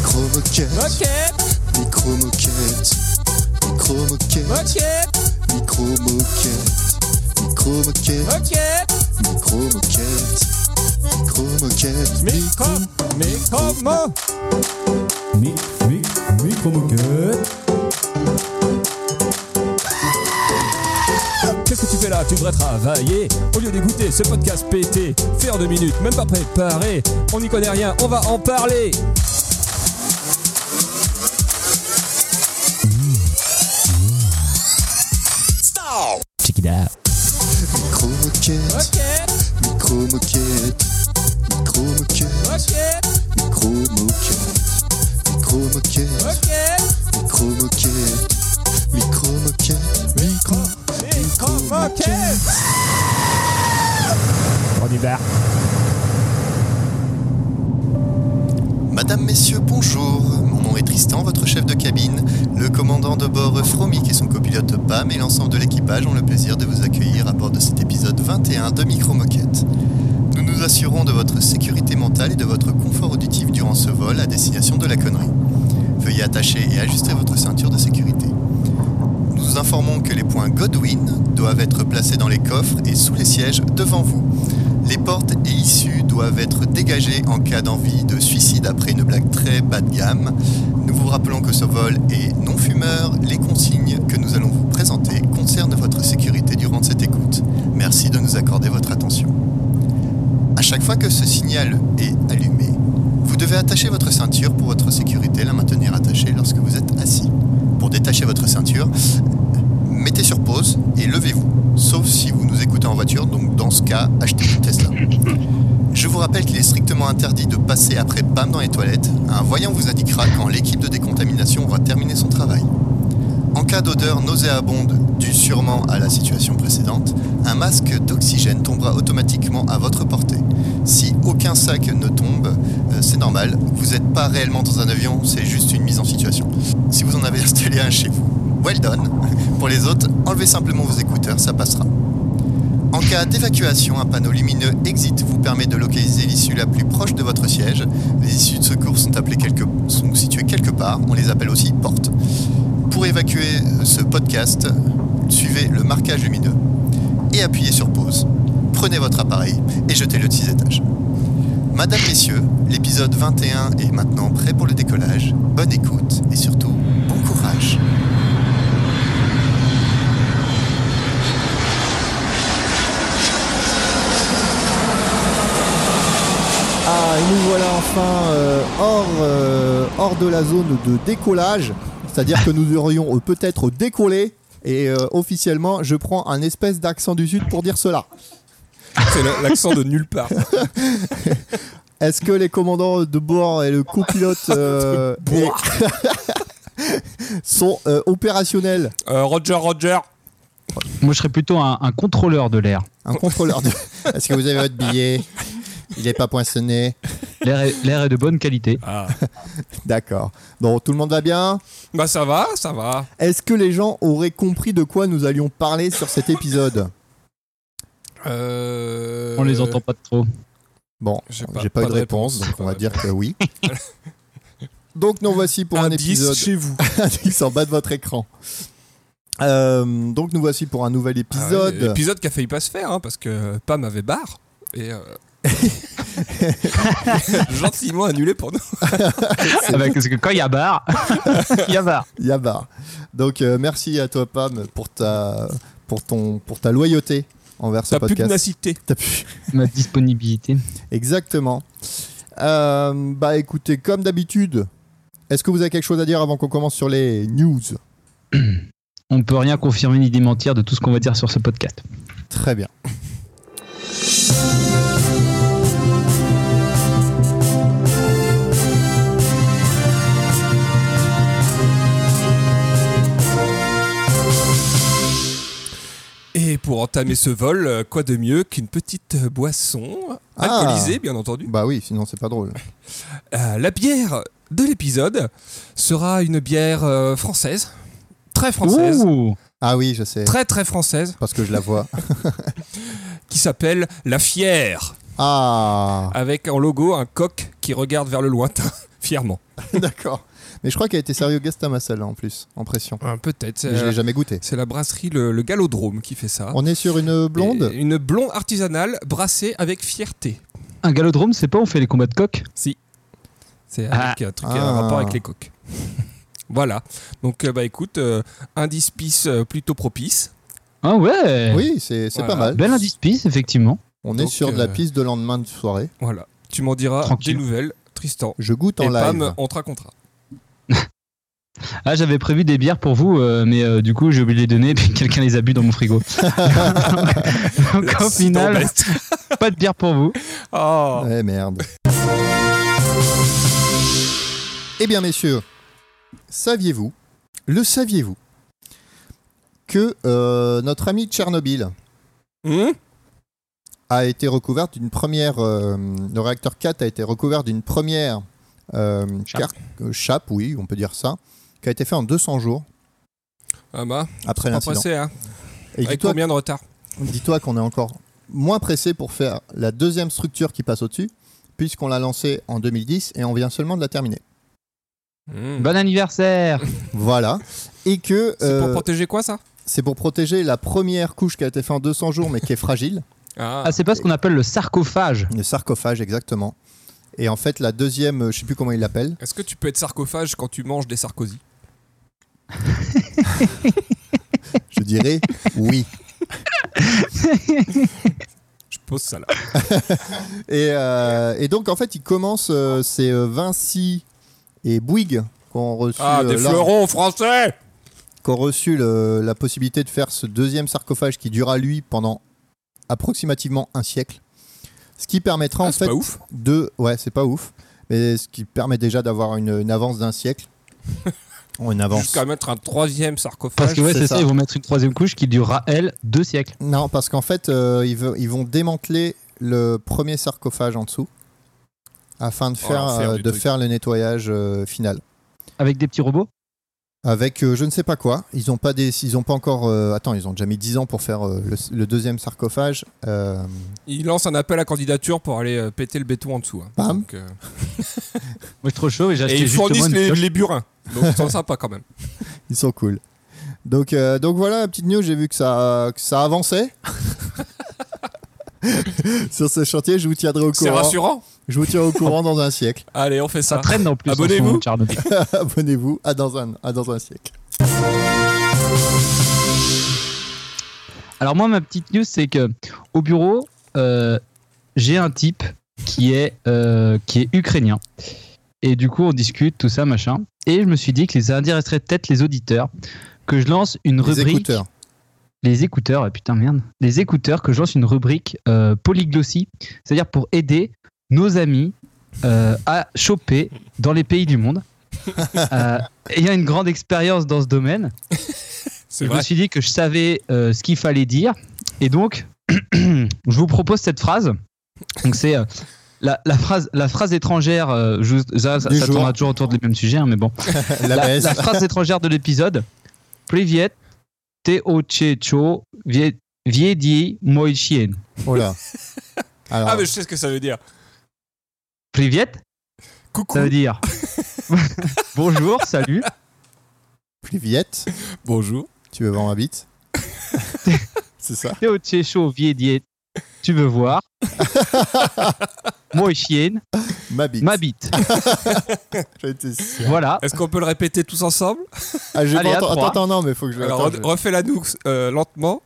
Micro-moquette, Moquette, micro-moquette, micro-moquette, moquette, micro-moquette, micro-moquette, moquette, micro-moquette, micro-moquette, micro, micro, mo, Mi, mi, micro-moquette. Qu'est-ce que tu fais là Tu devrais travailler. Au lieu d'écouter ce podcast pété, faire deux minutes, même pas préparé. On n'y connaît rien, on va en parler. Check it out. micro-moquette, Moquette, micro-moquette, micro-moquette, moquette, micro-moquette, micro-moquette, moquette, micro-moquette, micro-moquette, micro, micro, moquette. On y va. Madame, messieurs, bonjour. Mon nom est Tristan, votre chef de cabine. Le commandant de bord Fromic et son copilote Pam et l'ensemble de l'équipage ont le plaisir de vous accueillir à bord de cet épisode 21 de Micro Moquette. Nous nous assurons de votre sécurité mentale et de votre confort auditif durant ce vol à destination de la connerie. Veuillez attacher et ajuster votre ceinture de sécurité. Nous vous informons que les points Godwin doivent être placés dans les coffres et sous les sièges devant vous. Les portes et issues doivent être dégagées en cas d'envie de suicide après une blague très bas de gamme. Nous vous rappelons que ce vol est non fumeur. Les consignes que nous allons vous présenter concernent votre sécurité durant cette écoute. Merci de nous accorder votre attention. À chaque fois que ce signal est allumé, vous devez attacher votre ceinture pour votre sécurité, et la maintenir attachée lorsque vous êtes assis. Pour détacher votre ceinture, mettez sur pause et levez-vous. Sauf si vous nous écoutez en voiture, donc dans ce cas, achetez une Tesla. Je vous rappelle qu'il est strictement interdit de passer après Pam dans les toilettes. Un voyant vous indiquera quand l'équipe de décontamination aura terminé son travail. En cas d'odeur nauséabonde due sûrement à la situation précédente, un masque d'oxygène tombera automatiquement à votre portée. Si aucun sac ne tombe, euh, c'est normal, vous n'êtes pas réellement dans un avion, c'est juste une mise en situation. Si vous en avez installé un chez vous, well done. Pour les autres, enlevez simplement vos écouteurs, ça passera. En cas d'évacuation, un panneau lumineux Exit vous permet de localiser l'issue la plus proche de votre siège. Les issues de secours sont, appelées quelque- sont situées quelque part, on les appelle aussi portes. Pour évacuer ce podcast, suivez le marquage lumineux et appuyez sur pause. Prenez votre appareil et jetez-le de 6 étages. Madame, messieurs, l'épisode 21 est maintenant prêt pour le décollage. Bonne écoute et surtout, bon courage. Ah, et nous voilà enfin euh, hors, euh, hors de la zone de décollage. C'est-à-dire que nous aurions euh, peut-être décollé. Et euh, officiellement, je prends un espèce d'accent du Sud pour dire cela. Ah, C'est la- l'accent de nulle part. Est-ce que les commandants de bord et le copilote euh, et- sont euh, opérationnels Euh, Roger, Roger. Moi, je serais plutôt un, un contrôleur de l'air. Un contrôleur de... Est-ce que vous avez votre billet Il n'est pas poinçonné L'air est, l'air est de bonne qualité. D'accord. Donc tout le monde va bien Bah ça va, ça va. Est-ce que les gens auraient compris de quoi nous allions parler sur cet épisode Euh, On les entend pas trop. Bon, J'ai j'ai pas, pas- pas eu de de réponse, réponse, donc euh, on pas va de dire que oui. donc nous voici pour un, indice épisode Ah, chez vous. indice en bas de votre écran. Euh, donc nous voici pour un nouvel épisode. Ah ouais, épisode qui a failli pas se faire, hein, parce que Pam avait barre. Et. euh, gentiment annulé pour nous. Ah bah, parce que quand il y a barre, il y a barre. Yabar. Donc euh, merci à toi Pam pour ta pour ton pour ta loyauté envers ce Ta podcast. pugnacité. T'as pu- Ma disponibilité. Exactement. Euh, bah écoutez, comme d'habitude, est-ce que vous avez quelque chose à dire avant qu'on commence sur les news On peut rien confirmer ni démentir de tout ce qu'on va dire sur ce podcast. Très bien. Et pour entamer ce vol, euh, quoi de mieux qu'une petite euh, boisson, Ah. alcoolisée bien entendu. Bah oui, sinon c'est pas drôle. Euh, la bière de l'épisode sera une bière euh, française, très française, Ouh Ah oui, je sais. très très française, Parce que je la vois. qui s'appelle La Fière, Ah avec en logo un coq qui regarde vers le lointain, fièrement. D'accord. Mais je crois qu'elle était servée au Gastama celle-là en plus, en pression. Ah, Peut-être. Mais je C'est l'ai la, jamais goûté. c'est la brasserie Le, le Galodrome qui fait ça. On est sur une blonde Et- Une blonde artisanale brassée avec fierté. Un galodrome, c'est pas on fait les combats de coq C'est Ah. avec un truc Ah. un rapport avec les coques. voilà. Donc euh, bah écoute, euh, un dispice euh, plutôt propice. Ah ouais Ben, Oui, c'est c'est Voilà. pas mal. Bel indice piste, effectivement. On est Donc, sur de la euh, piste de lendemain de soirée. Voilà. Tu m'en diras Tranquille. des nouvelles, Tristan. Je goûte en et live. Pam, on te racontera. Ah, j'avais prévu des bières pour vous, euh, mais euh, du coup, j'ai oublié de les donner, puis quelqu'un les a bu dans mon frigo. Donc, au L'accident final, bête. pas de bière pour vous. Oh. Eh merde. eh bien, messieurs, saviez-vous, le saviez-vous, que euh, notre ami Tchernobyl Hum a été recouvert d'une première. euh, le réacteur 4 a été recouvert d'une première euh, Chape. car- euh, chape, oui, on peut dire ça, qui a été fait en 200 jours ah bah, après pas l'incident. pressé, hein. Et Avec dis-toi combien de retard Dis-toi qu'on est encore moins pressé pour faire la deuxième structure qui passe au-dessus, puisqu'on l'a lancée en 2010 et on vient seulement de la terminer. Hum. Bon anniversaire Ah. Voilà. Et que C'est pour euh, protéger quoi ça c'est pour protéger la première couche qui a été faite en 200 jours, mais qui est fragile. ah. Ah, c'est pas ce qu'on appelle le sarcophage. Le sarcophage, exactement. Et en fait, la deuxième, euh, je sais plus comment il l'appelle. Est-ce que tu peux être sarcophage quand tu manges des sarcosies Je dirais oui. Je pose ça là. Et, euh, et donc, en fait, il commence. euh, c'est euh, Vinci et Bouygues qui ont reçu, Ah, euh, des leur- fleurons français qui ont reçu le- la possibilité de faire ce deuxième sarcophage qui durera, lui, pendant approximativement un siècle. Ce qui permettra, en Ah, C'est fait, pas ouf. de. Ouais, c'est pas ouf. Mais ce qui permet déjà d'avoir une, une avance d'un siècle. Oh, une avance. Jusqu'à mettre un troisième Parce sarcophage. que ouais, c'est c'est ça. ça. ils vont mettre une troisième couche qui durera, elle, deux siècles. Non, parce qu'en fait, euh, ils, ve- ils vont démanteler le premier sarcophage en dessous afin de Oh, faire, l'enfer euh, du de truc. faire le nettoyage euh, final. Avec des petits robots Avec euh, je ne sais pas quoi. Ils n'ont pas, des, ils ont pas encore. euh, attends, ils ont déjà mis 10 ans pour faire euh, le, le deuxième sarcophage. Euh, Il lance un appel à candidature pour aller euh, péter le béton en dessous. hein. Bam. Donc, euh, Moi, je suis trop chaud et j'ai Et acheté ils justement fournissent une les, pioche. les burins. Donc ils sont sympas quand même. ils sont cool. Donc, euh, donc voilà, la petite news. J'ai vu que ça, que ça avançait. Sur ce chantier, je vous tiendrai au C'est courant. rassurant. Je vous tiens au courant dans un siècle. Allez, on fait Ça ça. traîne en plus. en ce Abonnez-vous. moment, Tchernobyl. Abonnez-vous à dans un, à dans un siècle. Alors moi, ma petite news, c'est que au bureau, euh, j'ai un type qui est euh, qui est ukrainien. Et du coup, on discute tout ça, machin. Et je me suis dit que ça intéresserait peut-être les auditeurs que je lance une Les rubrique écouteurs. les écouteurs. ah, putain merde, les écouteurs que je lance une rubrique euh, polyglossie, c'est-à-dire pour aider nos amis euh, à choper dans les pays du monde. Euh, ayant une grande expérience dans ce domaine, C'est je vrai. me suis dit que je savais euh, ce qu'il fallait dire. Et donc, je vous propose cette phrase. Donc, c'est euh, la, la phrase, la phrase étrangère. euh, je vous- ça ça, Du ça jour. tournera toujours autour des mêmes sujets, hein, mais bon. La La, baisse. la phrase étrangère de l'épisode. Privet, te ochecho, vie- viedi moi chien. Oh là. Alors, Ah, mais je sais ce que ça veut dire. Privet, Coucou. ça veut dire bonjour, salut. Pluviette, Bonjour. tu veux voir ma bite C'est ça Te ochecho, viedi, tu veux voir. moi chien, Ma bite. ma bite. J'étais sûr. Voilà. Est-ce qu'on peut le répéter tous ensemble Ah, j'ai Allez, pas à entendu- trois. Attends, attends, non, mais faut que je. Alors, attends, re- refais-la nous euh, lentement.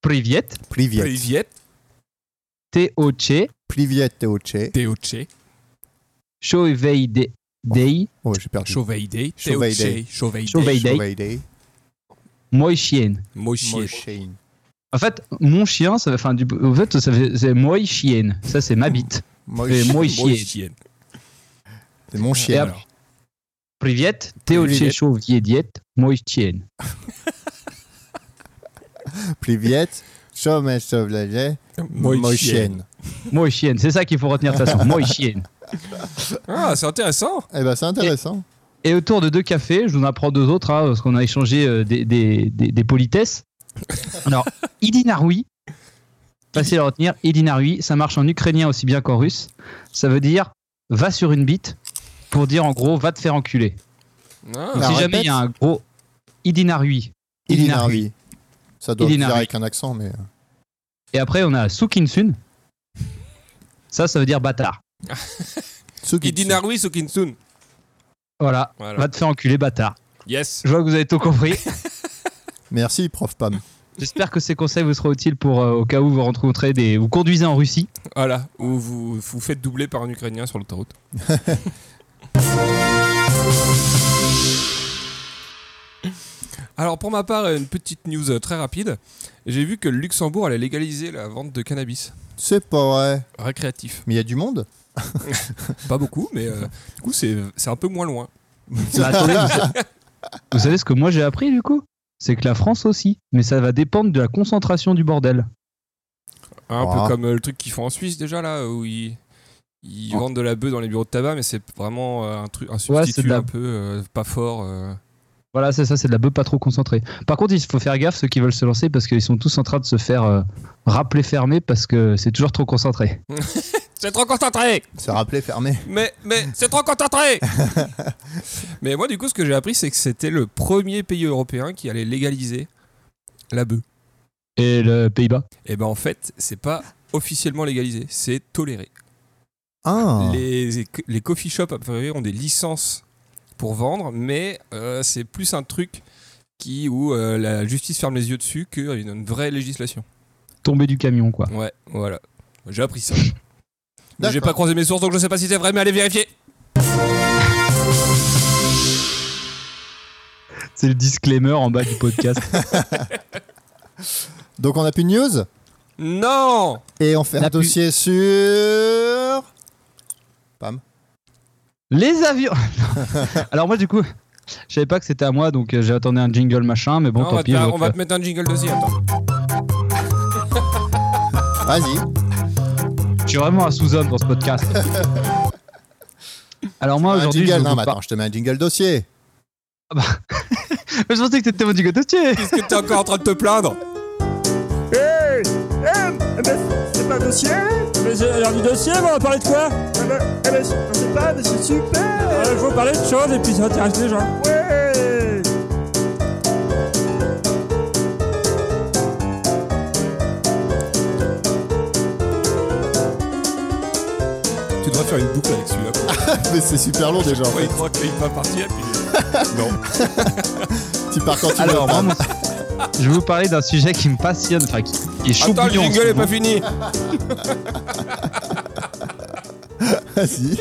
Privet, oh, je- Pluviette. Priviet, te oche, Pluviette Teoche. Teoche, choveide, dei, Oh, j'ai perdu. Chauveide, Chauveide. Teoche, Chauveide, Chauveide. Chauveide. moi chien. Moshi. Moshane. En fait, mon chien, ça, enfin, du, en fait, ça fait- c'est moi chien. Ça, c'est ma bite. Et Moshane. moi chien. Moshien. C'est mon Et chien. après- Privet, te oche, choveide, moi chien. Pluviette. Chauveide. Moshien. Moshane. Moi chien. C'est ça qu'il faut retenir de toute façon. Moi chien. Ah, c'est intéressant. Eh ben, c'est intéressant. Et autour de deux cafés, je vous en apprends deux autres, hein, parce qu'on a échangé euh, des, des, des, des politesses. Alors, Idinaroui, facile à retenir, Idinaroui, ça marche en ukrainien aussi bien qu'en russe. Ça veut dire va sur une bite. pour dire en gros va te faire enculer. Ah. Donc, La si jamais il y a un gros Idinarui. Il Harvey. Ça doit Il est le dire nargué. avec un accent, mais. euh, Et après on a Sukinsun. Ça ça veut dire bâtard. Ceux qui- Idina Ruiz ou Kinsun Voilà, Voilà. va te faire enculer bâtard. Yes. Je vois que vous avez tout compris. Merci, prof Pam. J'espère que ces conseils vous seront utiles pour euh, au cas où vous rencontrez des vous conduisez en Russie. Voilà. Ou vous vous faites doubler par un Ukrainien sur l'autoroute. Alors pour ma part, une petite news euh, très rapide. J'ai vu que le Luxembourg allait légaliser la vente de cannabis C'est pas vrai. récréatif. Mais il y a du monde. Pas beaucoup, mais euh, du coup c'est c'est un peu moins loin. Bah, attendez, vous, sa- Ah. vous savez ce que moi j'ai appris du coup C'est que la France aussi, mais ça va dépendre de la concentration du bordel. Hein, un Ah. peu comme euh, le truc qu'ils font en Suisse déjà là où ils, ils Oh. vendent de la bœuf dans les bureaux de tabac mais c'est vraiment euh, un truc un de substitut la- un peu euh, pas fort euh. Voilà, c'est ça, c'est de la beuh pas trop concentrée. Par contre, il faut faire gaffe ceux qui veulent se lancer parce qu'ils sont tous en train de se faire euh, rappeler fermé parce que c'est toujours trop concentré. C'est trop concentré C'est rappelé fermé. Mais mais c'est trop concentré Mais moi du coup ce que j'ai appris c'est que c'était le premier pays européen qui allait légaliser la bœuf. Et le Pays-Bas Et ben en fait, c'est pas officiellement légalisé, c'est toléré. Ah. Les, les coffee shops, à peu près, ont des licences pour vendre, mais euh, c'est plus un truc qui, où euh, la justice ferme les yeux dessus qu'une une vraie législation. Tombé du camion, quoi. Ouais, voilà. J'ai appris ça. Mais D'accord. J'ai pas croisé mes sources, donc je sais pas si c'est vrai, mais allez vérifier. C'est le disclaimer en bas du podcast. Donc on a plus de news Non et on fait La un pu- dossier sur. Les avions Alors, moi, du coup, je savais pas que c'était à moi, donc euh, j'ai attendu un jingle machin, mais bon, Non, on, tant va te pis. faire- donc, on va euh, te mettre un jingle dessus, attends. Vas-y. Je suis vraiment à sous-homme dans ce podcast. Alors, moi, un aujourd'hui, je, jingle. vous Non, mais parle- attends, Ah, je te mets un jingle dossier. je pensais que c'était mon jingle dossier Qu'est-ce que t'es encore en train de te plaindre eh ben, C'est pas un dossier Mais j'ai du dossier, on va parler de quoi Eh ben, eh ben, je sais pas, mais c'est super Je veux parler de choses et puis ça intéresse les gens. Ouais Tu devrais faire une boucle avec celui-là. mais c'est super long déjà. en Pourquoi fait. il croit qu'il va partir puis... Tu pars quand tu Alors, veux. moi, moi, je vais vous parler d'un sujet qui me passionne, enfin qui, qui est chaud Attends, le bouillant en ce jingle est moment. pas fini Vas-y.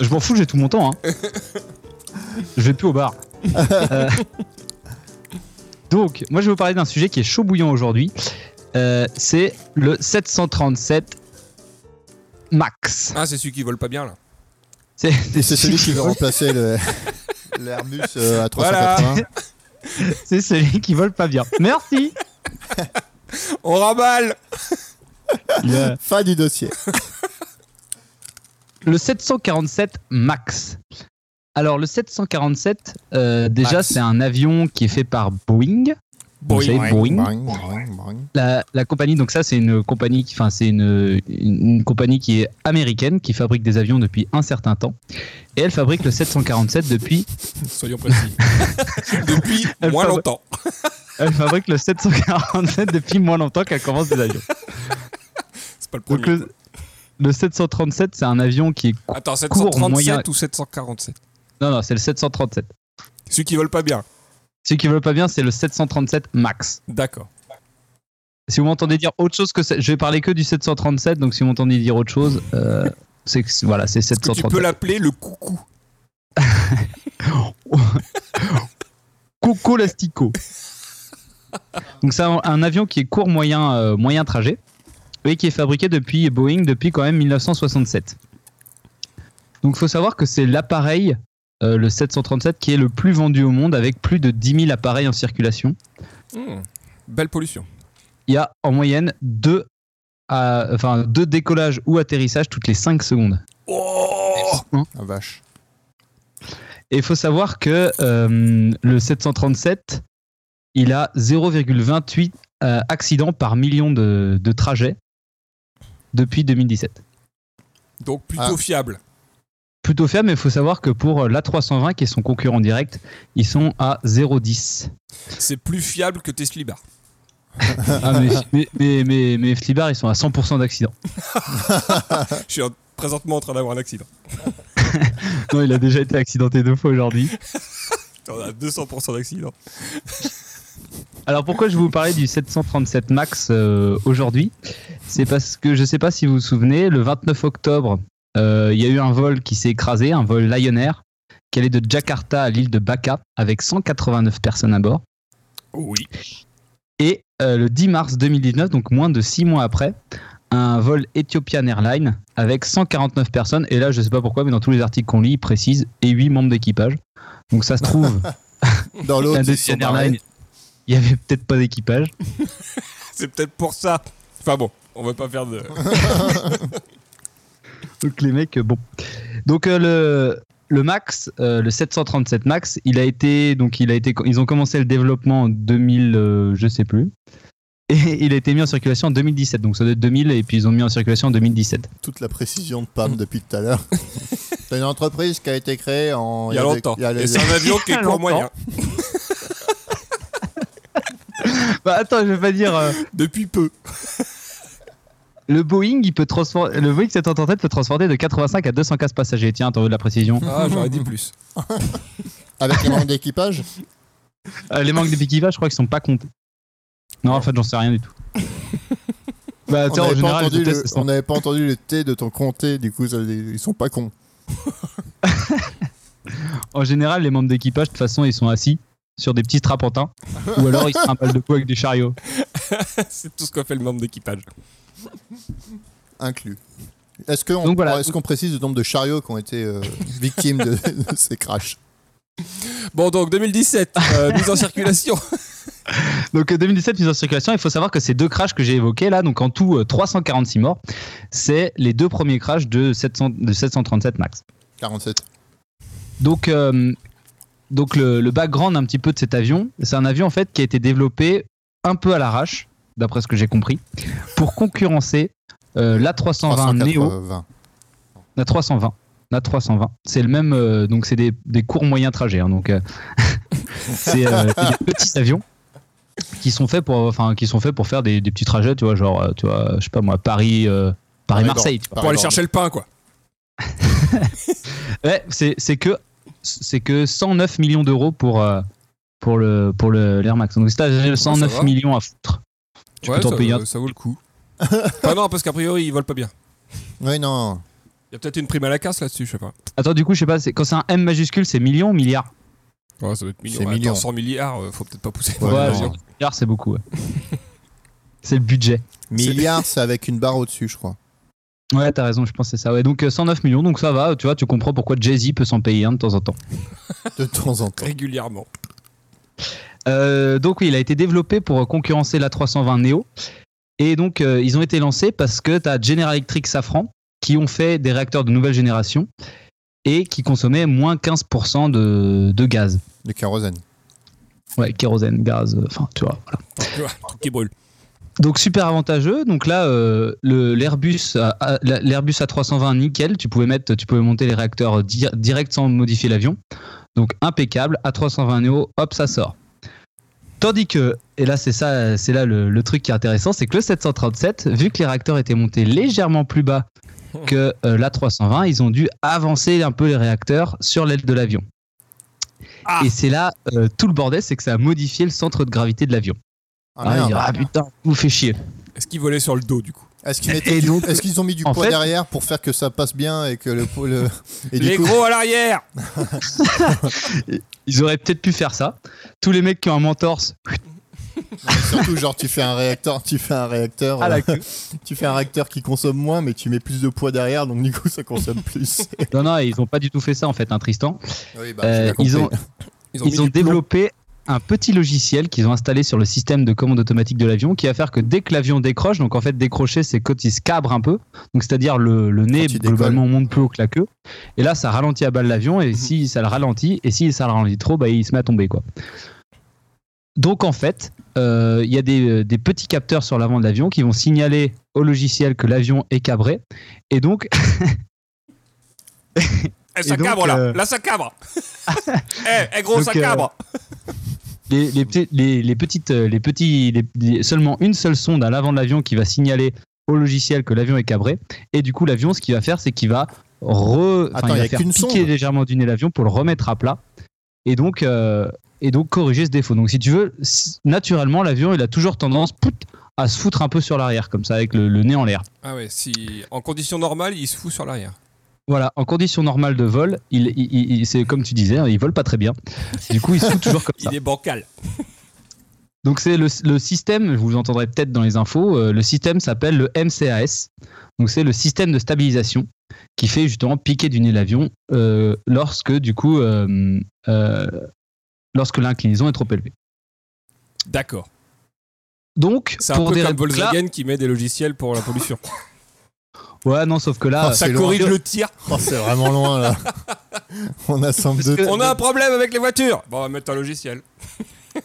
Je m'en fous, j'ai tout mon temps. Hein. je vais plus au bar. Euh, Donc, moi, je vais vous parler d'un sujet qui est chaud bouillant aujourd'hui. Euh, c'est le 737 Max. Ah, c'est celui qui vole pas bien, là. C'est Et c'est celui qui veut remplacer le. L'Airbus euh, à 380. Voilà. c'est celui qui vole pas bien. Merci. On remballe Le- Fin du dossier. Le 747 MAX. Alors, le 747, euh, déjà, Max. c'est un avion qui est fait par Boeing. Vous savez, Boeing. Boing, boing, boing. La, la compagnie, donc ça, c'est une compagnie, qui- enfin, c'est une, une- une compagnie qui est américaine, qui fabrique des avions depuis un certain temps. Et elle fabrique le 747 depuis. Soyons précis. Depuis Elle moins parle- longtemps. Elle fabrique le 747 depuis moins longtemps qu'elle commence des avions. C'est pas le Donc premier. le, le 737, c'est un avion qui est. Attends, court, 737 moyen- ou 747 Non, non, c'est le 737. Celui qui vole pas bien. Ceux qui veulent pas bien, c'est le 737 MAX. D'accord. Si vous m'entendez dire autre chose que ça- je vais parler que du 737, donc si vous m'entendez dire autre chose, euh, c'est que- voilà, c'est Est-ce que tu peux 737. l'appeler le coucou Coco Lastico. donc c'est un, un avion qui est court moyen euh, moyen trajet et qui est fabriqué depuis Boeing depuis quand même 1967. Donc il faut savoir que c'est l'appareil euh, le 737 qui est le plus vendu au monde avec plus de 10 000 appareils en circulation. Hmm. Belle pollution. Il y a en moyenne deux à- enfin deux décollages ou atterrissages toutes les 5 secondes. Oh Ah, vache. Et il faut savoir que euh, le 737, il a 0,28 euh, accidents par million de, de trajets depuis 2017. Donc plutôt Ah. fiable. plutôt faible, mais il faut savoir que pour euh, l'A320, qui est son concurrent direct, ils sont à 0,10. C'est plus fiable que tes slibards. Ah, mais, mais, mais, mais, mais Flibar, ils sont à 100% d'accident. Je suis en- présentement en train d'avoir un accident. Non, il a déjà été accidenté deux fois aujourd'hui. On a 200% d'accident. Alors pourquoi je vous parlais du 737 Max euh, aujourd'hui C'est parce que je ne sais pas si vous vous souvenez, le 29 octobre, euh, il y a eu un vol qui s'est écrasé, un vol Lion Air, qui allait de Jakarta à l'île de Baka, avec 189 personnes à bord. Oui. Et euh, le 10 mars 2019, donc moins de 6 mois après, un vol Ethiopian Airlines avec 149 personnes. Et là, je ne sais pas pourquoi, mais dans tous les articles qu'on lit, ils précisent et 8 membres d'équipage. Donc ça se trouve, Dans l'autre, ils sont Ethiopian barrés. Airlines, il n'y avait peut-être pas d'équipage. C'est peut-être pour ça. Enfin bon, on va pas faire de. Donc les mecs, euh, bon. Donc euh, le le Max, euh, le 737 Max, il a été donc il a été ils ont commencé le développement en 2000, euh, je sais plus. Et il a été mis en circulation en 2017, donc ça doit être 2000, et puis ils ont mis en circulation en 2017. toute la précision de Pam depuis tout à l'heure. C'est une entreprise qui a été créée en Il y a des- longtemps. il y a des- Et c'est un avion qui Il y est a court longtemps. moyen. Bah attends, je vais pas dire. euh, Depuis peu. le Boeing, il peut transfor- le Boeing 737 peut transporter de 85 à 215 passagers. Tiens, t'en veux de la précision Ah, j'aurais dit plus. avec les membres d'équipage. Euh, Les manques d'équipage, je crois qu'ils sont pas comptés. Non, en fait, j'en sais rien du tout. Bah, tu On n'avait pas, sais, en général, entendu les le- tests sont- on n'avait pas entendu le T de ton comté, du coup ça- ils sont pas cons. En général, les membres d'équipage, de toute façon, ils sont assis sur des petits strapontins. ou alors ils se trimballent de poids avec des chariots. c'est tout ce qu'a fait le membre d'équipage. Inclus. Est-ce qu'on Donc voilà. est-ce qu'on précise le nombre de chariots qui ont été euh, victimes de, de ces crashs Bon, donc 2017, euh, mise en circulation. Donc euh, 2017, mise en circulation, il faut savoir que ces deux crashs que j'ai évoqués là, donc en tout euh, 346 morts, c'est les deux premiers crashs de, 700 de 737 MAX. 47. Donc, euh, donc le, le background un petit peu de cet avion, c'est un avion en fait qui a été développé un peu à l'arrache, d'après ce que j'ai compris, pour concurrencer euh, l'A320 Neo, 380. la 320. La 320. C'est le même, euh, donc c'est des, des courts moyens trajets. hein, donc euh, c'est euh, des petits avions qui sont faits pour, enfin qui sont faits pour faire des, des petits trajets, tu vois, genre, euh, tu vois, je sais pas moi, Paris, euh, Paris Marseille. Paris-Bordeaux. Pour aller chercher le pain, quoi. Ouais, c'est c'est que c'est que 109 millions d'euros pour euh, pour le pour le l'Air Max. Donc si t'as le Ça 109 va. millions à foutre, tu peux t'en ça, payer. un. euh, ça vaut le coup. Enfin, non, parce qu'a priori, ils volent pas bien. Oui, non. Il y a peut-être une prime à la casse là-dessus, je sais pas. Attends, du coup, je sais pas, c'est- quand c'est un M majuscule, c'est millions, milliards. Ouais, ça doit être million. C'est Attends, million. 100 milliards, euh, faut peut-être pas pousser. Ouais, Ouais, non. milliards, milliards, c'est beaucoup. ouais. c'est le budget. Milliards, c'est avec une barre au-dessus, je crois. Ouais, t'as raison, je pense que c'est ça. Ouais, donc euh, 109 millions, donc ça va, tu vois, tu comprends pourquoi Jay-Z peut s'en payer un de temps en temps. De temps en temps. Régulièrement. Euh, donc oui, il a été développé pour concurrencer la 320 Neo. Et donc euh, ils ont été lancés parce que tu as General Electric Safran qui ont fait des réacteurs de nouvelle génération et qui consommaient moins 15% de, de gaz. Du kérosène. Ouais, kérosène, gaz, euh, enfin tu vois. voilà. Tu vois, truc qui brûle. Donc super avantageux. Donc là, euh, le- l'Airbus A- A- la- l'Airbus A320 nickel, tu pouvais, mettre, tu pouvais monter les réacteurs euh, di- direct sans modifier l'avion. Donc impeccable, A320 Neo, hop, ça sort. Tandis que, et là c'est ça, c'est là le, le truc qui est intéressant, c'est que le 737, vu que les réacteurs étaient montés légèrement plus bas que euh, l'A320, ils ont dû avancer un peu les réacteurs sur l'aile de l'avion. Ah. Et c'est là euh, tout le bordel, c'est que ça a modifié le centre de gravité de l'avion. Ah, Ah, il merde. dit, ah putain, vous fait chier. Est-ce qu'ils volaient sur le dos, du coup Est-ce qu'ils mettaient Et du- donc- est-ce qu'ils ont mis du en poids fait- derrière pour faire que ça passe bien et que le. po- le... Et du Les coup, gros à l'arrière Ils auraient peut-être pu faire ça. Tous les mecs qui ont un mentorse surtout, genre, tu fais un réacteur, tu fais un réacteur, Ah, à euh, la queue. tu fais un réacteur qui consomme moins, mais tu mets plus de poids derrière, donc du coup, ça consomme plus. Non, non, ils n'ont pas du tout fait ça en fait, un Tristan. oui, Euh, ils ont, mis ils ont du plomb. développé un petit logiciel qu'ils ont installé sur le système de commande automatique de l'avion qui va faire que dès que l'avion décroche, donc en fait décrocher c'est quand il se cabre un peu, donc c'est-à-dire le, le nez Quand il globalement monte plus haut que la queue, et là ça ralentit à balle l'avion, Mhm. et si ça le ralentit, et si ça le ralentit trop, bah, il se met à tomber quoi. Donc en fait, euh, il y a des, des petits capteurs sur l'avant de l'avion qui vont signaler au logiciel que l'avion est cabré, et donc Eh, Et ça donc, cabre là, euh, là ça cabre. Eh, eh, gros, Donc, ça euh, cabre. Les, les, petits- les, les petites, euh, les petits, les- les- seulement une seule sonde à l'avant de l'avion qui va signaler au logiciel que l'avion est cabré. Et du coup, l'avion, ce qu'il va faire, c'est qu'il va re, enfin, Attends, il y va a faire qu'une piquer sonde légèrement du nez l'avion pour le remettre à plat. Et donc, euh, et donc corriger ce défaut. Donc, si tu veux, si- naturellement, l'avion, il a toujours tendance pout, à se foutre un peu sur l'arrière, comme ça, avec le, le nez en l'air. Ah ouais, si en condition normale, il se fout sur l'arrière. Voilà, en condition normale de vol, il, il- il- il- c'est comme tu disais, hein, il vole pas très bien. Du coup, il se fout toujours comme ça. Il est bancal. Donc c'est le, le système, vous entendrez peut-être dans les infos, euh, le système s'appelle le MCAS. Donc c'est le système de stabilisation qui fait justement piquer du nez l'avion euh, lorsque du coup euh, euh, lorsque l'inclinaison est trop élevée. D'accord. Donc C'est un pour peu des comme raisons- là- Volkswagen qui met des logiciels pour la pollution. ouais non sauf que là Oh, ça c'est corrige loin. le tir. Oh, c'est vraiment loin là. On assemble deux. que- On a un problème avec les voitures. Bon, on va mettre un logiciel.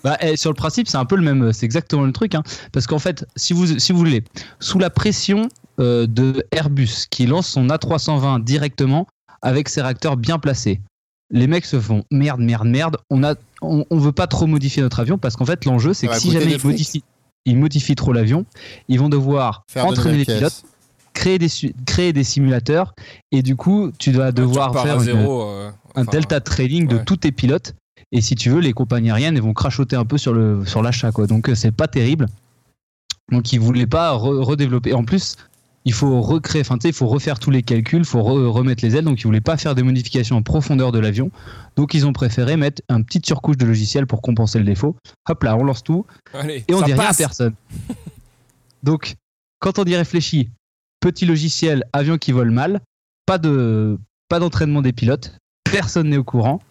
Bah, eh, sur le principe, c'est un peu le même, c'est exactement le truc. hein. Parce qu'en fait, si vous, si vous voulez, sous la pression euh, de Airbus qui lance son A320 directement avec ses réacteurs bien placés, les mecs se font merde, merde, merde. On a, on, on veut pas trop modifier notre avion parce qu'en fait, l'enjeu, Ça c'est que va si coûter jamais des ils frics. modifient, ils modifient trop l'avion, ils vont devoir Faire de entraîner les nouvelles pilotes, pièces. créer des, su- créer des simulateurs et du coup, tu vas devoir Tu repars faire à une- zéro. euh, un enfin, delta trailing de ouais. tous tes pilotes. Et si tu veux, les compagnies aériennes elles vont crachoter un peu sur le sur l'achat, quoi. Donc euh, c'est pas terrible. Donc ils voulaient pas re- redévelopper. En plus, il faut recréer, enfin tu sais, il faut refaire tous les calculs, il faut re- remettre les ailes. Donc ils voulaient pas faire des modifications en profondeur de l'avion. Donc ils ont préféré mettre un petite surcouche de logiciel pour compenser le défaut. Hop là, on lance tout Allez, et on ça dit rien à passe. personne. Donc, quand on y réfléchit, petit logiciel, avion qui vole mal, pas de pas d'entraînement des pilotes, personne n'est au courant,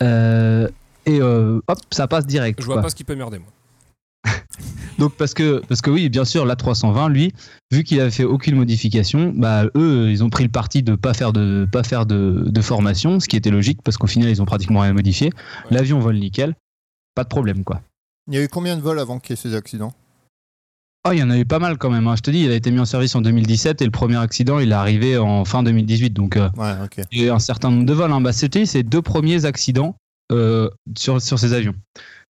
euh, et euh, hop, ça passe direct. Je vois quoi. pas ce qui peut merder, moi. Donc parce que parce que oui, bien sûr, la 320, lui, vu qu'il avait fait aucune modification, bah eux, ils ont pris le parti de pas faire de pas faire de, de formation, ce qui était logique parce qu'au final, ils ont pratiquement rien modifié. Ouais. L'avion vole nickel, pas de problème quoi. Il y a eu combien de vols avant qu'il y ait ces accidents Oh, il y en a eu pas mal quand même. hein. Je te dis, il a été mis en service en 2017 et le premier accident, il est arrivé en fin 2018. Donc, euh, Ouais, ok. il y a eu un certain nombre de vols. Hein. Bah, C'était ces deux premiers accidents euh, sur, sur ces avions.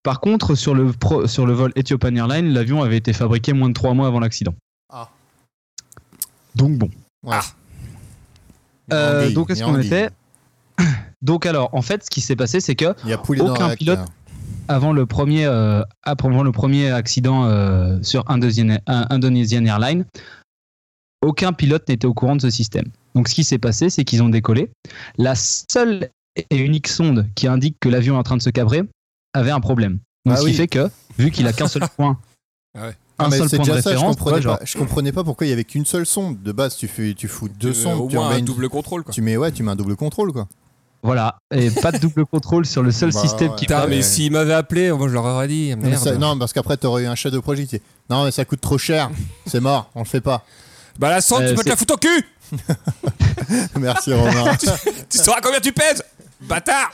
Par contre, sur le, pro- sur le vol Ethiopian Airlines, l'avion avait été fabriqué moins de trois mois avant l'accident. Ah. Donc, bon. Ah. Ouais. Euh, Anguille, donc, est-ce qu'on anguille. était Donc, alors, en fait, ce qui s'est passé, c'est que Il y a poulet dans Aucun la réacte, pilote. hein. avant le premier, euh, après- avant le premier accident euh, sur Indonesian, un- Indonesian Airlines, aucun pilote n'était au courant de ce système. Donc ce qui s'est passé, c'est qu'ils ont décollé. La seule et unique sonde qui indique que l'avion est en train de se cabrer avait un problème. Donc Ah ce qui oui. fait que, vu qu'il a qu'un seul point, Ah ouais. un Ah, mais seul c'est point de déjà ça, je référence, tu comprenais, vois, genre, pas, je comprenais pas pourquoi il y avait qu'une seule sonde. De base, tu, fais, tu fous deux Euh, sondes, au tu, moins remets un une- double contrôle, quoi. tu mets, ouais, tu mets un double contrôle quoi. voilà, et pas de double contrôle sur le seul Bah, système ouais. qui Putain, Ouais. mais s'il m'avait appelé, moi je leur aurais dit. Non, mais Merde. ça- non, parce qu'après t'aurais eu un chef de projet qui dit, Non, mais ça coûte trop cher, c'est mort, on le fait pas. Bah la sonde, Euh, tu peux te c'est- la foutre au cul Merci Romain. Tu sauras combien tu pèses Bâtard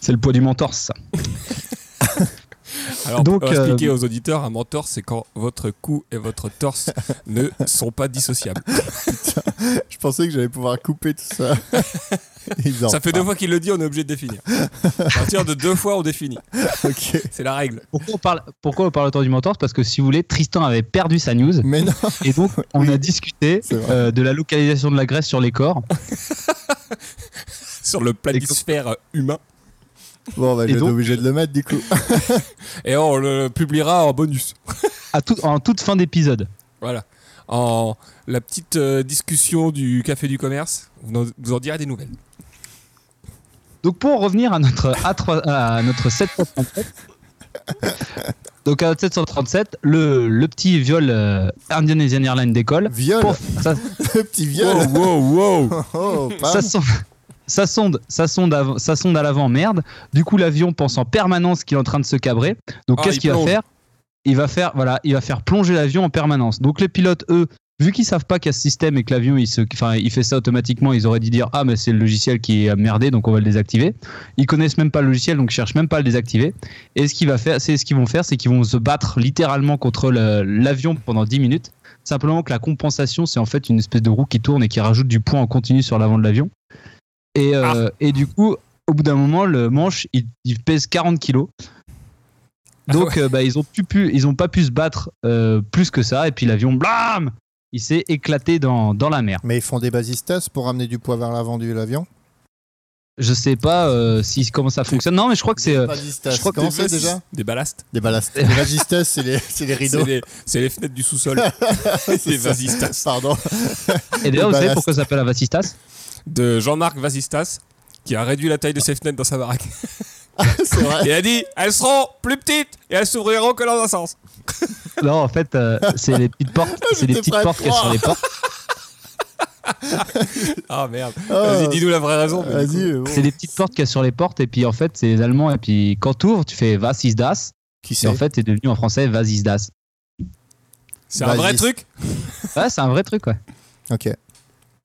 C'est le poids du mentor, ça. Alors, Donc, pour expliquer euh, aux auditeurs, un mentor, c'est quand votre cou et votre torse ne sont pas dissociables. je pensais que j'allais pouvoir couper tout ça. Ils en Ça fait deux parlent. fois qu'il le dit, on est obligé de définir. À partir de deux fois, on définit. Ok. C'est la règle. Pourquoi on parle, pourquoi on parle autant du mentor C'est Parce que si vous voulez, Tristan avait perdu sa news. Mais non, Et donc, on Oui. a discuté C'est vrai. euh, de la localisation de la graisse sur les corps. Sur le planisphère humain. bon, bah, je vais Et être donc- Ah, obligé de le mettre du coup. Et on le publiera en bonus. À tout- en toute fin d'épisode. Voilà. En la petite euh, discussion du café du commerce, vous en, vous en direz des nouvelles. Donc, pour en revenir à notre, A3, à notre 737. Donc, à notre 737, le, le petit viol euh, Indonesian Airlines décolle. Viol, Pouf, ça, le petit viol. wow, wow Oh, pam. ça sonde. Ça sonde, ça, sonde avant- ça sonde à l'avant, merde. Du coup, l'avion pense en permanence qu'il est en train de se cabrer. Donc, Ah, qu'est-ce il qu'il va plonge. faire il va faire, voilà, il va faire plonger l'avion en permanence. Donc, les pilotes, eux, vu qu'ils savent pas qu'il y a ce système et que l'avion, il, se- enfin, il fait ça automatiquement, ils auraient dû dire Ah, mais c'est le logiciel qui est merdé, donc on va le désactiver. Ils connaissent même pas le logiciel, donc ils cherchent même pas à le désactiver. Et ce qu'ils va faire- c'est- ce qu'ils vont faire, c'est qu'ils vont se battre littéralement contre le- l'avion pendant 10 minutes. Simplement que la compensation, c'est en fait une espèce de roue qui tourne et qui rajoute du poids en continu sur l'avant de l'avion. Et, Ah. euh, et du coup, au bout d'un moment, le manche, il, il pèse 40 kilos. Ah Donc, euh, bah, ils ont plus pu, ils ont pas pu se battre euh, plus que ça. Et puis l'avion, blam, il s'est éclaté dans, dans la mer. Mais ils font des basistas pour ramener du poids vers l'avant de l'avion. Je sais pas euh, si comment ça fonctionne. Non, mais je crois que c'est euh, Basistas, je crois comment Des c'est basis- déjà Des ballasts. Des ballasts. Les basistas, c'est les, c'est les rideaux. C'est les, c'est les fenêtres du sous-sol. C'est les ça. vasistas. Pardon. Et Le d'ailleurs, vous savez ballast. pourquoi ça s'appelle un vasistas De Jean-Marc Vasistas, qui a réduit la taille de ses fenêtres dans sa baraque. c'est vrai. Il a dit elles seront plus petites et elles s'ouvriront que dans un sens. Non, en fait, euh, c'est les petites portes, c'est les J'étais petites pas à portes qu'il y a sur croire. les portes. Ah merde. Ah, Vas-y, dis-nous la vraie raison. mais du coup- Vas-y. euh, bon. C'est les petites portes qu'il y a sur les portes. Et puis en fait, c'est les Allemands. Et puis quand t'ouvres, tu fais vasistas. Qui Et c'est en fait, c'est devenu en français vasistas. C'est un vrai Basis. truc Ouais, c'est un vrai truc, ouais. Ok.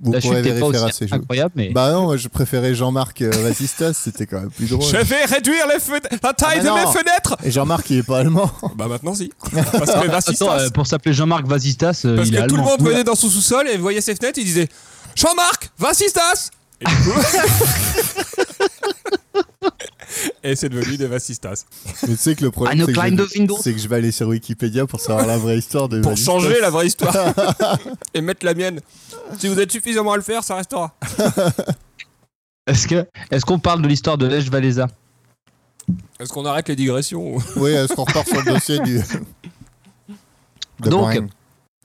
Vous La pourrez chute est pas vérifier à aussi ces jeux. incroyable, mais Bah non, moi, je préférais Jean-Marc euh, Vasistas, c'était quand même plus drôle. Je vais réduire les fen- la taille Ah, de mais mes non. fenêtres Et Jean-Marc, il est pas allemand. Bah maintenant si. Parce que Vasistas. Attends, euh, pour s'appeler Jean-Marc Vasistas, euh, Parce il est que tout le allemand. monde venait dans son sous-sol et voyait ses fenêtres, il disait Jean-Marc, Vasistas Et du coup- Et c'est devenu des Vasistas. Mais tu sais que le Ah, problème, no c'est que, climb je- the window. c'est que je vais aller sur Wikipédia pour savoir la vraie histoire de Pour Vasistas. changer la vraie histoire et mettre la mienne. Si vous êtes suffisamment à le faire, ça restera. Est-ce que est-ce qu'on parle de l'histoire de Lech Walesa Est-ce qu'on arrête les digressions ou- Oui, euh, est-ce qu'on repart sur le dossier du. de Donc, Boeing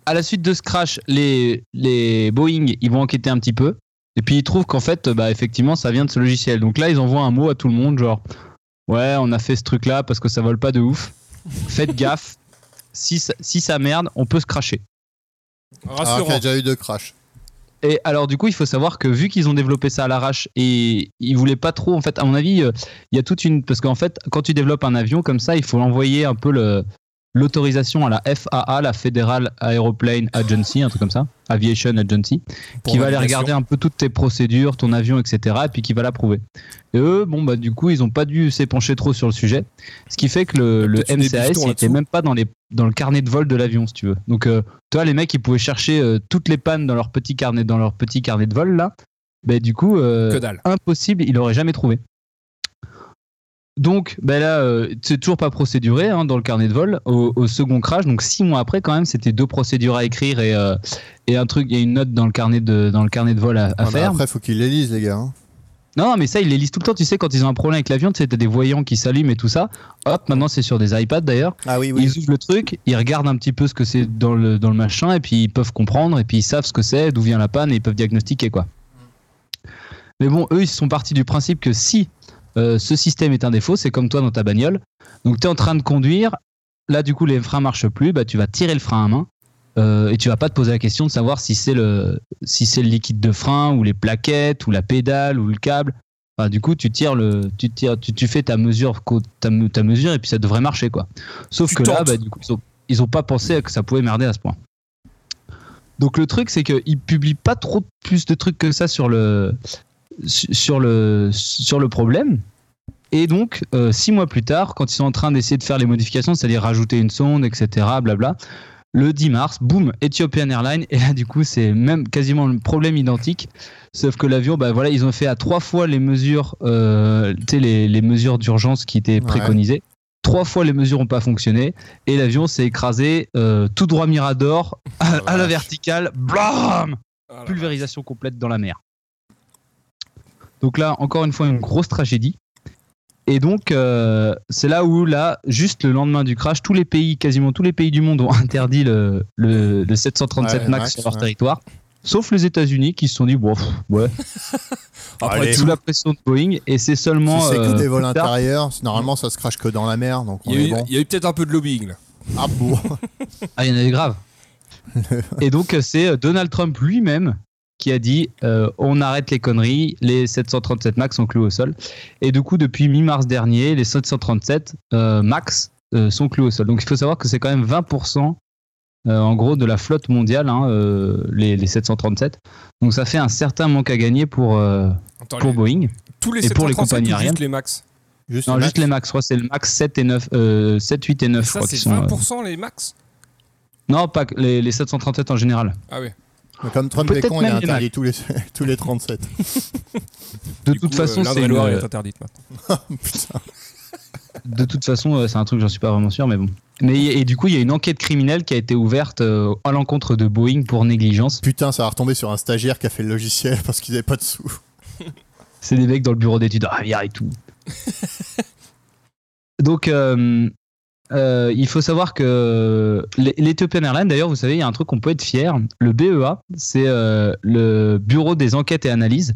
À la suite de ce crash, les les Boeing, ils vont enquêter un petit peu. Et puis ils trouvent qu'en fait, bah effectivement, ça vient de ce logiciel. Donc là, ils envoient un mot à tout le monde, genre ouais, on a fait ce truc-là parce que ça vole pas de ouf. Faites gaffe. Si ça- si ça merde, on peut se cracher. Ah, Alors qu'il y Ah, a Rassurant. déjà eu deux crashs. Et alors du coup, il faut savoir que vu qu'ils ont développé ça à l'arrache et ils voulaient pas trop, en fait, à mon avis, euh, il y a toute une parce qu'en fait, quand tu développes un avion comme ça, il faut l'envoyer un peu le l'autorisation à la FAA, la Federal Aeroplane Agency, un truc comme ça, Aviation Agency, Pour qui va aller validation. regarder un peu toutes tes procédures, ton avion, etc. Et puis qui va l'approuver. Et eux, bon bah du coup, ils ont pas dû s'épencher trop sur le sujet, ce qui fait que Il le, y le a peut-être eu des MCAS pistons il était là-dessous. même pas dans les dans le carnet de vol de l'avion, si tu veux. Donc euh, toi, les mecs, ils pouvaient chercher euh, toutes les pannes dans leur petit carnet, dans leur petit carnet de vol là. Ben du coup, euh, Que dalle. impossible, il n'aurait jamais trouvé. Donc, ben là, euh, c'est toujours pas procéduré hein, dans le carnet de vol au, au second crash. Donc six mois après, quand même, c'était deux procédures à écrire et, euh, et un truc, il y a une note dans le carnet de dans le carnet de vol à, à Ah, mais faire. Après, faut qu'ils les lisent, les gars. hein. Non, mais ça, ils les lisent tout le temps. Tu sais, quand ils ont un problème avec l'avion, tu sais, t'as des voyants qui s'allument et tout ça. Hop, maintenant c'est sur des iPads d'ailleurs. Ah oui, oui. Ils ouvrent le truc, ils regardent un petit peu ce que c'est dans le, dans le machin, et puis ils peuvent comprendre, et puis ils savent ce que c'est, d'où vient la panne, et ils peuvent diagnostiquer quoi. Mais bon, eux, ils sont partis du principe que si euh, ce système est un défaut, c'est comme toi dans ta bagnole. Donc tu es en train de conduire, là du coup les freins marchent plus, bah, tu vas tirer le frein à main, euh, et tu vas pas te poser la question de savoir si c'est le, si c'est le liquide de frein, ou les plaquettes, ou la pédale, ou le câble. Enfin, du coup, tu tires le, tu tires, tu, tu fais ta mesure, co- ta, me- ta mesure, et puis ça devrait marcher quoi. Sauf Tu que là, tentes. bah, du coup, ils ont, ils ont pas pensé à que ça pouvait merder à ce point. Donc le truc, c'est qu'ils publient pas trop plus de trucs que ça sur le, su- sur le, sur le problème. Et donc, euh, six mois plus tard, quand ils sont en train d'essayer de faire les modifications, c'est-à-dire rajouter une sonde, etc., blabla, le 10 mars, boum, Ethiopian Airlines, et là, du coup, c'est même quasiment le problème identique, sauf que l'avion, bah voilà, ils ont fait à trois fois les mesures, euh, tu sais, les, les mesures d'urgence qui étaient Ouais. préconisées. Trois fois les mesures n'ont pas fonctionné et l'avion s'est écrasé euh, tout droit Mirador à, à la verticale, blam, Voilà. pulvérisation complète dans la mer. Donc là, encore une fois, une grosse tragédie. Et donc, euh, c'est là où, là, juste le lendemain du crash, tous les pays, quasiment tous les pays du monde ont interdit le, le, le 737 Ouais, MAX Max, sur leur ouais. territoire. Sauf les États-Unis qui se sont dit, bon, pff, ouais, Après Allez. tout, sous la pression de Boeing, et c'est seulement. Si c'est euh, que des vols plus tard- intérieurs, c'est- normalement ça se crache que dans la mer, donc on il y a est eu- bon. il y a eu, peut-être un peu de lobbying là. Ah bon Ah, il y en a des graves. et donc, euh, c'est euh, Donald Trump lui-même qui a dit euh, on arrête les conneries, les 737 MAX sont cloués au sol. Et du coup, depuis mi-mars dernier, les 737 euh, MAX euh, sont cloués au sol. Donc, il faut savoir que c'est quand même 20%. euh, en gros, de la flotte mondiale, hein, euh, les, les 737. Donc, ça fait un certain manque à gagner pour, euh, Attends, pour Oh, les- Boeing. tous les et pour 737 les compagnies ou aériennes. Ah, Juste les max. Juste Non, le juste max. les MAX. Je crois que c'est le MAX 7 et 9, euh, 7, 8 et 9. je ça, crois, c'est qui sont, euh, 20% les max Non, pas que- les, les 737 en général. Ah oui. Mais Comme Trump est Peut-être con, il a même les interdit tous les, tous les 37. De Du toute coup, façon, euh, c'est une- l'Indre-et-Loire est interdite maintenant. Putain. De toute façon, euh, c'est un truc, j'en suis pas vraiment sûr, mais bon. Mais et du coup, il y a une enquête criminelle qui a été ouverte euh, à l'encontre de Boeing pour négligence. Putain, ça va retomber sur un stagiaire qui a fait le logiciel parce qu'ils n'avaient pas de sous. C'est des mecs dans le bureau d'études, ah, et tout. Donc, euh, euh, il faut savoir que l'E- l'Ethiopian Airlines, d'ailleurs, vous savez, il y a un truc qu'on peut être fier. Le BEA, c'est euh, le Bureau des enquêtes et analyses.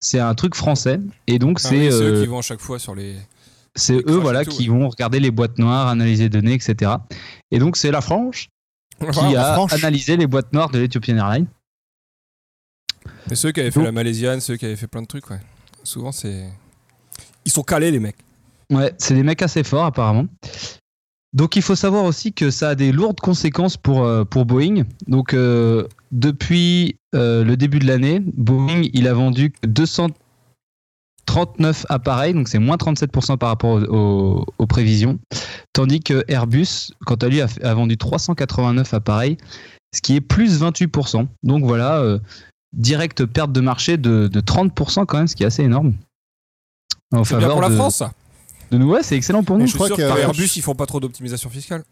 C'est un truc français. Et donc, Ah c'est oui, c'est euh, eux qui vont à chaque fois sur les. c'est Ils eux, crachent voilà, tout, qui vont regarder les boîtes noires, analyser les données, etc. Et donc, c'est la France qui la a Franche. analysé les boîtes noires de l'Ethiopian Airlines. Mais ceux qui avaient fait Donc- la Malaisienne, ceux qui avaient fait plein de trucs, ouais. Souvent, c'est. Ils sont calés, les mecs. Ouais, c'est des mecs assez forts apparemment. Donc il faut savoir aussi que ça a des lourdes conséquences pour, euh, pour Boeing. Donc euh, depuis euh, le début de l'année, Boeing il a vendu que 239 appareils, donc c'est moins 37% par rapport aux, aux- aux prévisions. Tandis que Airbus, quant à lui, a, fait- a vendu 389 appareils, ce qui est plus 28%. Donc voilà, euh, directe perte de marché de, de 30% quand même, ce qui est assez énorme. En C'est bien faveur pour la de- France, ça. de nous, ouais, c'est excellent pour nous. Et Je je suis crois sûr que- que par Airbus, ils font pas trop d'optimisation fiscale.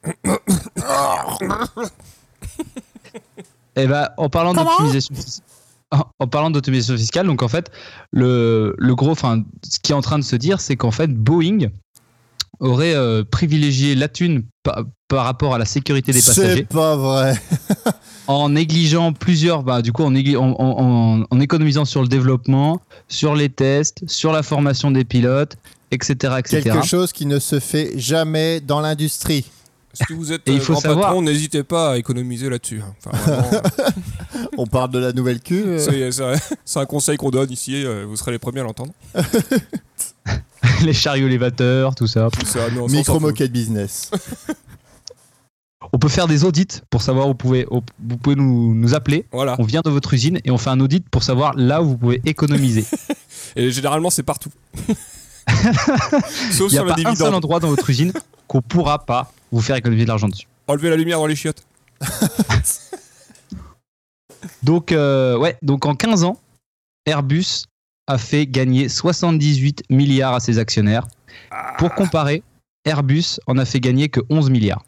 Et bah, en parlant d'optimisation fis- en en parlant d'automatisation fiscale, donc en fait, le, le gros, enfin, ce qui est en train de se dire, c'est qu'en fait, Boeing aurait euh, privilégié la thune pa- par rapport à la sécurité des C'est passagers pas vrai. en négligeant plusieurs, bah, du coup, en, négli- en- en- en- en économisant sur le développement, sur les tests, sur la formation des pilotes, etc. etc. Quelque chose qui ne se fait jamais dans l'industrie. Si vous êtes Et il euh, faut grand savoir- patron, n'hésitez pas à économiser là-dessus. hein. Enfin, vraiment, euh, On parle de la nouvelle queue. euh. c'est- c'est- c'est un conseil qu'on donne ici, euh, vous serez les premiers à l'entendre. les chariots élévateurs, tout ça. Tout ça, non, on s'en Micro fout. moquette business. On peut faire des audits pour savoir où vous pouvez, où vous pouvez nous, nous appeler. Voilà. On vient de votre usine et on fait un audit pour savoir là où vous pouvez économiser. Et généralement, c'est partout. Sauf Il n'y a sur pas le un seul dividende. endroit dans votre usine qu'on pourra pas vous faire économiser de l'argent dessus. Enlever la lumière dans les chiottes. Donc, euh, ouais, donc en 15 ans, Airbus a fait gagner 78 milliards à ses actionnaires. Ah. Pour comparer, Airbus en a fait gagner que 11 milliards.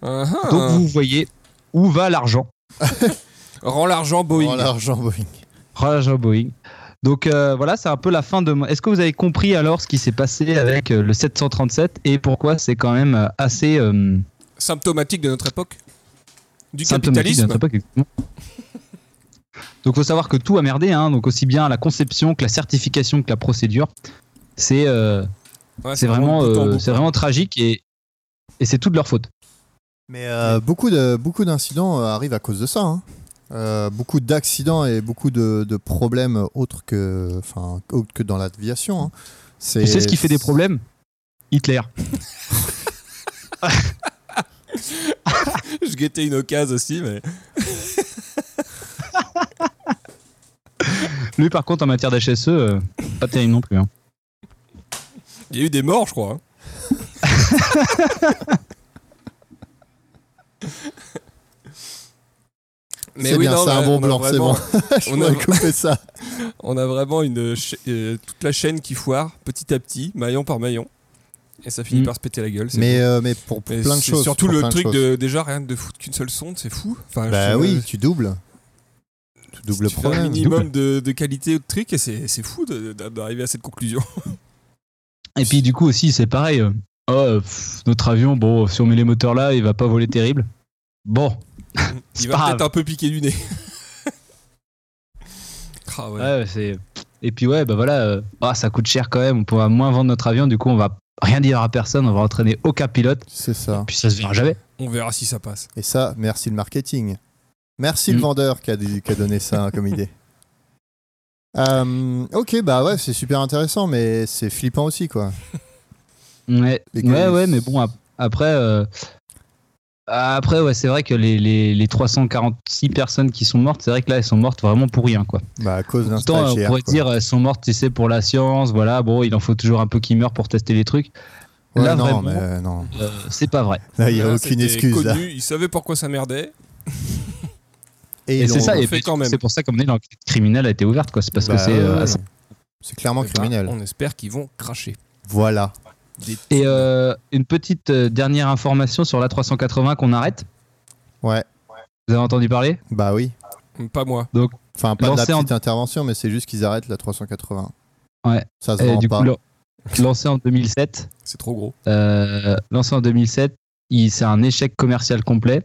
Ah, ah. Donc vous voyez où va l'argent. Rends l'argent, Boeing. Dans l'argent Boeing. Rage à Boeing. Donc euh, voilà, c'est un peu la fin de. mon- Est-ce que vous avez compris alors ce qui s'est passé avec euh, le 737 et pourquoi c'est quand même euh, assez euh, Symptomatique de notre époque. Du symptomatique capitalisme. de notre époque, exactement. Donc faut savoir que tout a merdé, hein, donc aussi bien la conception que la certification que la procédure. C'est euh, Ouais, c'est vraiment, de bout en euh, bout. c'est vraiment tragique et, et c'est toute leur faute. Mais euh, beaucoup de beaucoup d'incidents euh, arrivent à cause de ça. hein. Euh, beaucoup d'accidents et beaucoup de, de problèmes autres que, enfin, autres que dans l'aviation. hein. Tu sais ce qui fait des problèmes Hitler. Je guettais une occasion aussi, mais. Lui par contre en matière d'HSE, euh, pas terrible non plus. hein. Il y a eu des morts, je crois. hein. Mais C'est oui, bien, non, c'est un mais bon on a blanc, c'est vraiment- bon. Je on a- pourrais couper ça. On a vraiment une cha- euh, toute la chaîne qui foire petit à petit, maillon par maillon. Et ça finit Mm. par se péter la gueule. c'est Mais, euh, mais pour bon. Et plein de c'est choses. Surtout pour le plein de truc choses. de déjà rien que de foutre qu'une seule sonde, c'est fou. Enfin, Bah je- oui, tu doubles. Tu si doubles tu fais un problème. minimum de, de qualité ou de truc, et c'est c'est fou de- de- d'arriver à cette conclusion. Et puis du coup aussi, c'est pareil. euh, Oh, euh, pff, notre avion, bon, si on met les moteurs là, il va pas voler terrible. Bon, C'est Il pas va peut-être grave. un peu piquer du nez. Ah ouais. ouais, c'est. Et puis ouais, bah voilà, euh, ah, ça coûte cher quand même. On pourra moins vendre notre avion, du coup, on va rien dire à personne, on va entraîner aucun pilote, C'est ça. puis ça se verra jamais. On verra si ça passe. Et ça, merci le marketing. Merci le Mm. vendeur qui a, dit- qui a donné ça hein, comme idée. Euh, ok, bah ouais, c'est super intéressant, mais c'est flippant aussi, quoi. Ouais, Les ouais, gars, ouais, ils- mais bon, ap- après, euh, après, ouais, c'est vrai que les, les, les 346 personnes qui sont mortes, c'est vrai que là, elles sont mortes vraiment pour rien, quoi. Bah, à cause d'un Pourtant, on stagiaire. pourrait quoi. dire, elles sont mortes, tu sais, pour la science, voilà, bon, il en faut toujours un peu qui meurent pour tester les trucs. là, non, vraiment, mais euh, non. euh, c'est pas vrai. Là, Ah, il n'y a Là, aucune c'était excuse. Connu, là. il savait pourquoi ça merdait. Et, Et, ils c'est l'ont- ça, le et fait puis, quand même. c'est pour ça qu'à mon avis, l'enquête criminelle a été ouverte, quoi. C'est parce Bah, que c'est. ouais, euh, ouais. assez- C'est clairement Eh ben, Oh, criminel. on espère qu'ils vont cracher. Voilà. Des Et euh, une petite euh, dernière information sur l'A380 qu'on arrête. Ouais. Vous avez entendu parler Bah oui. Pas moi. Enfin, pas de Lancé la en- petite intervention, mais c'est juste qu'ils arrêtent la 380. Ouais. Ça se Et vend Du pas. coup, lan- lancé en 2007. C'est trop gros. Euh, lancé en 2007, il- c'est un échec commercial complet.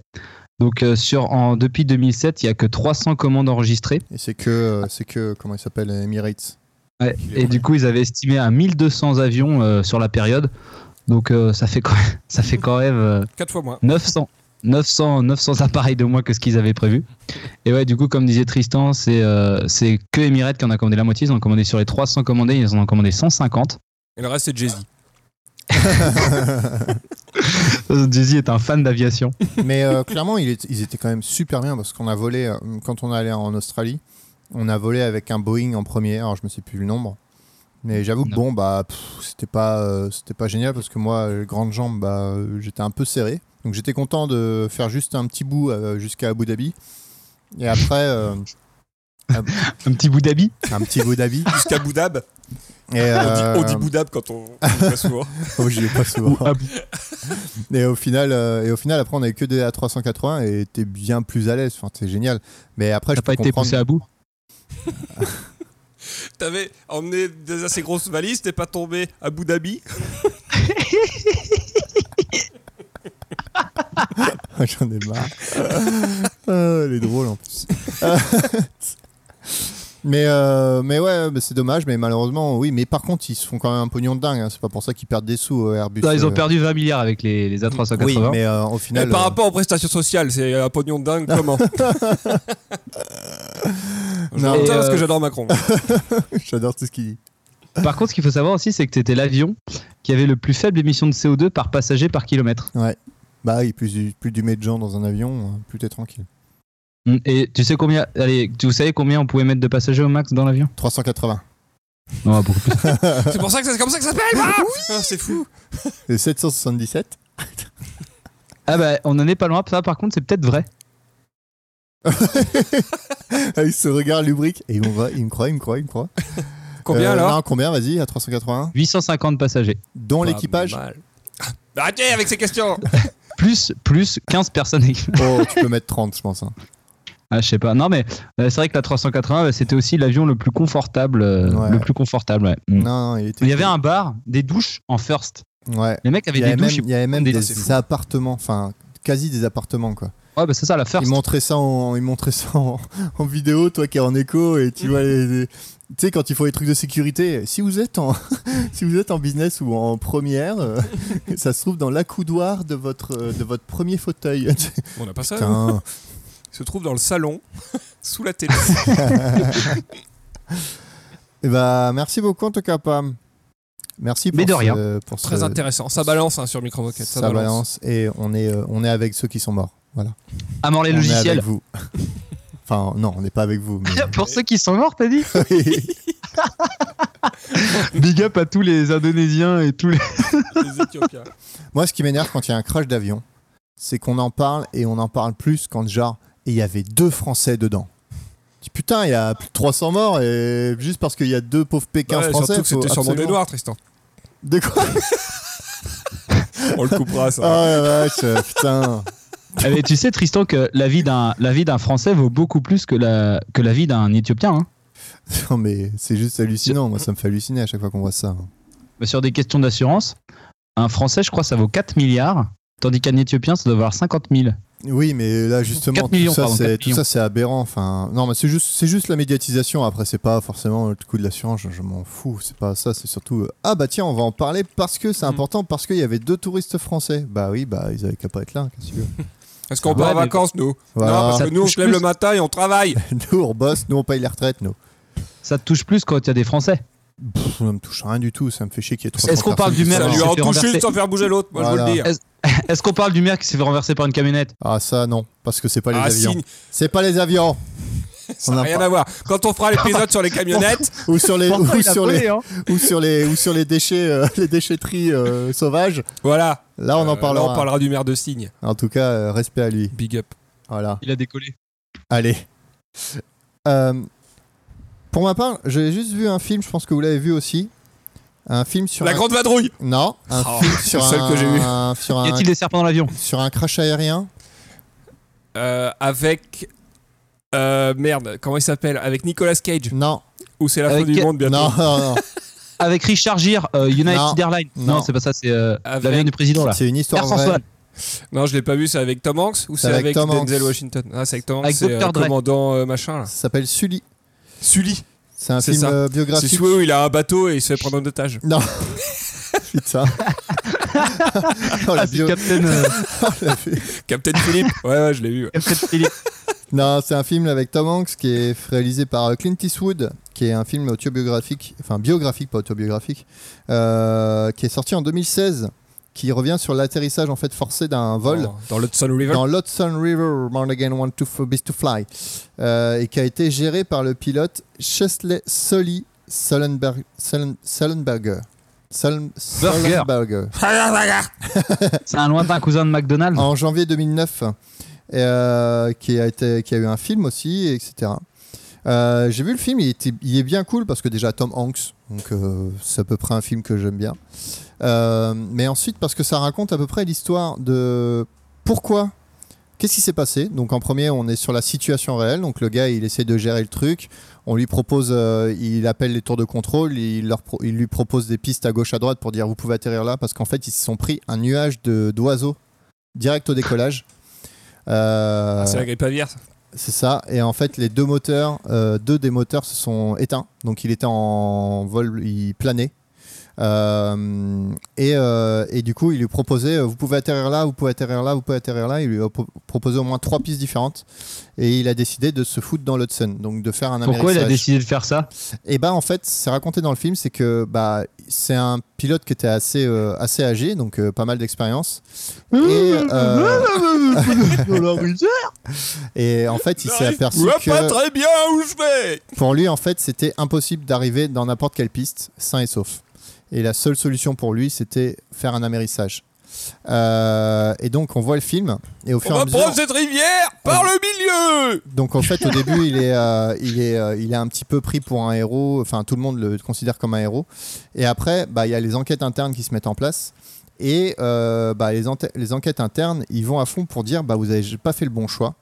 Donc euh, sur, en, depuis 2007, il n'y a que 300 commandes enregistrées. Et c'est que, euh, c'est que, comment il s'appelle, Emirates. Ouais. Et du coup, ils avaient estimé à 1200 avions euh, sur la période. Donc euh, ça, fait quand même, ça fait quand même euh, 4 fois moins. 900, 900, 900 appareils de moins que ce qu'ils avaient prévu. Et ouais, du coup, comme disait Tristan, c'est euh, c'est que Emirates qui en a commandé la moitié. Ils en ont commandé sur les 300 commandés, ils en ont commandé 150. Et le reste, c'est Jay-Z. Dizzy Euh, est un fan d'aviation. Mais euh, clairement, il est- ils étaient quand même super bien parce qu'on a volé, euh, quand on allait en Australie, on a volé avec un Boeing en premier. Alors, je me sais plus le nombre. Mais j'avoue que Non. bon, bah, pff, c'était pas, euh, c'était pas génial parce que moi, euh, grande jambe, bah, euh, j'étais un peu serré. Donc, j'étais content de faire juste un petit bout euh, jusqu'à Abu Dhabi. Et après, euh, Un petit bout d'habit. un petit bout d'Abu. Jusqu'à Boudab. On Et, euh, dit, on dit Boudab quand on. on dit pas souvent. oh, j'y vais pas souvent. Ou Abu Et au final, euh, et au final, après, on avait que des A380 et t'es bien plus à l'aise. Enfin, c'est génial. Mais après, je T'as peux pas été comprendre. poussé à bout T'avais emmené des assez grosses valises, t'es pas tombé à Abu Dhabi. Ah, J'en ai marre. Euh, elle est drôle en plus. Euh, mais, euh, mais ouais, mais c'est dommage. Mais malheureusement, oui. Mais par contre, ils se font quand même un pognon de dingue. hein. C'est pas pour ça qu'ils perdent des sous euh, Airbus. Non, ils ont euh. perdu 20 milliards avec les, les A380. Oui, mais euh, au Mais final. par euh, rapport aux prestations sociales, c'est un pognon de dingue, comment Je Non. l'entends Et, euh, parce que j'adore Macron. J'adore tout ce qu'il dit. Par contre, ce qu'il faut savoir aussi, c'est que t'étais l'avion qui avait le plus faible émission de CO2 par passager par kilomètre. Bah, oui, plus, du- plus du met de gens dans un avion, euh, plus t'es tranquille. Mm, Et tu sais combien Allez, tu- vous savez combien on pouvait mettre de passagers au max dans l'avion 380. Non, beaucoup plus. C'est pour ça que c'est comme ça que ça s'appelle ah Ah, C'est fou Et 777. Ah bah, on en est pas loin. Ça, par contre, c'est peut-être vrai. Avec ce regard lubrique. Et il me voit, il me croit, il me croit, il me croit. Combien Euh, alors non, Combien, vas-y, à 381 850 passagers. Dont Pas l'équipage mal. Bah, Arrêtez avec ces questions Plus, plus 15 personnes. Oh, tu peux mettre 30, je pense. hein. ah, je sais pas. Non, mais euh, c'est vrai que la 380, bah, c'était aussi l'avion le plus confortable. euh, Ouais. Le plus confortable, ouais. Mm. Non, non, il était. Il y avait un bar, des douches en first. Ouais. Les mecs avaient Il y des avait même, douches. il y avait même des- des, c'est fou. appartements, enfin, quasi des appartements, quoi. Ouais, bah, c'est ça, la first. Ils montraient ça, en, ils montraient ça en, en vidéo, toi qui es en écho, et tu vois, les- les- tu sais, quand ils font les trucs de sécurité, si vous êtes en, si vous êtes en business ou en première, euh, ça se trouve dans l'accoudoir de votre, euh, de votre premier fauteuil. On n'a pas ça nous. Putain. Il se trouve dans le salon, sous la télé. Eh bah, merci beaucoup en tout cas, Pam. Merci pour Mais de ce- rien. pour ce- Très intéressant. Ça balance hein, sur Microvoquette. Ça, Euh, ça balance. Et on est, euh, on est avec ceux qui sont morts. Voilà. À mort les on est logiciels. avec vous. enfin, non, on n'est pas avec vous. Mais... Pour ceux qui sont morts, t'as dit Big up à tous les Indonésiens et tous les. Les Éthiopiens. Moi, ce qui m'énerve quand il y a un crash d'avion, c'est qu'on en parle et on en parle plus quand genre et il y avait deux Français dedans. Tu dis, Putain, il y a plus de 300 morts et juste parce qu'il y a deux pauvres Pékins Ouais, français. surtout que faut c'était sur mon absolument- noir, Tristan. De quoi On le coupera, ça. Ah la vache, euh, putain. Ah, mais tu sais, Tristan, que la vie d'un la vie d'un Français vaut beaucoup plus que la que la vie d'un Éthiopien. hein. Non mais c'est juste hallucinant. Moi, ça me fait halluciner à chaque fois qu'on voit ça. Mais Bah, Sur des questions d'assurance, un Français, je crois, ça vaut 4 milliards, tandis qu'un Éthiopien, ça doit valoir 50 000. Oui, mais là justement, 4 tout millions, ça, pardon, c'est 4 tout ça, millions. c'est aberrant. Enfin, non, mais c'est juste, c'est juste la médiatisation. Après, c'est pas forcément le coup de l'assurance. Je, je m'en fous. C'est pas ça. C'est surtout euh, ah bah tiens, on va en parler parce que Mm. c'est Mhm. important parce qu'il y avait deux touristes français. Bah oui, bah ils avaient qu'à pas être là. Qu'est-ce que tu veux Est-ce qu'on Ouais, part en mais- vacances, nous Non, Voilà. parce Ça que nous, on touche se lève plus. le matin et on travaille. nous on bosse, nous on paye les retraites. Nous, Ça te touche plus quand il y a des Français. Pff, ça me touche rien du tout. Ça me fait chier qu'il y ait 300 Est-ce qu'on parle personnes du qui maire Ça sont lui s'est a là. en fait touché renverser. sans faire bouger l'autre, moi je Voilà. veux le dire. Est-ce qu'on parle du maire qui s'est fait renverser par une camionnette Ah ça non, parce que c'est pas les Ah, avions. signe. C'est pas les avions. On Ça n'a a rien pas- à voir. Quand on fera l'épisode sur les camionnettes, ou sur les Pourtant, ou il a sur volé, les hein. ou sur les ou sur les déchets euh, les déchetteries euh, sauvages. voilà. Là, Ah, on Euh, en parlera. là, on parlera du maire de Cygne. En tout cas, euh, respect à lui. Big up. Voilà. Il a décollé. Allez. Euh, pour ma part, j'ai juste vu un film. Je pense que vous l'avez vu aussi. Un film sur La un- grande vadrouille non un Oh, film sur le seul un que j'ai vu. un- sur Y un a-t-il des serpents dans l'avion sur un crash aérien. Euh, avec. euh, merde, comment il s'appelle Avec Nicolas Cage, Non ou c'est la fin Avec du quel- monde bientôt non non non. Avec Richard Gere, euh, United Non. Airlines. Non. Non, c'est pas ça, c'est euh, Avec- l'avion du président là. C'est une histoire Air Force vraie. One. Non, je l'ai pas vu, c'est avec Tom Hanks ou c'est C'est avec avec, Tom Hanks. Denzel Washington Ah, c'est avec Tom Hanks, Avec c'est Dr. euh, Dre. commandant euh, machin là. Ça s'appelle Sully. Sully, C'est un C'est film ça. euh, c'est biographique. celui où il a un bateau et il se fait prendre en otage. Non. Putain. Oh, la Ah, c'est bio- Captain, euh, la bio- Captain Philippe Ouais, ouais, je l'ai vu. ouais. Captain Phillips. Non, c'est un film avec Tom Hanks qui est réalisé par euh, Clint Eastwood, qui est un film autobiographique, enfin biographique, pas autobiographique, euh, qui est sorti en 2016, qui revient sur l'atterrissage en fait forcé d'un vol. Dans, dans l'Hudson River. Dans l'Hudson River, Morgan One to f- Beast to Fly, euh, et qui a été géré par le pilote Chesley Sully Sullenberg- Sullen- Sullenberger. Sullen- Burger. Sullenberger. C'est un lointain cousin de McDonald's. en janvier 2009, euh, qui, a été, qui a eu un film aussi, etc. Euh, J'ai vu le film, il, était- il est bien cool parce que déjà Tom Hanks, donc euh, c'est à peu près un film que j'aime bien. Euh, mais ensuite parce que ça raconte à peu près l'histoire de pourquoi, qu'est-ce qui s'est passé. Donc en premier, on est sur la situation réelle. Donc le gars, il essaie de gérer le truc. On lui propose, euh, il appelle les tours de contrôle, il, leur pro- il lui propose des pistes à gauche à droite pour dire vous pouvez atterrir là parce qu'en fait ils se sont pris un nuage de- d'oiseaux direct au décollage. Euh, Ah, c'est la grippe aviaire. ça. c'est ça. Et en fait, les deux moteurs, euh, deux des moteurs se sont éteints. Donc, il était en vol, il planait. Euh, et, euh, et du coup, il lui proposait euh, vous pouvez atterrir là, vous pouvez atterrir là, vous pouvez atterrir là. Il lui a pro- proposé au moins trois pistes différentes. Et il a décidé de se foutre dans l'Hudson. Donc, de faire un Pourquoi il a atterrissage. décidé de faire ça Et bah en fait, c'est raconté dans le film, c'est que bah c'est un pilote qui était assez euh, assez âgé, donc euh, pas mal d'expérience. Et, euh, et en fait, il s'est J'arrive aperçu pas que très bien où je vais pour lui, en fait, c'était impossible d'arriver dans n'importe quelle piste sain et sauf. Et la seule solution pour lui, c'était faire un amérissage. Euh, et donc, on voit le film. Et au fur On et à va mesure, prendre cette rivière par le milieu donc en fait, au début, il est, euh, il est, euh, il est un petit peu pris pour un héros. Enfin, tout le monde le considère comme un héros. Et après, bah, il y a les enquêtes internes qui se mettent en place. Et euh, bah, les, ente- les enquêtes internes, ils vont à fond pour dire bah, vous avez pas fait le bon choix.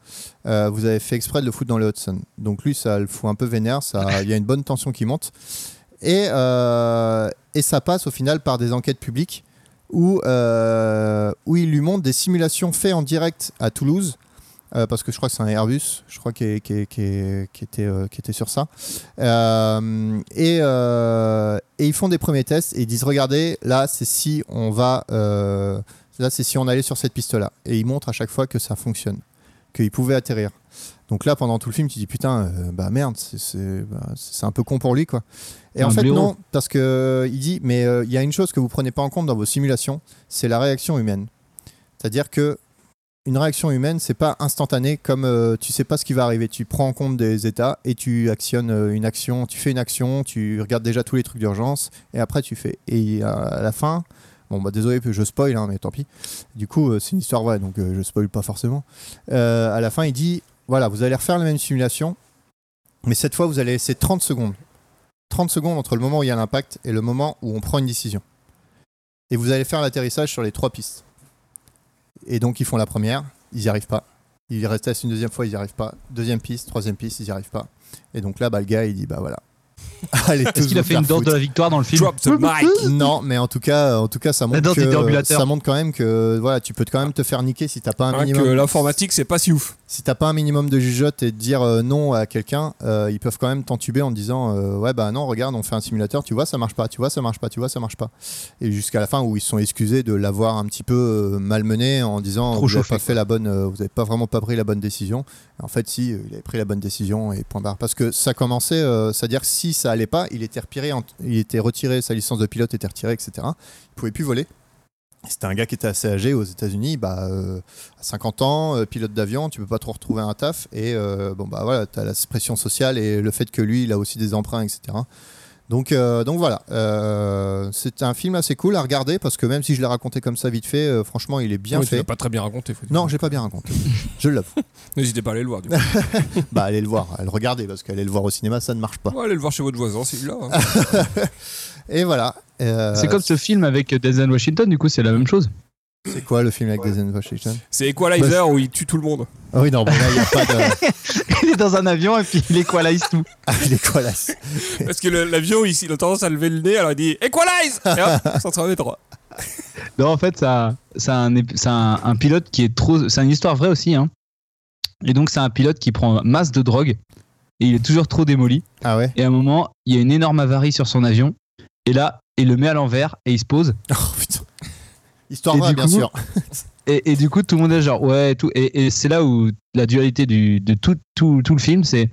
Euh, vous avez fait exprès de le foutre dans le Hudson. Donc lui, ça le fout un peu vénère. Ça, il y a une bonne tension qui monte. Et, euh, et ça passe au final par des enquêtes publiques où, euh, où il lui montre des simulations faites en direct à Toulouse. euh, parce que je crois que c'est un Airbus, je crois qui, est- qui est- qui est- qui était, euh, qui était sur ça. Euh, et, euh, et ils font des premiers tests et ils disent regardez, là c'est si on va, euh, là c'est si on allait sur cette piste là. Et ils montrent à chaque fois que ça fonctionne, qu'ils pouvaient atterrir. Donc là pendant tout le film tu dis putain euh, bah merde c'est- c'est bah, c'est un peu con pour lui quoi. Et Un en fait blaireau. non parce que euh, il dit mais euh, il y a une chose que vous prenez pas en compte dans vos simulations c'est la réaction humaine. C'est-à-dire que une réaction humaine, c'est pas instantané comme euh, tu sais pas ce qui va arriver. Tu prends en compte des états et tu actionnes euh, une action, tu fais une action, tu regardes déjà tous les trucs d'urgence et après tu fais. Et euh, à la fin, bon bah désolé, je spoil, hein, mais tant pis. Du coup, euh, c'est une histoire vraie, donc euh, je spoil pas forcément. Euh, à la fin, il dit voilà, vous allez refaire la même simulation, mais cette fois vous allez laisser 30 secondes. 30 secondes entre le moment où il y a l'impact et le moment où on prend une décision. Et vous allez faire l'atterrissage sur les trois pistes. Et donc ils font la première, ils n'y arrivent pas. Ils retestent une deuxième fois, ils n'y arrivent pas. Deuxième piste, troisième piste, ils n'y arrivent pas. Et donc là, bah, le gars, il dit, bah voilà. Allez, tous Est-ce qu'il a vous fait faire une danse foutre. de la victoire dans le film Drop the mic Non, mais en tout cas, en tout cas, ça montre danse des que, déambulateurs. ça montre quand même que voilà, tu peux quand même te faire niquer si t'as pas un Hein, minimum, Que l'informatique, c'est pas si ouf. si t'as pas un minimum de jugeote et de dire euh, non à quelqu'un, euh, ils peuvent quand même t'entuber en te disant euh, ouais bah non, regarde, on fait un simulateur, tu vois, ça marche pas, tu vois, ça marche pas, tu vois, ça marche pas. Et jusqu'à la fin où ils se sont excusés de l'avoir un petit peu euh, malmené en disant Trop vous avez chauffé, pas fait la bonne, euh, vous avez pas vraiment pas pris la bonne décision. En fait, si euh, il avait pris la bonne décision et point barre. Parce que ça commençait, euh, c'est-à-dire que si ça allait pas, il était retiré, en- il était retiré, sa licence de pilote était retirée, etc. Il pouvait plus voler. C'était un gars qui était assez âgé aux États-Unis, bah, euh, à 50 ans, euh, pilote d'avion, tu peux pas trop retrouver un taf. Et euh, bon, bah voilà, tu as la pression sociale et le fait que lui, il a aussi des emprunts, etc. Donc, euh, donc voilà, Euh, c'est un film assez cool à regarder parce que même si je l'ai raconté comme ça vite fait, euh, franchement, il est bien Oui, tu l'as fait. pas très bien raconté. faut dire. Non, j'ai pas bien raconté. je l'avoue. N'hésitez pas à aller le voir. Du coup. bah, allez le voir, allez le regarder parce qu'aller le voir au cinéma, ça ne marche pas. Ouais, allez le voir chez votre voisin, c'est là. hein. Et voilà. Euh, C'est comme ce film avec Denzel Washington, du coup, c'est la même chose. c'est quoi le film avec Denzel Washington C'est Equalizer où il tue tout le monde. Ah Oui, non, bon, là, il n'y a pas de. il est dans un avion et puis il équalise tout. Ah, il est quoi là ce- Parce que le- l'avion, il, il a tendance à lever le nez, alors il dit Equalize Et hop, 133. Non, en fait, ça, ça a un, ép- ça a un, un pilote qui est trop. C'est une histoire vraie aussi. Hein. Et donc, c'est un pilote qui prend masse de drogue et il est toujours trop démoli. Ah ouais Et à un moment, il y a une énorme avarie sur son avion. Et là, il le met à l'envers et il se pose. Oh putain. Histoire Et vraie, du bien coup- sûr. Et, et du coup, tout le monde est genre ouais et tout. Et, et c'est là où la dualité du, de tout, tout, tout le film, c'est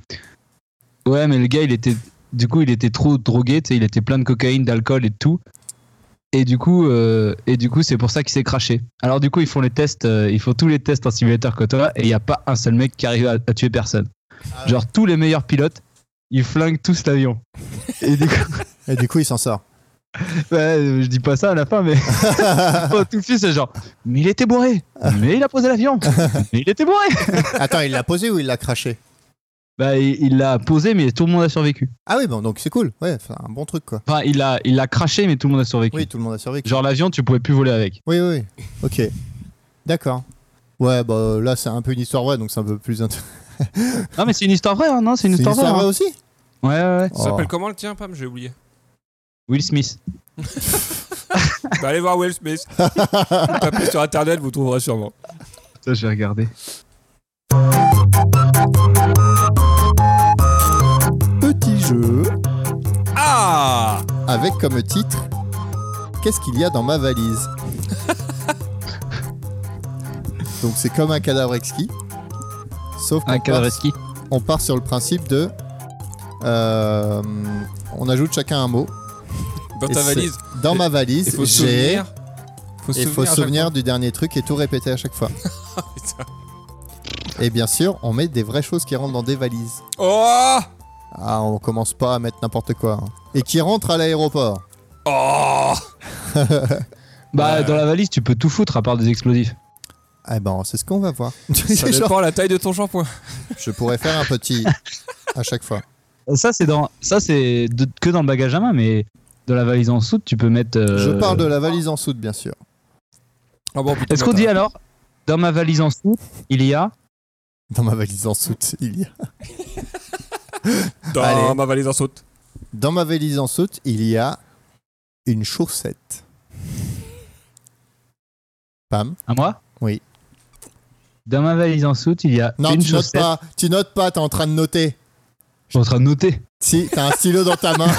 ouais, mais le gars, il était du coup, il était trop drogué, tu sais, il était plein de cocaïne, d'alcool et de tout. Et du coup, euh, et du coup, c'est pour ça qu'il s'est craché. Alors du coup, ils font les tests, euh, ils font tous les tests en simulateur Kotora et il n'y a pas un seul mec qui arrive à, à tuer personne. Genre tous les meilleurs pilotes, ils flinguent tous l'avion. Et du coup, Et du coup, il s'en sort. Ouais, euh, je dis pas ça à la fin, mais Oh, tout le film c'est genre, mais il était bourré, mais il a posé l'avion, mais il était bourré. Attends, il l'a posé ou il l'a craché Bah, il il l'a posé, mais tout le monde a survécu. Ah oui, bon, donc c'est cool. Ouais, enfin, un bon truc quoi. Enfin, il l'a il l'a craché, mais tout le monde a survécu. Oui, tout le monde a survécu. Genre l'avion, tu pouvais plus voler avec. Oui, oui, oui. Ok. D'accord. Ouais, bah là, c'est un peu une histoire vraie, donc c'est un peu plus intéressant. Non, mais c'est une histoire vraie, hein, non C'est une histoire, vraie. hein. aussi Ouais, ouais, ouais. Ça s'appelle Oh. comment le tien, Pam J'ai oublié. Will Smith. Bah, allez voir Will Smith. Vous tapez sur internet, vous trouverez sûrement. Ça, je vais regarder. Petit jeu Ah avec comme titre Qu'est-ce qu'il y a dans ma valise Donc c'est comme un cadavre exquis, sauf qu'on Un cadre part, ski. on part sur le principe de euh, on ajoute chacun un mot. Dans Et ta c'est- valise. Dans ma Il valise, faut se j'ai souvenir. Faut se et faut à se chaque souvenir du dernier truc et tout répéter à chaque fois. fois. Putain. Et bien sûr, on met des vraies choses qui rentrent dans des valises. Oh Ah, on commence pas à mettre n'importe quoi. hein. Et qui rentrent à l'aéroport. Oh Bah, Ouais. dans la valise, tu peux tout foutre à part des explosifs. Eh ben, c'est ce qu'on va voir. Ça Genre, dépend la taille de ton shampoing. je pourrais faire un petit à chaque fois. Ça, c'est dans, ça, c'est de- que dans le bagage à main, mais dans la valise en soute, tu peux mettre. euh, Je parle de la valise en soude, bien sûr. Ah bon, putain, Est-ce qu'on attends. dit alors, dans ma valise en soute, il y a Dans ma valise en soude, il y a. Dans Allez. ma valise en saute. Dans ma valise en soude, il y a une chaussette. Pam. À moi Oui. Dans ma valise en soute, il y a Non, une tu notes chaussette. pas. Tu notes pas. T'es en train de noter. Je suis en train de noter. Si, t'as un stylo dans ta main.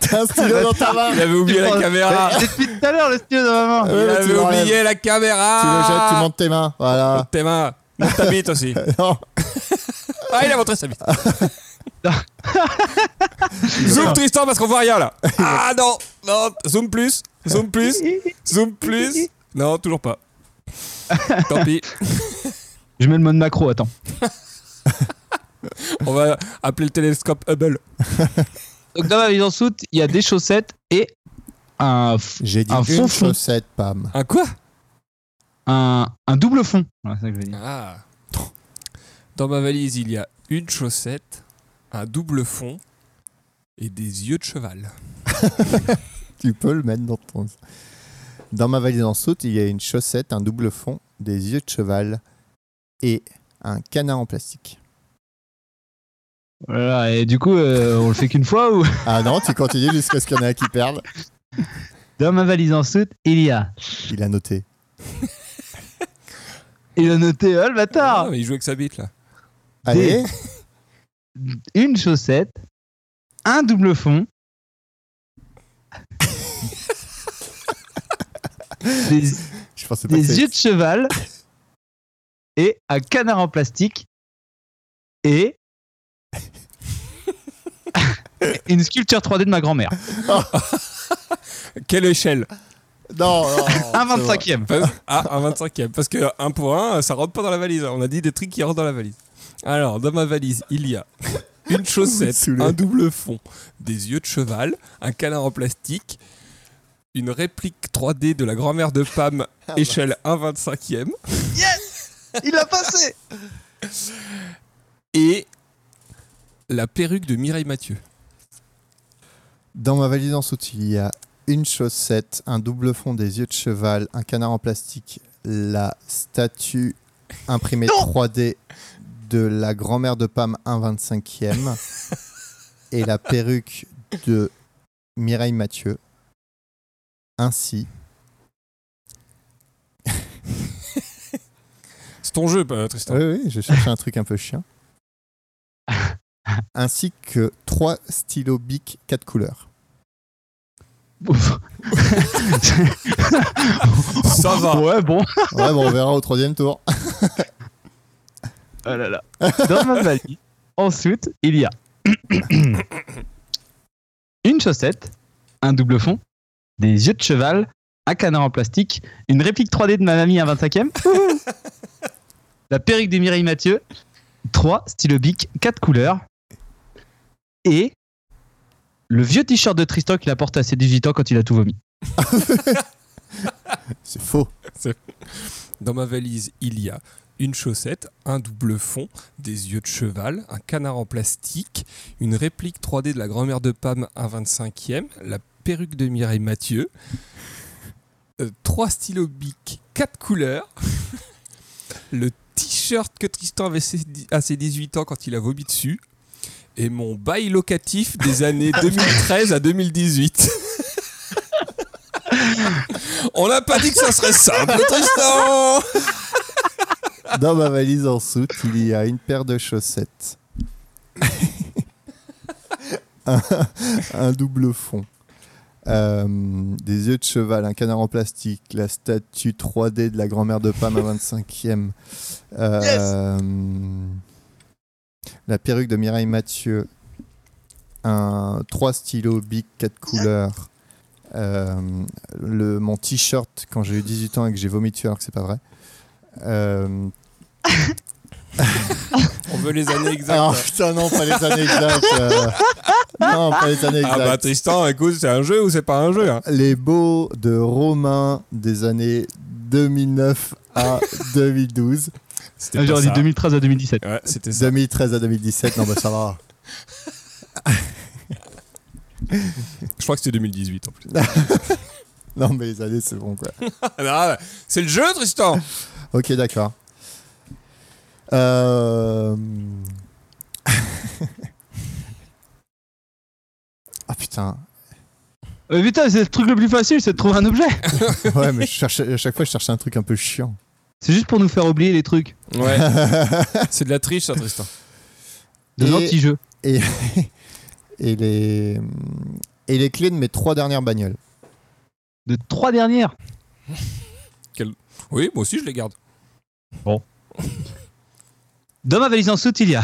t'as un stylo dans ta main. Il avait oublié la penses- caméra. Depuis tout à l'heure, le stylo de ma main. Il Ouais, mais tu avait l'enlèves. oublié la caméra. Tu le jettes, Ah. tu montes tes mains. Voilà. Tes mains. Monte ta bite aussi. Non. Ah, il a montré sa bite. Non. Zoom Tristan parce qu'on voit rien là. Ah non, non, zoom plus, zoom plus, zoom plus. Non, toujours pas. Tant pis, Je mets le mode macro, attends. on va appeler le télescope Hubble. Donc, dans ma valise en soute, il y a des chaussettes et un, f- J'ai dit Un une fond fond. chaussette, Pam. Un Hein, quoi un, un double fond. Voilà, c'est ça que je veux dire. Ah. Dans ma valise, il y a une chaussette, un double fond et des yeux de cheval. Tu peux le mettre dans ton. Dans ma valise en soute, il y a une chaussette, un double fond, des yeux de cheval et un canard en plastique. Voilà, et du coup, euh, on le fait qu'une fois ou Ah non, tu continues jusqu'à ce qu'il y en ait un qui perde. Dans ma valise en soute, il y a. Il a noté. Il a noté, oh le bâtard Ah, mais il joue avec sa bite là. Allez, Une chaussette, un double fond. des je pensais pas que des c'est- yeux de cheval et un canard en plastique et une sculpture 3D de ma grand-mère. Quelle échelle Non, non, Un c'est vrai. 25ème. Parce- Ah, un 25e. Parce que un pour un, ça rentre pas dans la valise. On a dit des trucs qui rentrent dans la valise. Alors, dans ma valise, il y a une chaussette, Saoulé. un double fond, des yeux de cheval, un canard en plastique, une réplique 3D de la grand-mère de Ah Pam, échelle 1 25e, bah. Il l'a passé et la perruque de Mireille Mathieu. Dans ma valise en soute, il y a une chaussette, un double fond des yeux de cheval, un canard en plastique, la statue imprimée 3D de la grand-mère de Pam 1,25e et la perruque de Mireille Mathieu. Ainsi, C'est ton jeu, euh, Tristan. oui, oui, j'ai cherché un truc un peu chien. Ainsi que trois stylos bic quatre couleurs. Ça va. Ouais, bon. Ouais, bon, on verra au troisième tour. Ah là là. Dans ma valise. Ensuite, il y a une chaussette, un double fond, des yeux de cheval, un canard en plastique, une réplique 3D de ma mamie à 25e, la perruque de Mireille Mathieu, 3 stylos bic, 4 couleurs, et le vieux t-shirt de Tristan qu'il apporte à ses 18 ans quand il a tout vomi. C'est faux. Dans ma valise, il y a une chaussette, un double fond, des yeux de cheval, un canard en plastique, une réplique 3D de la grand-mère de Pam, un 25e, la perruque de Mireille Mathieu, euh, trois stylos bic, quatre couleurs, le t-shirt que Tristan avait ses- à ses 18 ans quand il a vomi dessus, et mon bail locatif des années 2013 à 2018. On n'a pas dit que ça serait simple, Tristan Dans ma valise en soute, il y a une paire de chaussettes. un, un double fond. Euh, des yeux de cheval, un canard en plastique, la statue 3D de la grand-mère de Pam à 25e. Euh, La perruque de Mireille Mathieu. Un, trois stylos Bic, quatre couleurs. Euh, le, mon t-shirt quand j'ai eu 18 ans et que j'ai vomi dessus alors que c'est pas vrai. Euh, On veut les années exactes. Alors Ah, putain non pas les années exactes. euh, Non pas les années Ah bah exactes. Tristan, écoute, c'est un jeu ou c'est pas un jeu hein Les beaux de Romain des années 2009 à 2012, C'était J'aurais pas dit ça. 2013 à 2017. Ouais, c'était ça. 2013 à 2017. Non bah ça va. Je crois que c'était 2018 en plus. Non mais les années c'est bon quoi. Ah, bah, c'est le jeu, Tristan Ok d'accord. Euh... Ah putain. Euh, putain, c'est le truc le plus facile, c'est de trouver un objet. Ouais mais je cherchais- à chaque fois je cherchais un truc un peu chiant. C'est juste pour nous faire oublier les trucs. Ouais, c'est de la triche, ça, Tristan. De Et- petits jeux. et, et, les, et les clés de mes trois dernières bagnoles. De trois dernières. Oui, moi aussi, je les garde. Dans ma valise en soute, il y a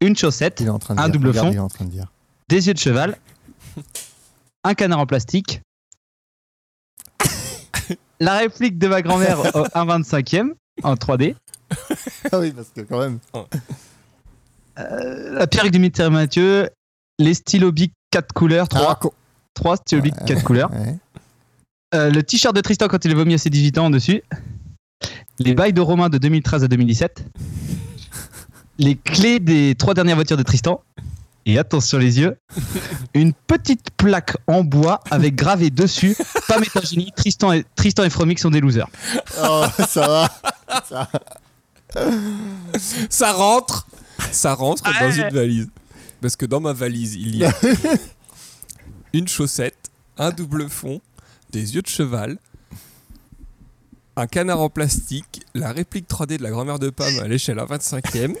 une chaussette, Il est en train de Un dire. double Regarde, fond. il est en train de dire. des yeux de cheval, un canard en plastique, la réplique de ma grand-mère au 1,25e en 3D, Ah oui, parce que quand même. euh, la perruque de Mitter Mathieu, les stylos Bic 4 couleurs, 3, Ah, con- 3 stylos Bic 4 couleurs, ouais. euh, le t-shirt de Tristan quand il a vomi à ses 18 ans en dessus, les bails de Romain de 2013 à 2017, les clés des trois dernières voitures de Tristan, et attention les yeux, une petite plaque en bois avec gravé dessus, pas métagénie, Tristan et, Tristan et Fromic sont des losers. Oh, ça va. Ça rentre Ça rentre dans une valise. Parce que dans ma valise, il y a une chaussette, un double fond, des yeux de cheval, un canard en plastique, la réplique 3D de la grand-mère de Pam à l'échelle à 25e,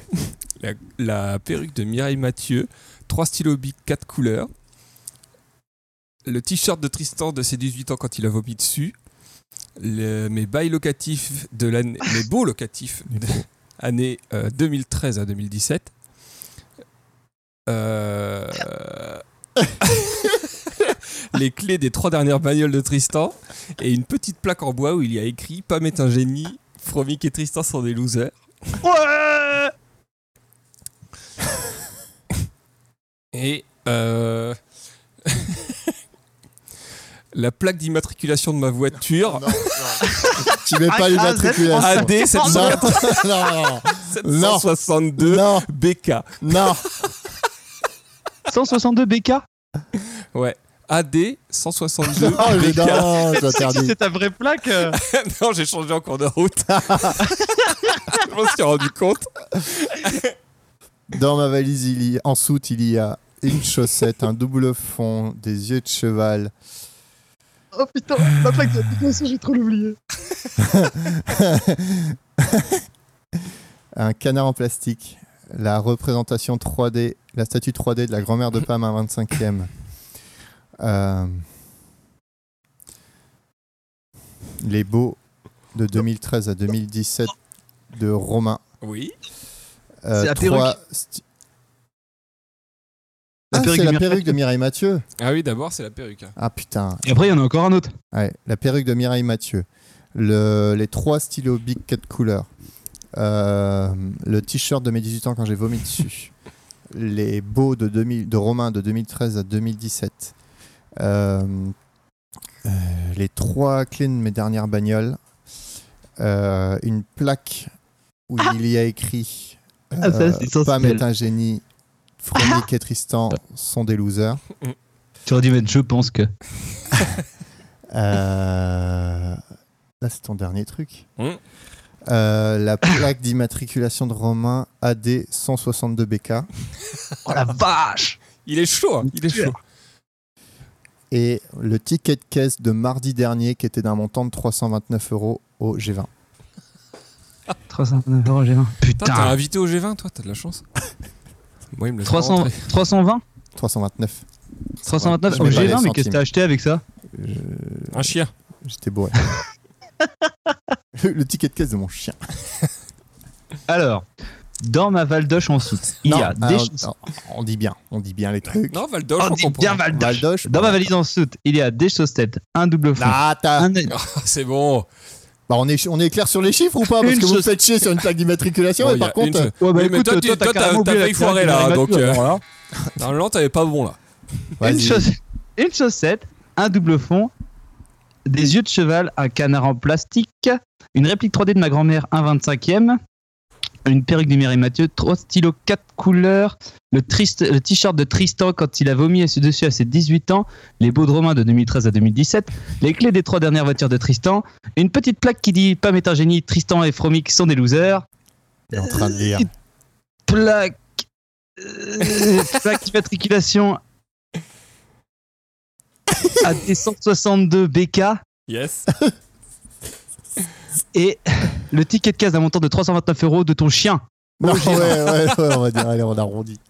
la, la perruque de Mireille Mathieu, trois stylos bic, 4 couleurs, le t-shirt de Tristan de ses 18 ans quand il a vomi dessus, le- mes bails locatifs de l'année, mes beaux locatifs de l'année 2013 à 2017. Euh, les clés des trois dernières bagnoles de Tristan et une petite plaque en bois où il y a écrit Pam est un génie, Fromic et Tristan sont des losers. Ouais Et euh, la plaque d'immatriculation de ma voiture Tu mets pas Ah, les ah, matriculations. AD Non, 700- non, 762 non, BK. non, 162 BK Ouais. AD 162 non, Oh, je- BK. non, j'interdis. ta vraie plaque euh non, j'ai changé en cours de route. Je m'en suis rendu compte. Dans ma valise, il y a, en soute, il y a une chaussette, un double fond, des yeux de cheval. Oh putain, la plaque d'immatriculation, j'ai trop l'oublié. un canard en plastique, la représentation 3D, la statue 3D de la grand-mère de Pam à 25e. Euh, les beaux de 2013 à 2017 de Romain. Oui. Euh, C'est la trois sti- Ah, c'est la perruque de Mireille Mathieu. Ah oui, d'abord, c'est la perruque. Ah putain, Et après, il y en a encore un autre. Ouais, la perruque de Mireille Mathieu. Le- les trois stylos Big 4 couleurs. Euh, le t-shirt de mes 18 ans quand j'ai vomi dessus. les beaux de, 2000, de Romain de 2013 à 2017. Euh, euh, les trois clés de mes dernières bagnoles. Euh, une plaque où il y a écrit Ah, ça, c'est euh, Pam est sensuel. un génie, Frédéric et Tristan Ah sont des losers. Tu aurais dû mettre, je pense que. Euh, Là, c'est ton dernier truc. Hmm. Euh, la plaque d'immatriculation de Romain AD 162 BK Oh la vache Il est chaud, hein, il est chaud. et le ticket de caisse de mardi dernier qui était d'un montant de 329 euros au G20. 329 euros, j'ai un. Putain, t'as Putain invité au G20, toi, t'as de la chance. Moi, il me l'a 300 320 329. 329 Je au mets pas les G20, mais qu'est-ce centimes. que t'as acheté avec ça Je- Un chien. J'étais bourré. le ticket de caisse de mon chien. Alors, dans ma Valdoche en soute, il y a Non, des alors, chaussures. non, on dit bien, on dit bien les trucs. Non, Valdoche, Oh, on dis comprend. bien Valdoche Valdoche. Dans ma valise en soute, il y a des chaussettes, un double fond, Ah, t'as- un- Ah, c'est bon. Bah, on, est, on est clair sur les chiffres ou pas Parce Une que vous me chose- faites chier sur une plaque d'immatriculation, Bon, mais il y a par contre. une- euh, Ouais, bah, euh, Oui, mais écoute, toi, tu- toi, t'as toi, t'as carrément t'as failli oublié la plaque foirer de là, la donc voiture, euh, alors là. normalement, t'avais pas bon là. Vas-y. une, chaussette, une chaussette, un double fond, des yeux de cheval, un canard en plastique, une réplique 3D de ma grand-mère, un 25e, une perruque de Mireille Mathieu, trois stylos, quatre couleurs, le triste- le t-shirt de Tristan quand il a vomi à- dessus à ses 18 ans, les beaux de Romain de 2013 à 2017, les clés des trois dernières voitures de Tristan, une petite plaque qui dit Pam est un génie, Tristan et Fromic sont des losers, Il est en train de lire. plaque, euh, plaque d'immatriculation AD 162 BK Yes. et le ticket de caisse d'un montant de 329 euros de ton chien. Non, ouais, ouais, ouais, on va dire, allez, on arrondit.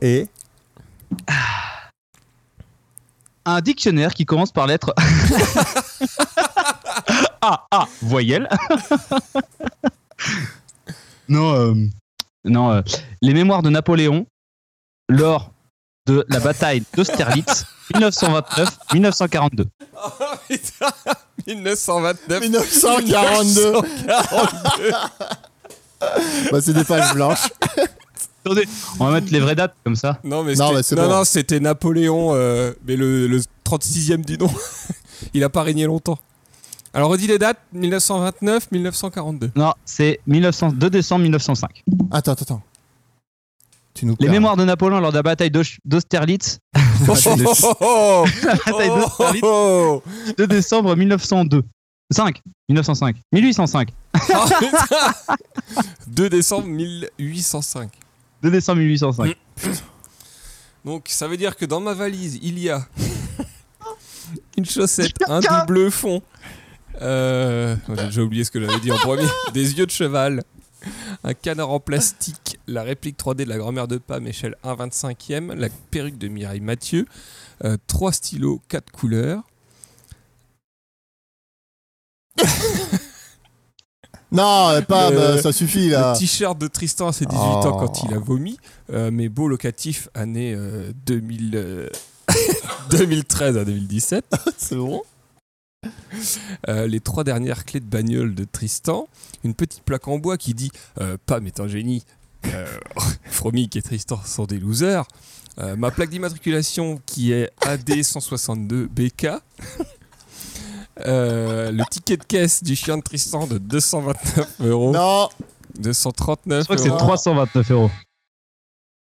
Et Un dictionnaire qui commence par lettre A, A, voyelle. non, euh, non euh, les mémoires de Napoléon lors de la bataille d'Austerlitz 1929-1942. Oh putain, 1929. 1942 bah, C'est des pages blanches. Attendez, on va mettre les vraies dates comme ça. Non, mais Non, c'était- mais c'est non, bon. non, c'était Napoléon, euh, mais le, le 36e du nom. Il a pas régné longtemps. Alors, redis les dates 1929, 1942. Non, c'est 1900 2 décembre 1905. Attends, attends, attends. Tu nous Les perds. mémoires de Napoléon lors de la bataille d'Auch- d'Austerlitz, Oh, oh, oh, oh, la bataille oh, d'Austerlitz, oh, oh. 2 décembre 1902. 5 1905 1805 Ah, putain. 2 décembre 1805. 2 décembre 1805. Donc ça veut dire que dans ma valise, il y a une chaussette, un double fond. Euh, J'ai déjà oublié ce que j'avais dit en premier. Des yeux de cheval. Un canard en plastique. La réplique 3D de la grand-mère de Pam, échelle 1,25e. La perruque de Mireille Mathieu. euh, trois stylos, quatre couleurs. Non, euh, pas, Le- bah, ça suffit là. Le t-shirt de Tristan à ses 18 ans quand il a vomi. Euh, mes beaux locatifs, année euh, 2000. euh, 2013 à 2017. C'est bon. Euh, les trois dernières clés de bagnole de Tristan, une petite plaque en bois qui dit euh, Pam est un génie, euh, Fromic et Tristan sont des losers, Euh, ma plaque d'immatriculation qui est AD162BK, Euh, le ticket de caisse du chien de Tristan de 229 euros, Non, 239 Je crois que c'est euros, 329 euros.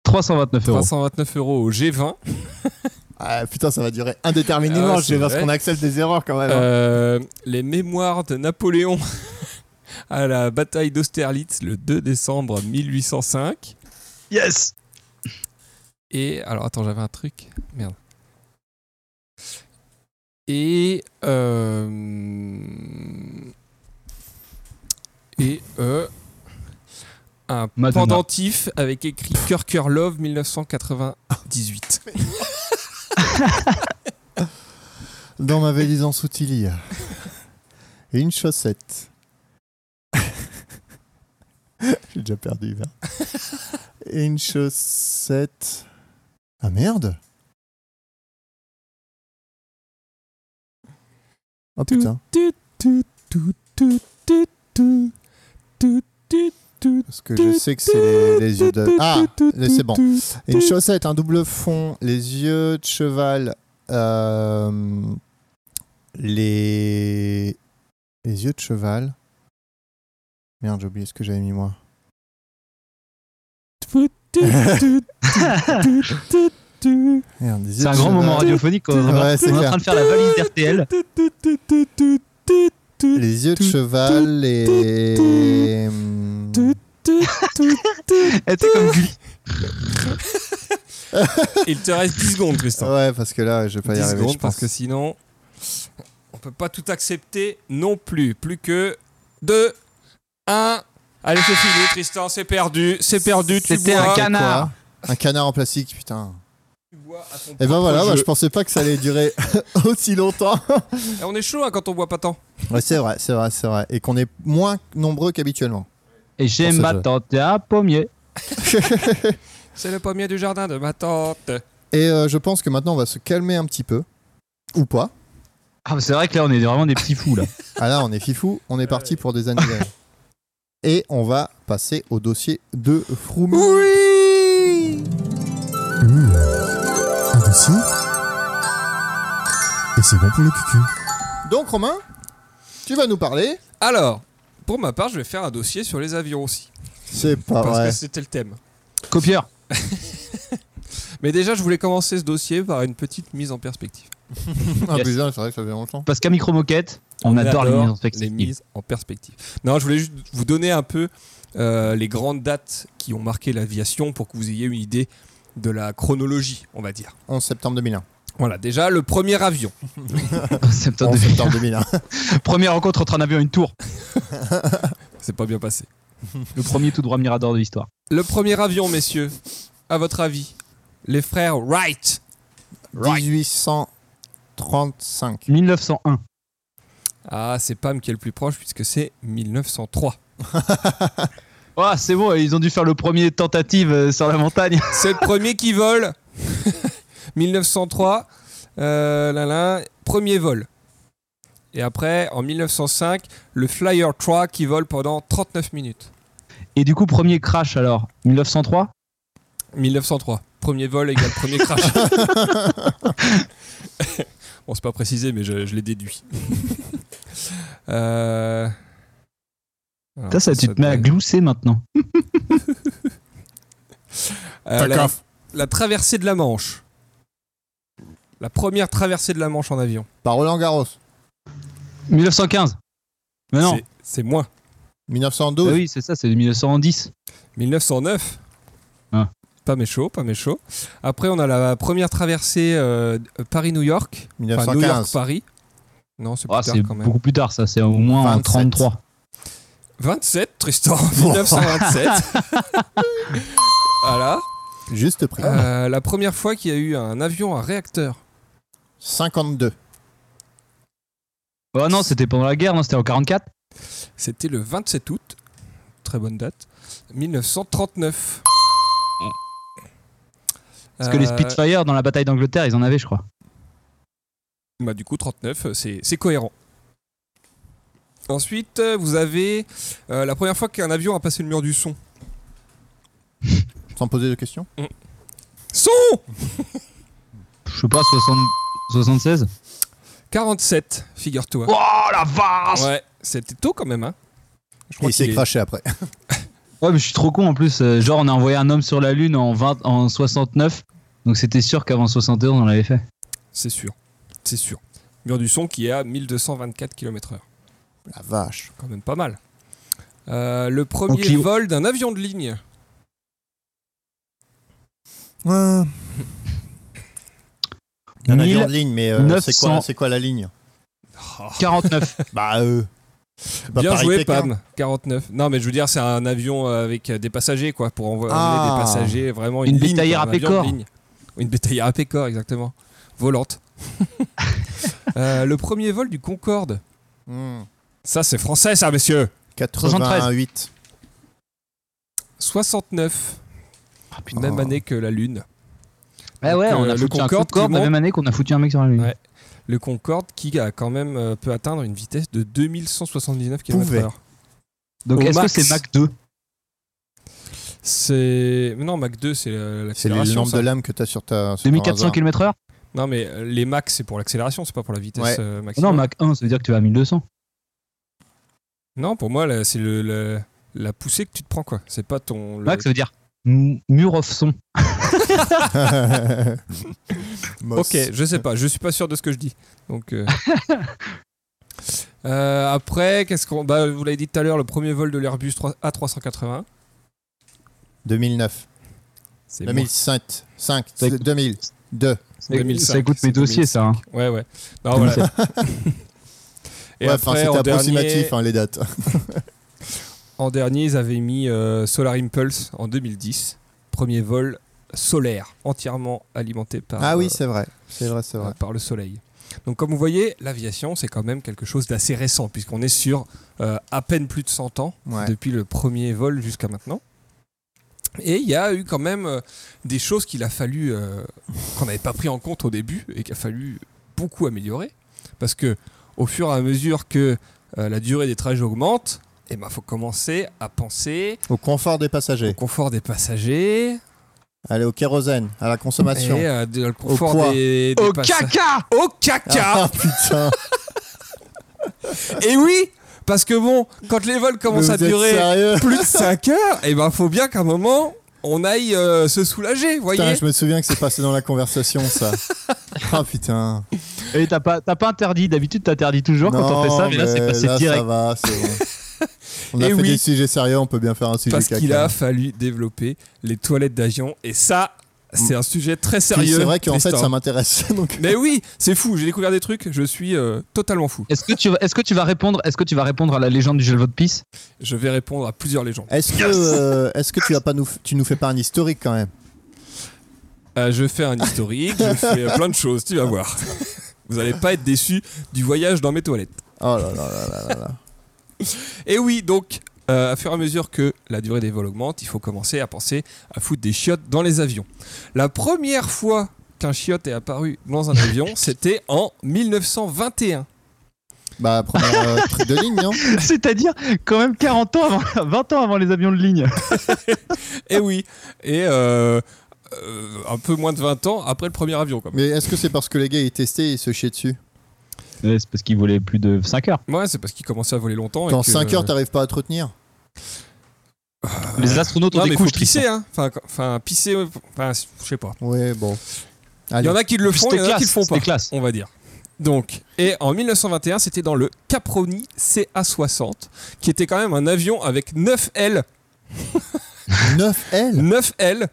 329 euros. 329 euros au G20. ah, putain, ça va durer indéterminément. Ah ouais, je c'est vais voir ce vrai. qu'on accepte des erreurs quand Ah même. hein. Euh, les mémoires de Napoléon à la bataille d'Austerlitz le 2 décembre 1805. Yes Et alors attends, j'avais un truc. Merde. Et euh, et euh, un Madonna. pendentif avec écrit Cœur Cœur Love 1998. Dans ma valise en soutilier. Et une chaussette. J'ai déjà perdu. merde. Et une chaussette. Ah merde Oh putain, parce que je sais que c'est les, les yeux de... Ah, c'est bon. Une chaussette, un double fond, les yeux de cheval, euh, les... les yeux de cheval. Merde, j'ai oublié ce que j'avais mis moi. Merde, les yeux C'est un de grand cheval. moment radiophonique. quoi. On Ouais, est c'est en clair. train de faire la valise d'RTL. Les yeux de cheval et... Hmm. Et t'es comme Gulli. Il te reste 10 secondes, Tristan. Ouais, parce que là, je vais pas y 10 arriver. secondes Je pense parce que sinon on peut pas tout accepter non plus. Plus que 2, 1. Allez, c'est fini, Tristan, c'est perdu, c'est perdu. Tu C'était bois, un Quoi canard. Un canard en plastique, putain. tu bois à ton Et ben propre voilà, bah, jeu. je pensais pas que ça allait durer aussi longtemps. Et on est chaud hein, quand on boit pas tant. Ouais, c'est vrai, c'est vrai, c'est vrai. Et qu'on est moins nombreux qu'habituellement. Et chez Pour ce ma jeu. tante, t'es un pommier. C'est le pommier du jardin de ma tante. Et euh, je pense que maintenant, on va se calmer un petit peu. Ou pas. Ah, mais c'est vrai que là, on est vraiment des petits fous, là. Ah là, on est fifou, on est parti pour des anniversaires. Et on va passer au dossier de Froumi. Oui Un dossier Et c'est bon pour le cucu. Donc, Romain, tu vas nous parler. Alors, pour ma part, je vais faire un dossier sur les avions aussi. C'est pas parce vrai. que c'était le thème. Copieur. Mais déjà, je voulais commencer ce dossier par une petite mise en perspective. Ah, Yes. putain, c'est vrai que ça fait longtemps. Parce qu'à micro-moquette, on, adore, les mises en perspective. les mises en perspective. Non, je voulais juste vous donner un peu euh, les grandes dates qui ont marqué l'aviation pour que vous ayez une idée de la chronologie, on va dire. 11 septembre 2001. Voilà, déjà le premier avion. Septembre 11 2000. septembre 2001. Première rencontre entre un avion et une tour. C'est pas bien passé. Le premier tout droit mirador de l'histoire. Le premier avion, messieurs, à votre avis, les frères Wright. 1835. 1901. Ah, c'est Pam qui est le plus proche puisque c'est 1903. Ah, c'est bon, ils ont dû faire le premier tentative euh, sur la montagne. C'est le premier qui vole. 1903, euh, là, là, premier vol. Et après, en 1905, le Flyer 3 qui vole pendant 39 minutes. Et du coup, premier crash alors, 1903 1903, premier vol égale premier crash. bon, c'est pas précisé, mais je, je l'ai déduit. Euh, alors, Ça, ça, tu te mets à doit- glousser maintenant. Euh, la, la traversée de la Manche. La première traversée de la Manche en avion. Par Roland Garros. 1915 Mais Ah non, C'est- C'est moins. 1912. Ah oui, c'est ça, c'est 1910. 1909. Ah. Pas méchaud, pas méchaud. Après, on a la première traversée euh, Paris-New York. Enfin, New 1915. York-Paris. Non, c'est plus Ah, c'est tard quand même. beaucoup plus tard, ça, c'est au moins en 27. 33. 27, Tristan. 1927. voilà. Juste Ah. pris. Euh, la première fois qu'il y a eu un avion à réacteur. 52. Oh non, c'était pendant la guerre, non, c'était en 44. C'était le 27 août. Très bonne date. 1939. Parce Ah. que les Euh, Spitfire, dans la bataille d'Angleterre, ils en avaient, je crois. Bah, du coup, 39, euh, c'est c'est cohérent. Ensuite, euh, vous avez euh, la première fois qu'un avion a passé le mur du son. Sans poser de questions Son Je sais pas, 60 76 47, figure-toi. Oh la vache ouais, c'était tôt quand même. Hein. Je Et crois il s'est qu'il est- craché après. Ouais, mais je suis trop con en plus. Euh, Genre, on a envoyé un homme sur la Lune en, 20, en 69. Donc c'était sûr qu'avant 71, on l'avait fait. C'est sûr. C'est sûr. Mur du son qui est à 1224 km/h. La vache. Quand même pas mal. Euh, le premier Clio. vol d'un avion de ligne. Il y en a avion de ligne, mais euh, c'est quoi, 900. c'est quoi la ligne Oh. 49. Bah, euh. c'est pas Bien Paris joué, Pékin. Pam. 49. Non, mais je veux dire, c'est un avion avec euh, des passagers, quoi, pour envoyer Ah. des passagers. Vraiment Une une, ligne, bétaillère quoi, un à avion de pécor. ligne. Une bétaillère à pécor, exactement. Volante. Euh, le premier vol du Concorde. Hmm. Ça, c'est français, ça, messieurs. 88. 69. Ah, Même Oh. année que la Lune. Donc, Ouais, Eh ouais, on euh, a le foutu un Concorde qui Concorde la monte. même année qu'on a foutu un mec sur la Lune. Ouais. Le Concorde qui a quand même euh, peut atteindre une vitesse de 2179 Pouvait. km/h. Donc Au est-ce que max. c'est Mac 2 C'est non Mach 2 c'est la- C'est le l'accélération. nombre ça. de lames que t'as sur ta. sur ton 2400 radar. km/h Non mais euh, les Mach c'est pour l'accélération, c'est pas pour la vitesse Ouais. euh, maximum. Non, Mac 1, ça veut dire que tu vas à 1200. Non, pour moi là, c'est le, le- la poussée que tu te prends quoi. C'est pas ton le- Mac, ça veut dire m- mur of son. Moss. OK, je sais pas, je suis pas sûr de ce que je dis. Donc euh, euh, après, qu'est-ce qu'on bah, vous l'avez dit tout à l'heure, le premier vol de l'Airbus 3- A380, 2009. c'est moi. 2005. 5. Ça- 2000. 2. Ça- 2005, ça coûte c'est mes dossiers, ça. hein. Ouais ouais. Non, Ah, voilà. Et ouais, enfin, après, c'était en approximatif dernier, hein, les dates. en dernier, ils avaient mis euh, Solar Impulse en 2010, premier vol solaire entièrement alimenté par Ah euh, oui, c'est vrai. C'est vrai, c'est vrai. euh, par le soleil. Donc comme vous voyez, l'aviation, c'est quand même quelque chose d'assez récent, puisqu'on est sur euh, à peine plus de 100 ans, Ouais. depuis le premier vol jusqu'à maintenant. Et il y a eu quand même euh, des choses qu'il a fallu, euh, qu'on n'avait pas pris en compte au début, et qu'il a fallu beaucoup améliorer, parce que au fur et à mesure que euh, la durée des trajets augmente, il ben, faut commencer à penser Au confort des au passagers. confort des passagers, Allez, au kérosène, à la et consommation. euh, de- le confort poids. des, des Au passa- caca au caca Ah putain Et oui, parce que bon, quand les vols commencent vous à êtes durer sérieux plus de 5 heures, et ben faut bien qu'à un moment on aille euh, se soulager, voyez. Putain, je me souviens que c'est passé dans la conversation, ça. Ah putain. Et t'as pas, t'as pas interdit, d'habitude t'interdis toujours quand on fait ça, mais, là c'est passé là, direct. Ça va, c'est bon. On a Eh fait oui. des sujets sérieux, on peut bien faire un sujet Parce caca. qu'il a fallu développer les toilettes d'avion, et ça, c'est un sujet très Puis sérieux. C'est vrai qu'en fait, Tristan. ça m'intéresse. Donc, Mais oui, c'est fou. J'ai découvert des trucs. Je suis euh, totalement fou. Est-ce que tu vas, est-ce que tu vas répondre, est-ce que tu vas répondre à la légende du jeu de votre pisse Je vais répondre à plusieurs légendes. est-ce que, euh, est-ce que tu vas pas nous, f- tu nous fais pas un historique quand même Euh, je fais un historique. je fais euh, plein de choses. Tu vas voir. Vous allez pas être déçus du voyage dans mes toilettes. Oh là là là là là. là. Et oui, donc, euh, à fur et à mesure que la durée des vols augmente, il faut commencer à penser à foutre des chiottes dans les avions. La première fois qu'un chiotte est apparu dans un avion, c'était en 1921. Bah, première euh, truc de ligne, non C'est-à-dire quand même 40 ans, avant, 20 ans avant les avions de ligne. Et oui, et euh, euh, un peu moins de 20 ans après le premier avion. Quand même. Mais est-ce que c'est parce que les gars ils testaient et ils se chiaient dessus Ouais, c'est parce qu'ils volaient plus de 5 heures. Ouais, c'est parce qu'il commençait à voler longtemps. Dans et que- 5 heures, t'arrives pas à te retenir Euh, Les astronautes ont Non, des mais faut couches. pisser, hein. Enfin, quand- enfin pisser, euh, enfin, je sais pas. Ouais, bon. Il Allez. y en a qui le font, il y en a qui le font pas. C'est classe. on va dire. Donc, et en 1921, c'était dans le Caproni CA60, qui était quand même un avion avec 9 L. 9 L 9 L.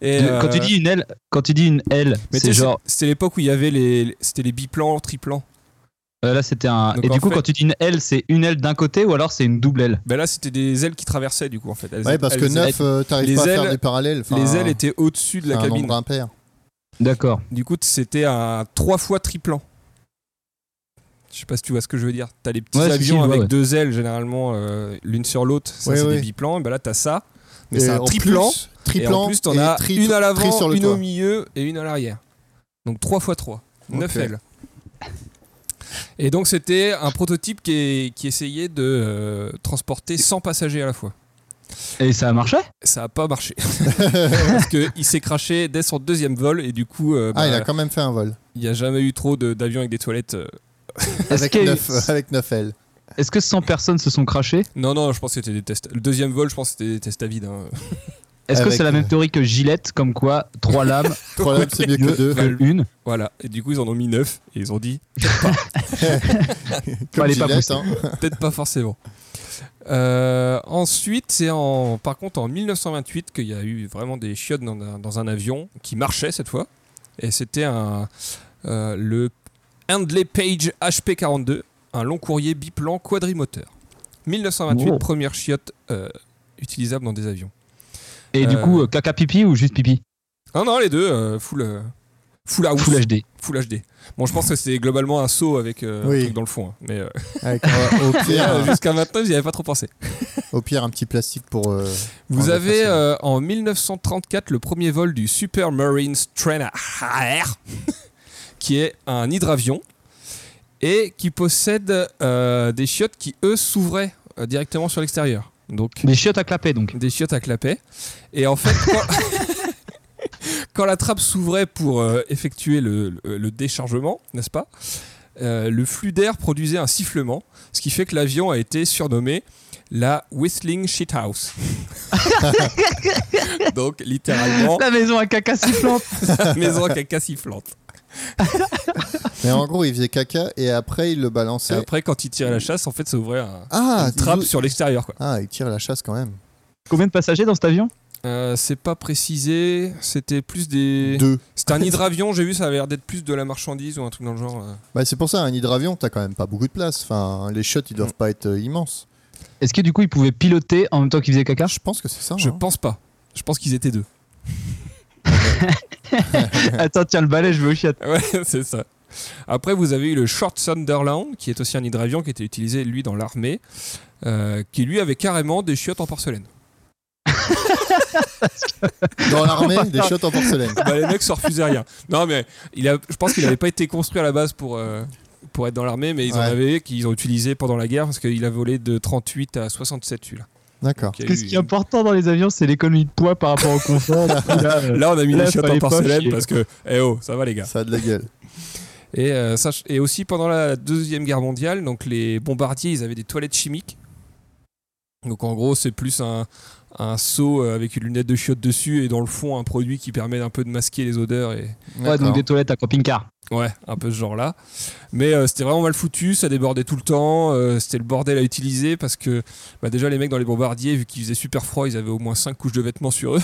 Et, Le- Quand tu euh, dis une aile, quand tu dis une aile, mais tu sais, c'est genre C'était l'époque où il y avait les. C'était les biplans, triplans. euh, là c'était un. Donc, et du en coup fait- quand tu dis une aile, c'est une aile d'un côté ou alors c'est une double aile. Ben là, c'était des ailes qui traversaient, du coup, en fait. Elles- Ouais, parce elles- que 9, les t'arrives pas à ailes- faire des parallèles. elles- Enfin, les ailes étaient au-dessus de la c'est un cabine. nombre impair. D'accord. Du coup, c'était un 3 fois triplan. Je sais pas si tu vois ce que je veux dire. T'as les petits Ouais, si, si, avions je vois, avec ouais. deux ailes, généralement, euh, l'une sur l'autre. Ça, Ouais, c'est des ouais. biplans. Et ben là, t'as ça. Mais c'est Et un en triplan. Et plus, en Triplan. plus, t'en et as tri- une à tri l'avant, sur le une toit. au milieu et une à l'arrière. Donc 3 x 3. 9 Ok. L. Et donc, c'était un prototype qui, est- qui essayait de euh, transporter 100 passagers à la fois. Et ça a marché Ça n'a pas marché. Parce qu'il s'est craché dès son deuxième vol et du coup, euh, bah, Ah, il a quand même fait un vol. il n'y a jamais eu trop de- d'avions avec des toilettes. euh. Est-ce Avec que, 9, avec 9 L. est-ce que 100 personnes se sont crachées Non, non, je pense que c'était des tests. Le deuxième vol, je pense que c'était des tests à vide. hein. Est-ce que Avec, c'est la euh, même théorie que Gillette, comme quoi 3 lames, Trois lames, c'est mieux que deux. que une Voilà. Et du coup, ils en ont mis 9 et ils ont dit Comme Fallait pas Gillette, pousser. hein. peut-être pas forcément. Euh, ensuite, c'est en, par contre en 1928 qu'il y a eu vraiment des chiottes dans un, dans un avion qui marchait cette fois. Et c'était un, euh, le Handley Page HP42, un long courrier biplan quadrimoteur. 1928, Wow. première chiotte euh, utilisable dans des avions. Et du Euh, coup, euh, caca pipi ou juste pipi Ah non, les deux, euh, full, euh, full house, Full HD. full HD. Bon, je pense que c'est globalement un saut avec euh, un Oui. truc dans le fond. hein. Mais euh, Avec, euh, au, pire, un- jusqu'à maintenant, j'y avais pas trop pensé. au pire, un petit plastique pour. euh, prendre Vous la avez façon. euh, en 1934 le premier vol du Super Marines Train Air, qui est un hydravion et qui possède euh, des chiottes qui eux s'ouvraient euh, directement sur l'extérieur. Donc Des chiottes à clapper donc. des chiottes à clapet. Et en fait, quand, quand la trappe s'ouvrait pour euh, effectuer le, le- le déchargement, n'est-ce pas euh, le flux d'air produisait un sifflement, ce qui fait que l'avion a été surnommé la Whistling Shithouse. Donc, littéralement, La maison à caca sifflante la maison à caca sifflante. Mais en gros, il faisait caca et après, il le Et balançait. après, quand il tirait la chasse, en fait, ça ouvrait un, Ah, une trappe il- sur l'extérieur. quoi. Ah, il tire la chasse quand même. Combien de passagers dans cet avion Euh, c'est pas précisé, c'était plus des. Deux. C'était un hydravion, j'ai vu, ça avait l'air d'être plus de la marchandise ou un truc dans le genre. euh. Bah, c'est pour ça, un hydravion, t'as quand même pas beaucoup de place. Enfin, les shots, ils doivent pas être euh, immenses. Est-ce que du coup, ils pouvaient piloter en même temps qu'ils faisaient caca Je pense que c'est ça. Ah, Je hein. pense pas. Je pense qu'ils étaient deux. Attends, tiens, le balai, je veux aux chiottes. Ouais, c'est ça. Après, vous avez eu le Short Sunderland, qui est aussi un hydravion qui était utilisé, lui, dans l'armée, euh, qui, lui, avait carrément des chiottes en porcelaine. Dans l'armée, des shots en porcelaine. Bah, les mecs se refusaient rien. Non, mais il a, je pense qu'il n'avait pas été construit à la base pour, euh, pour être dans l'armée, mais ils en Ouais. avaient, qu'ils ont utilisé pendant la guerre, parce qu'il a volé de 38 à 67, celui-là. D'accord. Donc, il y a Qu'est-ce eu qui est une- important dans les avions, c'est l'économie de poids par rapport au confort. Là, euh, Là, on a mis Là, les chiottes fallait en pas porcelaine chier. parce que, eh oh, ça va les gars. Ça a de la gueule. Et, euh, ça- et aussi pendant la Deuxième Guerre mondiale, donc les bombardiers, ils avaient des toilettes chimiques. Donc en gros, c'est plus un, un seau euh, avec une lunette de chiottes dessus et dans le fond, un produit qui permet un peu de masquer les odeurs. Et... ouais, donc des toilettes à camping-car. Ouais, un peu ce genre-là. Mais euh, c'était vraiment mal foutu, ça débordait tout le temps, euh, c'était le bordel à utiliser parce que bah, déjà les mecs dans les bombardiers, vu qu'il faisait super froid, ils avaient au moins 5 couches de vêtements sur eux.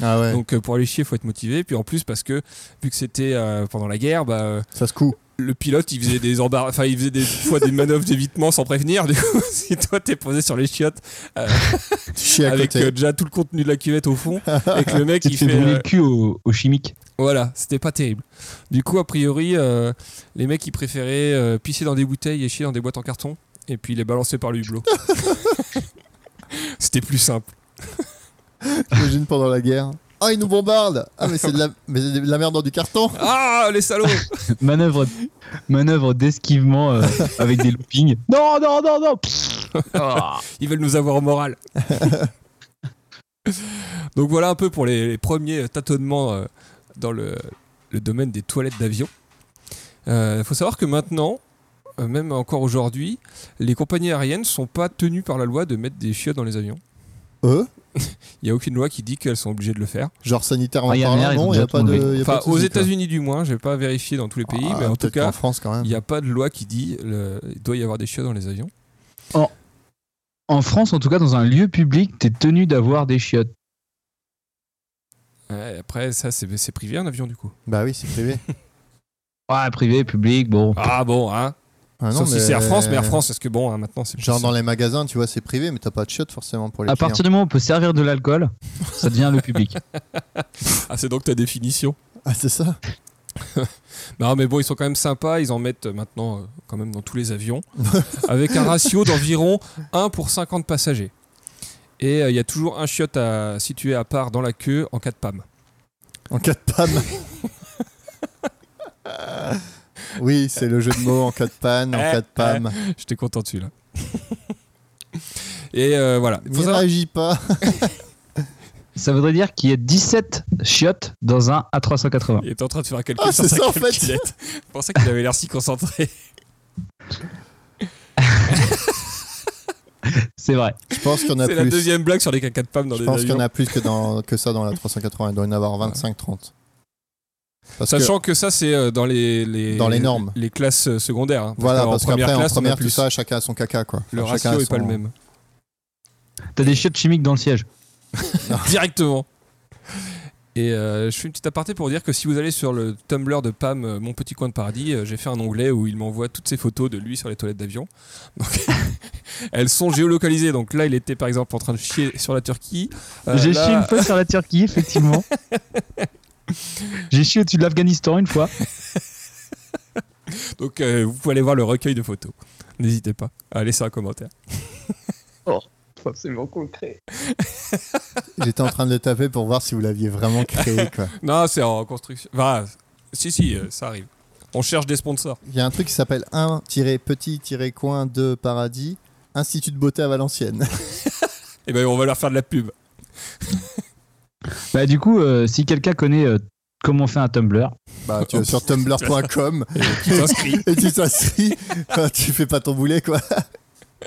Ah ouais, Donc euh, pour aller chier, faut être motivé. Puis en plus, parce que vu que c'était euh, pendant la guerre, bah, euh, ça se coud. le pilote il faisait des embar- enfin il faisait des fois des manœuvres d'évitement sans prévenir. Du coup, si toi t'es posé sur les chiottes Tu chies à avec côté. euh, déjà tout le contenu de la cuvette au fond et que le mec Tu il te fais fait brûler euh, le cul au, au chimique. voilà, c'était pas terrible. Du coup, a priori, euh, les mecs ils préféraient euh, pisser dans des bouteilles et chier dans des boîtes en carton et puis les balancer par le hublot. c'était plus simple. Imagine pendant la guerre. Ah, ils nous bombardent Ah, mais c'est de, la... mais c'est de la merde dans du carton Ah les salauds Manœuvre, manœuvre d'esquivement euh, avec des loopings. Non, non, non, non Pfff. Ah. Ils veulent nous avoir au moral. Donc voilà un peu pour les, les premiers tâtonnements euh, dans le, le domaine des toilettes d'avion. Il faut savoir que maintenant, euh, même encore aujourd'hui, les compagnies aériennes sont pas tenues par la loi de mettre des chiottes dans les avions. Euh Eux Il n'y a aucune loi qui dit qu'elles sont obligées de le faire. Genre sanitairement Ah, y a parlant, l'air, ils ont non, il déjà a pas tout de. enlevé. y a pas Enfin, de souci, aux quoi. États-Unis du moins, je n'ai pas vérifié dans tous les pays, Ah, mais en tout peut-être qu'en cas, France quand il même. n'y a pas de loi qui dit le- il doit y avoir des chiottes dans les avions. En France, en tout cas, dans un lieu public, t'es tenu d'avoir des chiottes. Ouais, après, ça, c'est c'est privé un avion du coup. Bah oui, c'est privé. Ouais, privé, public, bon. Ah bon, hein Ah, non, Sauf mais- si c'est Air France, mais Air France, est-ce que bon, hein, maintenant c'est plus- Genre dans les magasins, tu vois, c'est privé, mais t'as pas de shot forcément pour les À clients. partir du moment où on peut servir de l'alcool, ça devient le public. Ah, c'est donc ta définition. Ah, c'est ça Non, mais bon, ils sont quand même sympas. Ils en mettent euh, maintenant euh, quand même dans tous les avions, avec un ratio d'environ 1 pour 50 passagers. Et euh, il y a toujours un chiotte à, situé à part dans la queue en cas de PAM. En cas de panne. oui, c'est le jeu de mots en cas de panne, en Eh, cas de panne. J'étais content de celui-là. Et euh, voilà. Faut N'y savoir- réagis pas. Ça voudrait dire qu'il y a 17 chiottes dans un A380. Il était en train de faire un calcul Ah, sur c'est sa ça, en fait. calculette. C'est pour ça qu'il avait l'air si concentré. C'est vrai. Je pense qu'il y en a C'est la plus. deuxième blague sur les caca de PAM dans Je les pense qu'il y avions. en a plus que, dans, que ça dans la 380. Il doit y en avoir 25-30. Parce que, Sachant que, ça, c'est euh, dans les, les, Dans les normes. les classes euh, secondaires. hein. voilà, qu'en parce qu'après, en classe, on a première, plus. tout ça, chacun a son caca, quoi. Le Enfin, chacun ratio a n'est pas le son- même. T'as des chiottes chimiques dans le siège. Directement. Et euh, je fais une petite aparté pour dire que si vous allez sur le Tumblr de Pam, euh, mon petit coin de paradis, euh, j'ai fait un onglet où il m'envoie toutes ses photos de lui sur les toilettes d'avion. Donc, elles sont géolocalisées. Donc là, il était par exemple en train de chier sur la Turquie. Euh, J'ai là- chié une fois sur la Turquie, effectivement. J'ai chié au-dessus de l'Afghanistan une fois. Donc euh, vous pouvez aller voir le recueil de photos. N'hésitez pas à laisser un commentaire. J'étais en train de le taper pour voir si vous l'aviez vraiment créé, quoi. Non, c'est en construction. Enfin, si, si, euh, ça arrive. On cherche des sponsors. Il y a un truc qui s'appelle 1-petit-coin de paradis, Institut de beauté à Valenciennes. Et ben on va leur faire de la pub. Bah, du coup, euh, si quelqu'un connaît euh, comment on fait un Tumblr, Bah, tu vas sur tumblr.com Tu t'inscris. et tu t'inscris. Enfin, tu fais pas ton boulet, quoi.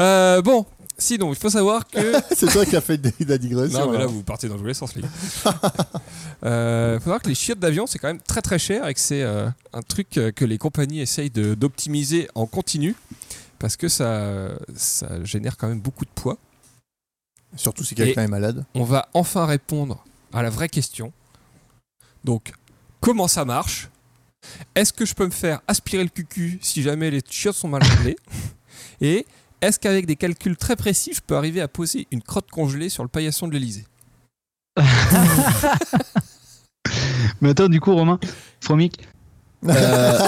Euh, bon, sinon, il faut savoir que. C'est toi qui as fait des- hein. la digression. Non, mais là, alors. vous partez dans tous les sens, les gars. Euh, faut savoir que les chiottes d'avion, c'est quand même très très cher et que c'est euh, un truc euh, que les compagnies essayent de- d'optimiser en continu parce que ça, euh, ça génère quand même beaucoup de poids. Surtout si quelqu'un est malade. On va enfin répondre à la vraie question. Donc, comment ça marche Est-ce que je peux me faire aspirer le cucu si jamais les chiottes sont mal réglées Et est-ce qu'avec des calculs très précis, je peux arriver à poser une crotte congelée sur le paillasson de l'Elysée Mais attends, du coup, Romain, Fromic, euh,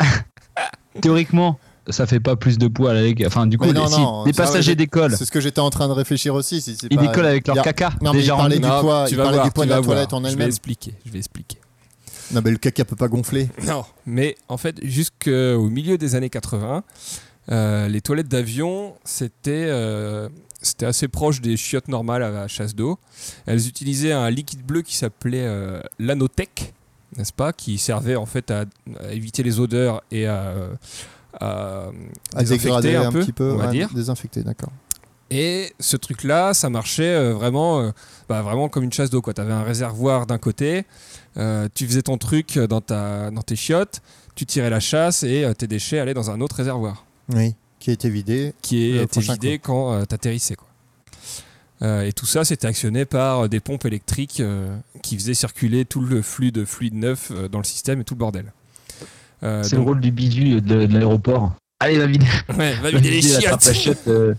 théoriquement, ça fait pas plus de poids à la leg- Enfin, du coup, Mais non, les, si non, les ça, passagers ouais, décollent. C'est ce que j'étais en train de réfléchir aussi. si c'est Ils pas- décollent avec leur Il y a- caca. Non, mais il déjà hein, en parlait ligne. du poids, tu il vas parlait voir, du poids tu de la vas voir. toilette en Je vais elle-même. expliquer, je vais expliquer. Non, mais le caca peut pas gonfler. Non, mais en fait, jusqu'au milieu des années 80, euh, les toilettes d'avion, c'était euh, c'était assez proche des chiottes normales à, à chasse d'eau. Elles utilisaient un liquide bleu qui s'appelait euh, l'anotech, n'est-ce pas, qui servait en fait à, à éviter les odeurs et à, euh, à, euh, À désinfecter dégrader un, petit peu. on va ouais, dire. Désinfecter, d'accord. Et ce truc-là, ça marchait euh, vraiment, euh, bah, vraiment comme une chasse d'eau. Tu avais un réservoir d'un côté, euh, tu faisais ton truc dans, ta, dans tes chiottes, tu tirais la chasse et euh, tes déchets allaient dans un autre réservoir Oui. Qui a été vidé. qui Le était prochain vidé quand euh, t'atterrissais. Quoi. Euh, et tout ça, c'était actionné par euh, des pompes électriques euh, qui faisaient circuler tout le flux de fluide neuf euh, dans le système et tout le bordel. Euh, C'est le donc- rôle du bidule de, de l'aéroport. Allez, va vider, Ouais, va va vider les vider la chiottes trappe à chiottes, euh,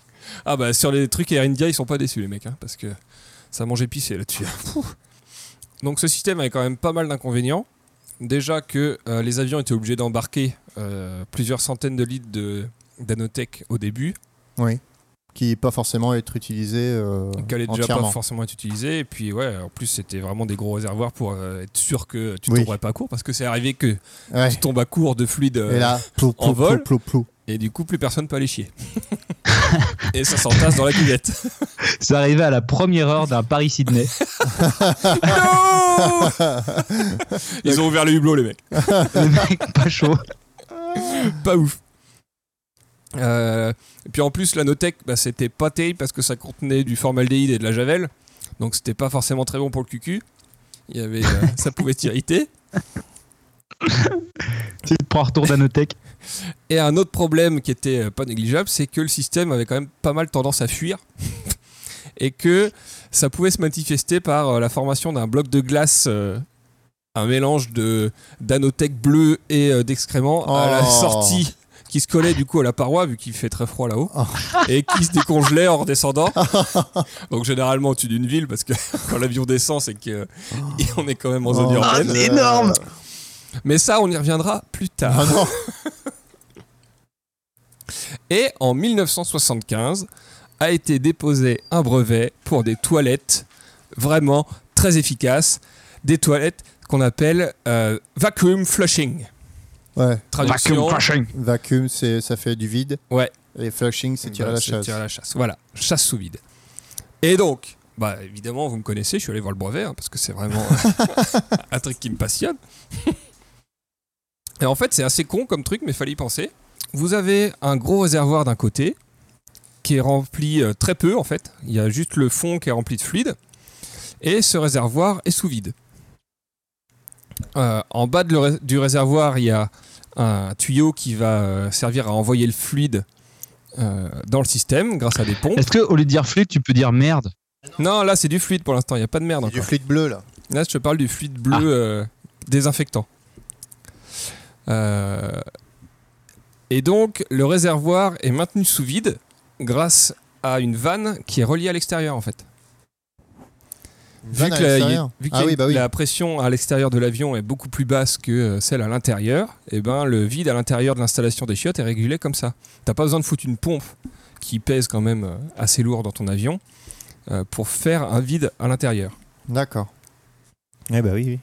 Ah bah sur les trucs Air India, ils sont pas déçus les mecs, hein, parce que ça mangeait pissé là-dessus. Pouh. Donc ce système avait quand même pas mal d'inconvénients. Déjà que euh, les avions étaient obligés d'embarquer euh, plusieurs centaines de litres de d'Anotech au début, Oui. Qui pas forcément être utilisé euh, donc elle est déjà pas entièrement. forcément être utilisée. Et puis ouais, en plus c'était vraiment des gros réservoirs pour euh, être sûr que tu Oui. tomberais pas à court, parce que c'est arrivé que Ouais. tu tombes à court de fluide euh, Et là, plou, plou, en vol. plou, plou, plou. et du coup plus personne peut aller chier. et ça s'entasse dans la cuvette. C'est arrivé à la première heure d'un Paris-Sydney. Non Ils ont ouvert le hublot les mecs. le mec pas chaud. pas ouf. Euh, et puis en plus, la Notec, bah, c'était pas terrible parce que ça contenait du formaldéhyde et de la javel. Donc c'était pas forcément très bon pour le cucu. Il y avait, euh, ça pouvait t'irriter. Tu te prends un retour d'Anotech. Et un autre problème qui était euh, pas négligeable, c'est que le système avait quand même pas mal tendance à fuir. et que ça pouvait se manifester par euh, la formation d'un bloc de glace. euh, un mélange de d'anotech bleu et euh, d'excréments à la Oh. sortie qui se collait du coup à la paroi vu qu'il fait très froid là-haut Oh. et qui se décongelait en redescendant. Donc généralement au-dessus d'une ville parce que quand l'avion descend c'est que et on est quand même en zone Oh, urbaine. euh, Mais ça on y reviendra plus tard. Ah non, Et en 1975, a été déposé un brevet pour des toilettes vraiment très efficaces, des toilettes qu'on appelle euh, vacuum flushing. Ouais, Traduction, vacuum, c'est, ça fait du vide. Ouais. Et flushing, c'est tirer Bah, la c'est chasse. tirer la chasse. Voilà, chasse sous vide. Et donc, bah évidemment, vous me connaissez, je suis allé voir le brevet hein, parce que c'est vraiment un truc qui me passionne. Et en fait, c'est assez con comme truc, mais fallait y penser. Vous avez un gros réservoir d'un côté qui est rempli euh, très peu en fait. Il y a juste le fond qui est rempli de fluide. Et ce réservoir est sous vide. Euh, en bas de le ré- du réservoir, il y a un tuyau qui va euh, servir à envoyer le fluide euh, dans le système grâce à des pompes. Est-ce que au lieu de dire fluide, tu peux dire merde Non, là c'est du fluide pour l'instant, il n'y a pas de merde Du encore. fluide bleu, là. Là je te parle du fluide bleu Ah. euh, désinfectant. Euh, et donc le réservoir est maintenu sous vide grâce à une vanne qui est reliée à l'extérieur en fait. Vu Vanne à que, la, l'extérieur. vu que Ah oui, bah oui. la pression à l'extérieur de l'avion est beaucoup plus basse que euh, celle à l'intérieur, et ben le vide à l'intérieur de l'installation des chiottes est régulé comme ça. T'as pas besoin de foutre une pompe qui pèse quand même euh, assez lourd dans ton avion euh, pour faire un vide à l'intérieur. D'accord. Eh bah oui, oui.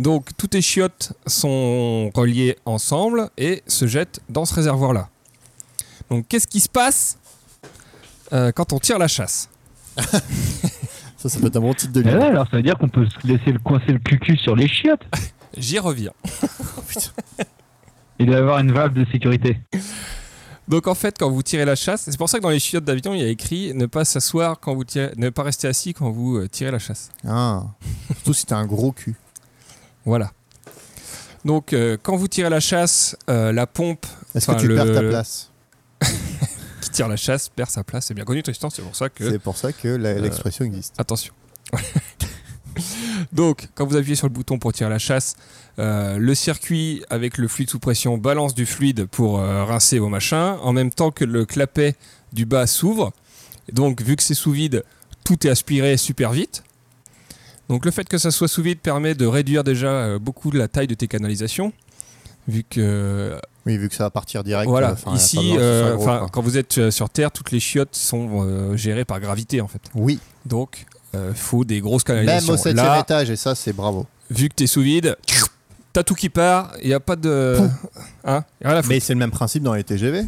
Donc toutes tes chiottes sont reliées ensemble et se jettent dans ce réservoir-là. Donc qu'est-ce qui se passe euh, quand on tire la chasse Ça, ça peut être un bon titre de Eh ouais, livre. alors ça veut dire qu'on peut se laisser le coincer le cucu sur les chiottes J'y reviens. Il doit y avoir une valve de sécurité. Donc en fait, quand vous tirez la chasse, c'est pour ça que dans les chiottes d'avion, il y a écrit ne pas s'asseoir quand vous tirez, ne pas rester assis quand vous euh, tirez la chasse. Ah. Surtout si t'as un gros cul. Voilà. Donc euh, quand vous tirez la chasse, euh, la pompe Est-ce Enfin, que tu le- perds ta place qui tire la chasse perd sa place. C'est bien connu Tristan, c'est pour ça que Euh, C'est pour ça que la- l'expression existe. Attention. Donc, quand vous appuyez sur le bouton pour tirer la chasse, euh, le circuit avec le fluide sous pression balance du fluide pour euh, rincer vos machins, en même temps que le clapet du bas s'ouvre. Et Donc, vu que c'est sous vide, tout est aspiré super vite. Donc, le fait que ça soit sous vide permet de réduire déjà euh, beaucoup de la taille de tes canalisations, vu que euh, Oui, vu que ça va partir direct. voilà, euh, enfin, pas ici, besoin que ce soit euh, gros, enfin, quoi. quand vous êtes euh, sur Terre, toutes les chiottes sont euh, gérées par gravité en fait. Oui, Donc, euh, faut des grosses même canalisations. au septième Là, étage, et ça, c'est bravo. vu que t'es sous vide, t'as tout qui part, il y a pas de. Pouf. Hein y a rien à foutre. Mais c'est le même principe dans les TGV.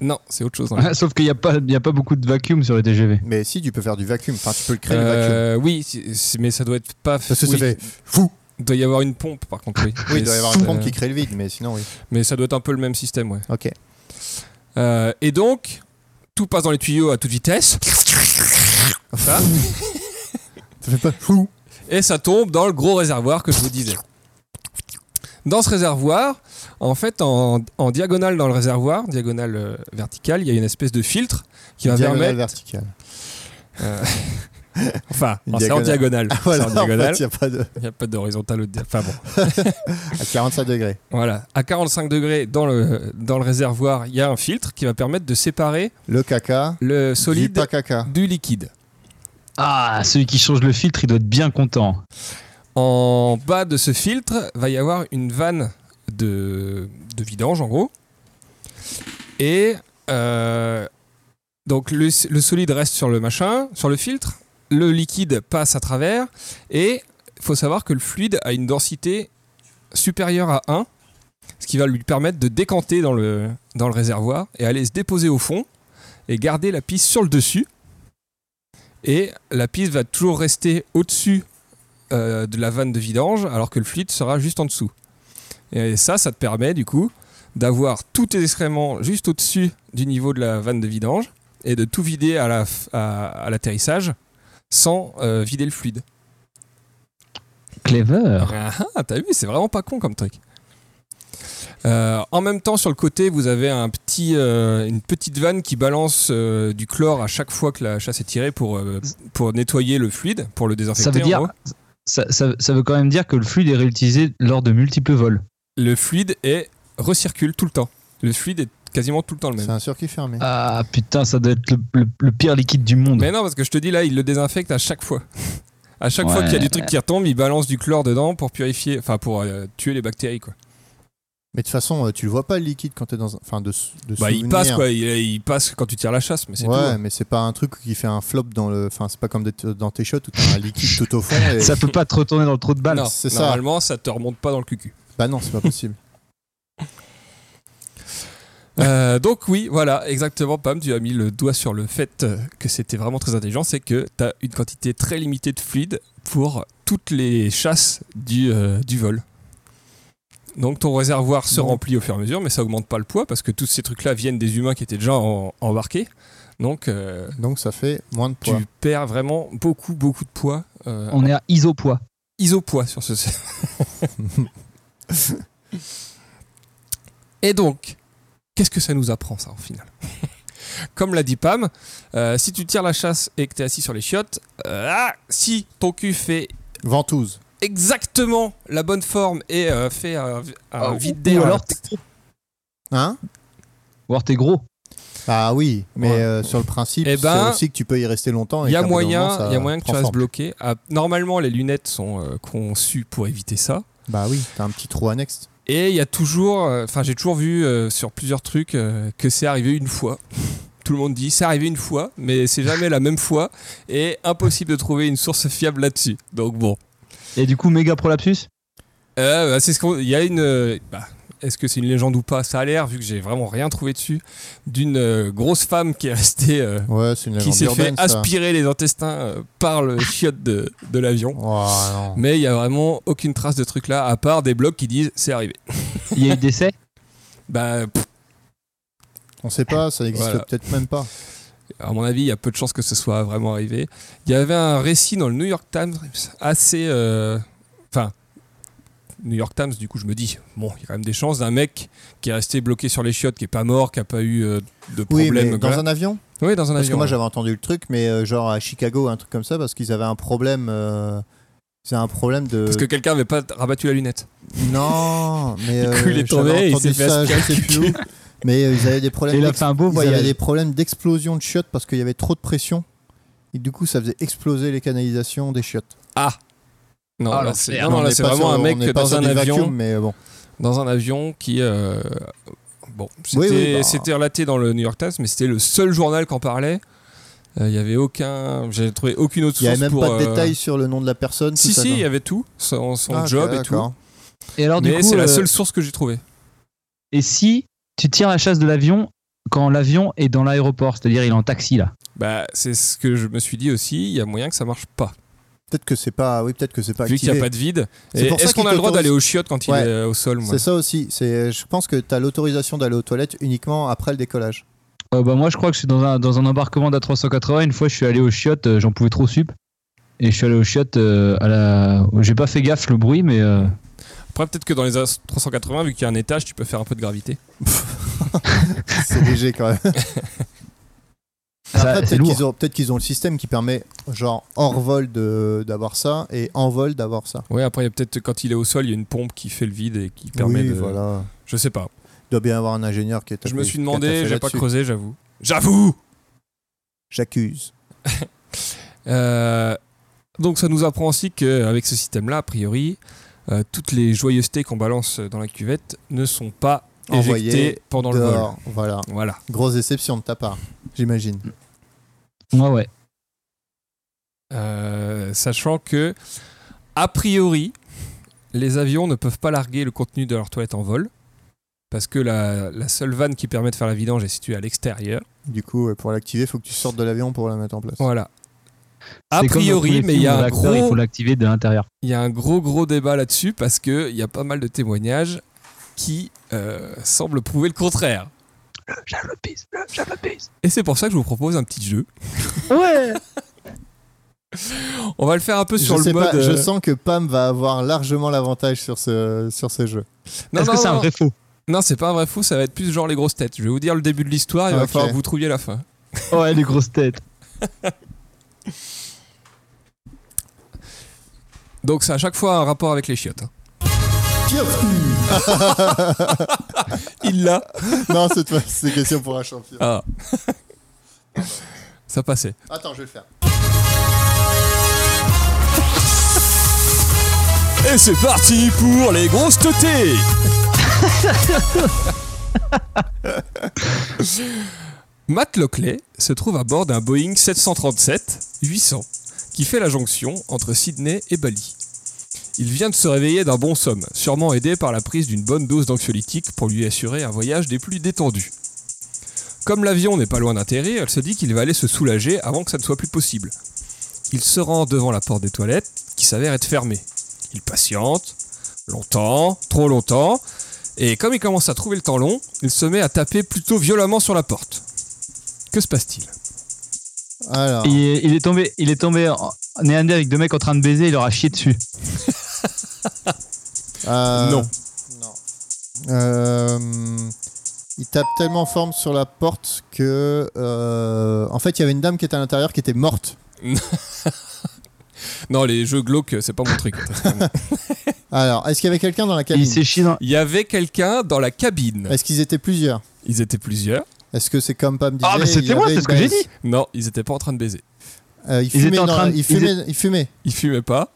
Non, c'est autre chose. hein. dans la- Sauf qu'il n'y a, pas- il y a pas beaucoup de vacuum sur les TGV. Mais si, tu peux faire du vacuum. Enfin, tu peux le créer le vacuum. Euh, oui, c'est- c'est- mais ça doit être pas. Parce que oui. ça fait fou. Il doit y avoir une pompe par contre, oui. Oui, Mais il doit y avoir c'est- euh, une pompe qui crée le vide, mais sinon, oui. Mais ça doit être un peu le même système, ouais. Ok. Euh, et donc, tout passe dans les tuyaux à toute vitesse. Ça. Ça fait pas fou. et ça tombe dans le gros réservoir que je vous disais. Dans ce réservoir, en fait, en, en diagonale dans le réservoir, diagonale euh, verticale, il y a une espèce de filtre qui va permettre. Diagonale verticale. Enfin, Une non, c'est en diagonale. Ah, C'est en Voilà, en fait, diagonale. il n'y a pas de. Il n'y a pas d'horizontale. ou de dia- Enfin bon. À 45 degrés. Voilà. À 45 degrés dans le, dans le réservoir, il y a un filtre qui va permettre de séparer Le caca. le Du solide pas caca. du liquide. Ah, celui qui change le filtre, il doit être bien content. En bas de ce filtre, va y avoir une vanne de, de vidange, en gros. Et euh, donc le, le solide reste sur le machin, sur le filtre. Le liquide passe à travers. Et il faut savoir que le fluide a une densité supérieure à 1, ce qui va lui permettre de décanter dans le, dans le réservoir et aller se déposer au fond et garder la piste sur le dessus. Et la piste va toujours rester au-dessus euh, de la vanne de vidange alors que le fluide sera juste en dessous. Et ça, ça te permet du coup d'avoir tous tes excréments juste au-dessus du niveau de la vanne de vidange et de tout vider à la f- à- à l'atterrissage sans euh, vider le fluide. Clever. Ah, t'as vu, c'est vraiment pas con comme truc. Euh, en même temps, sur le côté, vous avez un petit, euh, une petite vanne qui balance euh, du chlore à chaque fois que la chasse est tirée pour, euh, pour nettoyer le fluide, pour le désinfecter. Ça veut en dire. gros. Ça, ça- ça veut quand même dire que le fluide est réutilisé lors de multiples vols. le fluide est recircule tout le temps. Le fluide est quasiment tout le temps le C'est même. un circuit fermé. Ah putain, ça doit être le, le- le pire liquide du monde. Mais non, parce que je te dis là, il le désinfecte à chaque fois. À chaque fois Ouais. qu'il y a du truc qui retombe, il balance du chlore dedans pour purifier, enfin pour euh, tuer les bactéries quoi. Mais de toute façon, euh, tu le vois pas le liquide quand t'es dans un. Enfin, de, s- de Bah, il souvenir. passe quoi, il, il passe quand tu tires la chasse, mais c'est ouais, tout. hein. mais c'est pas un truc qui fait un flop dans le. Enfin, c'est pas comme d'être dans tes shots où t'as un liquide tout au fond. Et... Ça peut pas te retourner dans le trou de balle. Non, c'est ça. normalement, ça te remonte pas dans le cucu. Bah non, c'est pas possible. Euh, donc oui, voilà, exactement, Pam, tu as mis le doigt sur le fait euh, que c'était vraiment très intelligent, c'est que tu as une quantité très limitée de fluide pour toutes les chasses du, euh, du vol. Donc ton réservoir se Bon. remplit au fur et à mesure, mais ça augmente pas le poids parce que tous ces trucs-là viennent des humains qui étaient déjà en- embarqués. Donc euh, Donc ça fait moins de tu poids. perds vraiment beaucoup, beaucoup de poids. euh, On est à isopoids. isopoids sur ce Et donc, qu'est-ce que ça nous apprend ça au final Comme l'a dit Pam, euh, si tu tires la chasse et que tu es assis sur les chiottes, euh, ah, si ton cul fait Ventouse. exactement la bonne forme et euh, fait un, un Ah, Ou- vide ou d'air, alors t'es gros. Hein Ou alors t'es gros. Ah oui, mais Ouais. euh, sur le principe, Eh ben, c'est aussi que tu peux y rester longtemps. et il y a qu'à un bout d'un moment, moyen, ça il y a moyen que tu prend restes forme. bloqué. Ah, normalement, les lunettes sont euh, conçues pour éviter ça. Bah oui, t'as un petit trou annexe. Et il y a toujours, euh, enfin j'ai toujours vu euh, sur plusieurs trucs euh, que c'est arrivé une fois. Tout le monde dit c'est arrivé une fois, mais c'est jamais la même fois et impossible de trouver une source fiable là-dessus. Donc bon, Et du coup, méga prolapsus Euh, bah, c'est ce qu'on, il y a une, euh, bah, est-ce que c'est une légende ou pas Ça a l'air vu que j'ai vraiment rien trouvé dessus d'une euh, grosse femme qui est restée, euh, Ouais, c'est une qui légende s'est fait urbaine, ça. aspirer les intestins euh, par le chiotte de, de l'avion. Oh, non. Mais il y a vraiment aucune trace de truc là à part des blogs qui disent c'est arrivé. Il y a eu décès Bah pff, On sait pas, ça n'existe Voilà. peut-être même pas. à mon avis, il y a peu de chances que ce soit vraiment arrivé. Il y avait un récit dans le New York Times assez. euh, Enfin, New York Times, du coup, je me dis, bon, il y a quand même des chances d'un mec qui est resté bloqué sur les chiottes, qui est pas mort, qui a pas eu euh, de Oui, problème. mais dans voilà. un avion Oui, dans un Parce que avion. moi ouais. j'avais entendu le truc, mais euh, genre à Chicago, un truc comme ça, parce qu'ils avaient un problème. euh, C'est un problème de. Parce que quelqu'un avait pas rabattu la lunette. Non, mais. euh, Du coup, il est j'avais tombé et il entendu s'est fait ça, je aspirer sais le plus cul. où. Mais euh, ils avaient des Et problèmes. il a d'ex- fait un beau Ils avaient voyage. des problèmes d'explosion de chiottes parce qu'il y avait trop de pression. Et du coup, ça faisait exploser les canalisations des chiottes. Ah Non, Ah, là, l'enfer. c'est Non, non, non, on là, n'est c'est pas vraiment sur- un on mec n'est pas dans sur un des avion. vacuums, mais bon. dans un avion qui. euh, bon, c'était Oui, oui, bah. c'était relaté dans le New York Times, mais c'était le seul journal qu'en parlait. Euh, Il y avait aucun. J'avais trouvé aucune autre Il n'y source avait même pour. pas de euh, détails sur le nom de la personne. Si, tout ça, si, non il y avait tout, son, son Ah, ok, job et tout. d'accord. Et alors, du mais coup, c'est la euh, seule source que j'ai trouvée. et si tu tires la chasse de l'avion quand l'avion est dans l'aéroport, c'est-à-dire il est en taxi là Bah, c'est ce que je me suis dit aussi. Il y a moyen que ça marche pas, Peut-être que c'est pas, oui, peut-être que c'est pas vu qu'il n'y activé. a pas de vide. C'est Et pour ça Est-ce qu'on qu'il a le droit t'autorise- d'aller aux chiottes quand il Ouais. est euh, au sol moi C'est ça aussi. C'est, je pense que tu as l'autorisation d'aller aux toilettes uniquement après le décollage. Euh, bah, Moi, je crois que je suis dans un, dans un embarquement d'A380. Une fois, je suis allé aux chiottes, euh, j'en pouvais trop sup. Et je suis allé aux chiottes euh, à la. J'ai pas fait gaffe le bruit, mais. euh, Après, peut-être que dans les A- 380, vu qu'il y a un étage, tu peux faire un peu de gravité. C'est léger quand même. Ça, Après, Ah, c'est peut-être lourd. qu'ils, ont, peut-être qu'ils ont le système qui permet, genre, hors vol de, d'avoir ça et en vol d'avoir ça. Ouais, après, il y a peut-être quand il est au sol, il y a une pompe qui fait le vide et qui permet oui, de. voilà. Je sais pas. Il doit bien y avoir un ingénieur qui est Je me tapé- suis qui a demandé, taffé j'ai pas là-dessus. creusé, j'avoue. J'avoue J'accuse. Euh, donc ça nous apprend aussi qu'avec ce système-là, a priori, euh, toutes les joyeusetés qu'on balance dans la cuvette ne sont pas Envoyées éjectées pendant le vol. Dehors, voilà. Voilà. Grosse déception de ta part, j'imagine. Ouais, ouais. Euh, sachant que, a priori, les avions ne peuvent pas larguer le contenu de leur toilette en vol. Parce que la, la seule vanne qui permet de faire la vidange est située à l'extérieur. Du coup, ouais, pour l'activer, il faut que tu sortes de l'avion pour la mettre en place. Voilà. A C'est comme dans tous priori, les mais il films, y a le un réacteur, Il gros faut l'activer de l'intérieur. il y a un gros gros débat là-dessus parce que il y a pas mal de témoignages qui euh, semblent prouver le contraire. Le jalopise, le jalopise. Et c'est pour ça que je vous propose un petit jeu. Ouais On va le faire un peu sur je, le sais mode. pas, je euh, sens que Pam va avoir largement l'avantage sur ce, sur ce jeu. Non, Est-ce non, que c'est un non. vrai faux Non, c'est pas un vrai fou, ça va être plus genre les grosses têtes. Je vais vous dire le début de l'histoire, il va Ok. falloir que vous trouviez la fin. Ouais, les grosses têtes. Donc c'est à chaque fois un rapport avec les chiottes. hein. Il l'a. non, cette fois, c'est question pour un champion. Ah. ça passait. Attends, je vais le faire. Et c'est parti pour les grosses têtes Matt Lockley se trouve à bord d'un Boeing 737-800 qui fait la jonction entre Sydney et Bali. Il vient de se réveiller d'un bon somme, sûrement aidé par la prise d'une bonne dose d'anxiolytique pour lui assurer un voyage des plus détendus. Comme l'avion n'est pas loin d'atterrir, elle se dit qu'il va aller se soulager avant que ça ne soit plus possible. Il se rend devant la porte des toilettes, qui s'avère être fermée. Il patiente, longtemps, trop longtemps, et comme il commence à trouver le temps long, il se met à taper plutôt violemment sur la porte. Que se passe-t-il Ah. Alors, Il, est- il est tombé, il est tombé en- néander avec deux mecs en train de baiser, il leur a chié dessus. euh, Non. Euh, il tape tellement forme sur la porte que. euh, en fait, il y avait une dame qui était à l'intérieur qui était morte. Non, les jeux glauques, euh, c'est pas mon truc. Alors, est-ce qu'il y avait quelqu'un dans la Il cabine s'est chié dans. Il y avait quelqu'un dans la cabine. Est-ce qu'ils étaient plusieurs Ils étaient plusieurs. Est-ce que c'est comme Pam disait Ah, mais il y c'était moi, avait c'est une ce que j'ai baisse dit. Non, ils étaient pas en train de baiser. Euh, il Ils fumait, étaient en dans- train de- il fumait, il fumait. Ils fumaient pas.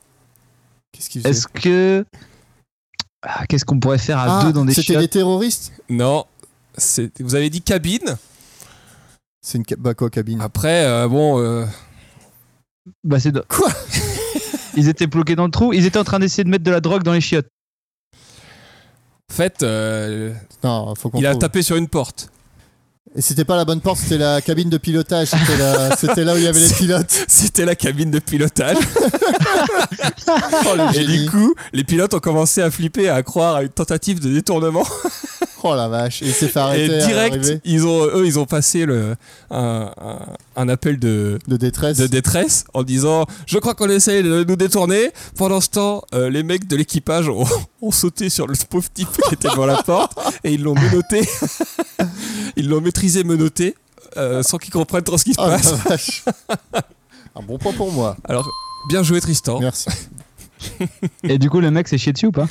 Qu'est-ce qu'il faisait Est-ce que. Ah, Qu'est-ce qu'on pourrait faire à Ah, deux dans des C'était chiottes des terroristes Non. c'est- Vous avez dit cabine. C'est une ca- bah quoi cabine Après, euh, bon, euh, Bah, c'est. Quoi Ils étaient bloqués dans le trou, ils étaient en train d'essayer de mettre de la drogue dans les chiottes. en fait, euh, Non, faut qu'on il a trouve. tapé sur une porte. Et c'était pas la bonne porte, c'était la cabine de pilotage. C'était la- c'était là où il y avait les pilotes. C'était la cabine de pilotage. Et génie. du coup, les pilotes ont commencé à flipper, à croire à une tentative de détournement. Oh la vache, il s'est fait arrêter Et à direct, l'arrivée ils ont, eux, ils ont passé le, un- un- un appel de, de détresse. de détresse en disant je crois qu'on essaye de nous détourner pendant ce temps euh, les mecs de l'équipage ont, ont sauté sur le pauvre type qui était devant la porte et ils l'ont menotté ils l'ont maîtrisé menotté euh, sans qu'ils comprennent trop ce qui se Oh la passe vache. Un bon point pour moi. alors bien joué Tristan Merci. Et du coup, le mec s'est chié dessus ou pas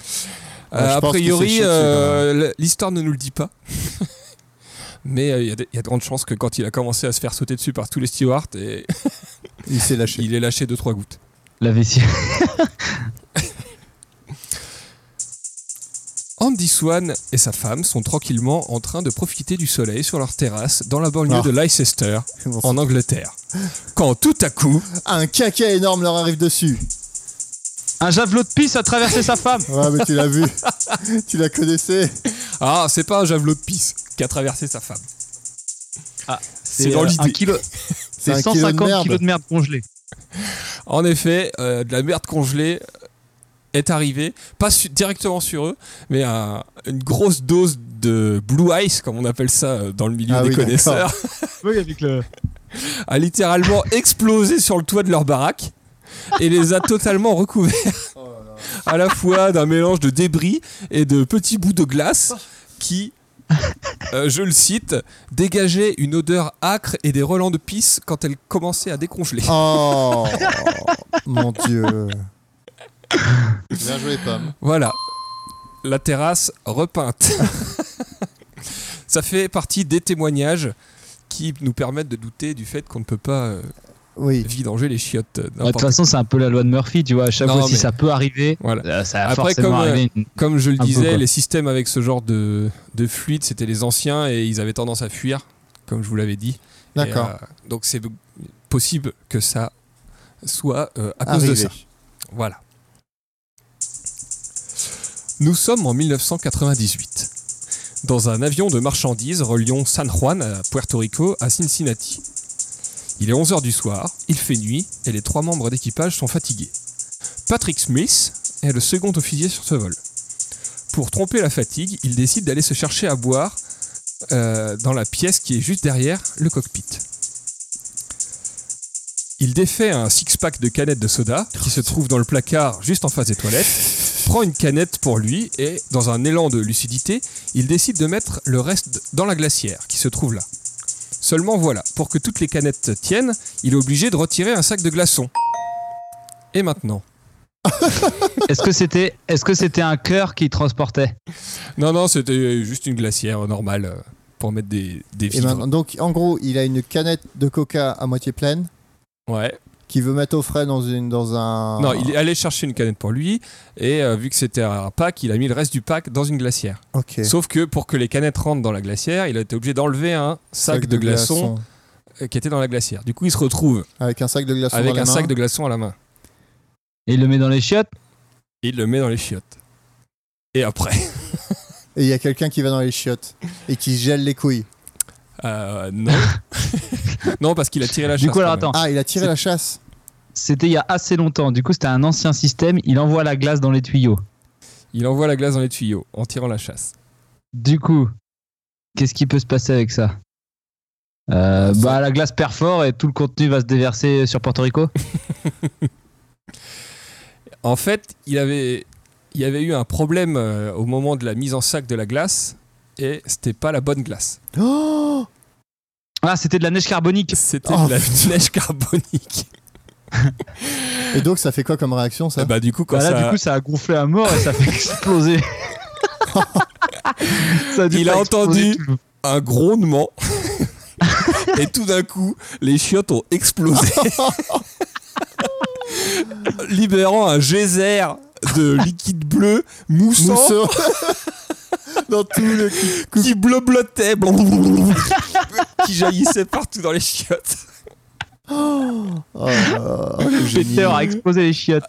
Euh, Ouais, je a pense que c'est priori chier dessus, euh, l'histoire ne nous le dit pas mais euh, il y, a de- il y a de grandes chances que quand il a commencé à se faire sauter dessus par tous les stewards et Il s'est lâché. il ait lâché deux trois gouttes La vessie. Andy Swan et sa femme sont tranquillement en train de profiter du soleil sur leur terrasse dans la banlieue Ah. de Leicester, en Angleterre. Quand tout à coup, Un caca énorme leur arrive dessus. Un javelot de pisse a traversé sa femme Ouais, mais tu l'as vu. tu la connaissais. ah, c'est pas un javelot de pisse qui a traversé sa femme. Ah, c'est dans euh, un l'idée. kilo- C'est C'est un kilo de 150 merde. kilos de merde congelée. En effet, euh, de la merde congelée euh, est arrivée, pas su- directement sur eux, mais un- une grosse dose de blue ice, comme on appelle ça euh, dans le milieu Ah des oui, connaisseurs, Oui, avec le. a littéralement explosé sur le toit de leur baraque et les a totalement recouverts. Oh à la fois d'un mélange de débris et de petits bouts de glace qui, euh, je le cite, dégageaient une odeur âcre et des relents de pisse quand elle commençait à décongeler. Oh mon dieu. Bien joué, Pam. Voilà, la terrasse repeinte. Ça fait partie des témoignages qui nous permettent de douter du fait qu'on ne peut pas euh, Oui. vidanger les chiottes. euh, De toute n'importe façon, c'est un peu la loi de Murphy, tu vois. À chaque Non, fois, si mais- ça peut arriver, Voilà. euh, ça va Après, forcément comme, euh, arriver. une- Comme je le Un peu, disais, quoi. les systèmes avec ce genre de, de fluide, c'était les anciens et ils avaient tendance à fuir, comme je vous l'avais dit. Et, D'accord. euh, donc c'est possible que ça soit euh, à cause de Arrivé. ça. Voilà. Nous sommes en 1998, dans un avion de marchandises reliant San Juan à Puerto Rico à Cincinnati. Il est 11h du soir, il fait nuit et les trois membres d'équipage sont fatigués. Patrick Smith est le second officier sur ce vol. Pour tromper la fatigue, il décide d'aller se chercher à boire euh, dans la pièce qui est juste derrière le cockpit. Il défait un six-pack de canettes de soda qui se trouve dans le placard juste en face des toilettes, prend une canette pour lui et, dans un élan de lucidité, il décide de mettre le reste dans la glacière qui se trouve là. Seulement voilà, pour que toutes les canettes tiennent, il est obligé de retirer un sac de glaçons. Et maintenant Est-ce que c'était, est-ce que c'était un cœur qui transportait Non, non, c'était juste une glacière normale euh, pour mettre des, des Et vivres. maintenant- donc, en gros, il a une canette de coca à moitié pleine. Ouais. qui veut mettre au frais dans, une, dans un. Non, il est allé chercher une canette pour lui et euh, vu que c'était un pack, il a mis le reste du pack dans une glacière. Ok. Sauf que pour que les canettes rentrent dans la glacière, il a été obligé d'enlever un sac, de, glaçons euh, qui était dans la glacière. Du coup, il se retrouve Avec un sac de glaçons avec dans la un main. sac de glaçons à la main. Et il le met dans les chiottes. Et il le met dans les chiottes. Et après Et il y a quelqu'un qui va dans les chiottes et qui gèle les couilles. euh, Non. non, parce qu'il a tiré la chasse. Du coup, alors quand même. attends, Ah, il a tiré C'est- la chasse. c'était il y a assez longtemps. Du coup, c'était un ancien système. Il envoie la glace dans les tuyaux. Il envoie la glace dans les tuyaux en tirant la chasse. Du coup, qu'est-ce qui peut se passer avec ça Euh, Bah, la glace perfore et tout le contenu va se déverser sur Porto Rico. En fait, il avait, il y avait eu un problème euh, au moment de la mise en sac de la glace et c'était pas la bonne glace. Oh Ah, c'était de la neige carbonique. C'était Oh, de la neige carbonique. et donc, ça fait quoi comme réaction ça Et bah du coup quand Bah là, ça- du coup, ça a gonflé à mort et ça fait exploser. Ça dû Il a faire exploser entendu. tout le- un grondement et tout d'un coup les chiottes ont explosé, libérant un geyser de liquide bleu moussant Mousseux. dans tout le qui bleublottait qui jaillissait partout dans les chiottes. Oh, oh, le génie. Peter a explosé les chiottes.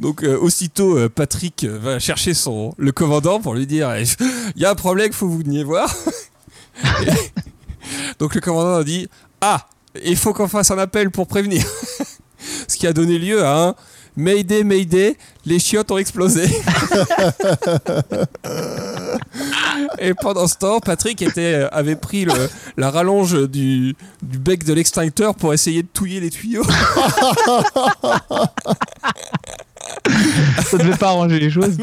Donc euh, aussitôt euh, Patrick euh, va chercher son le commandant pour lui dire Eh, il y a un problème, faut que vous veniez voir. Et- donc le commandant a dit ah il faut qu'on fasse un appel pour prévenir, ce qui a donné lieu à un Mayday Mayday les chiottes ont explosé. Et pendant ce temps, Patrick était, euh, avait pris le- la rallonge du, du bec de l'extincteur pour essayer de touiller les tuyaux. Ça devait pas arranger les choses.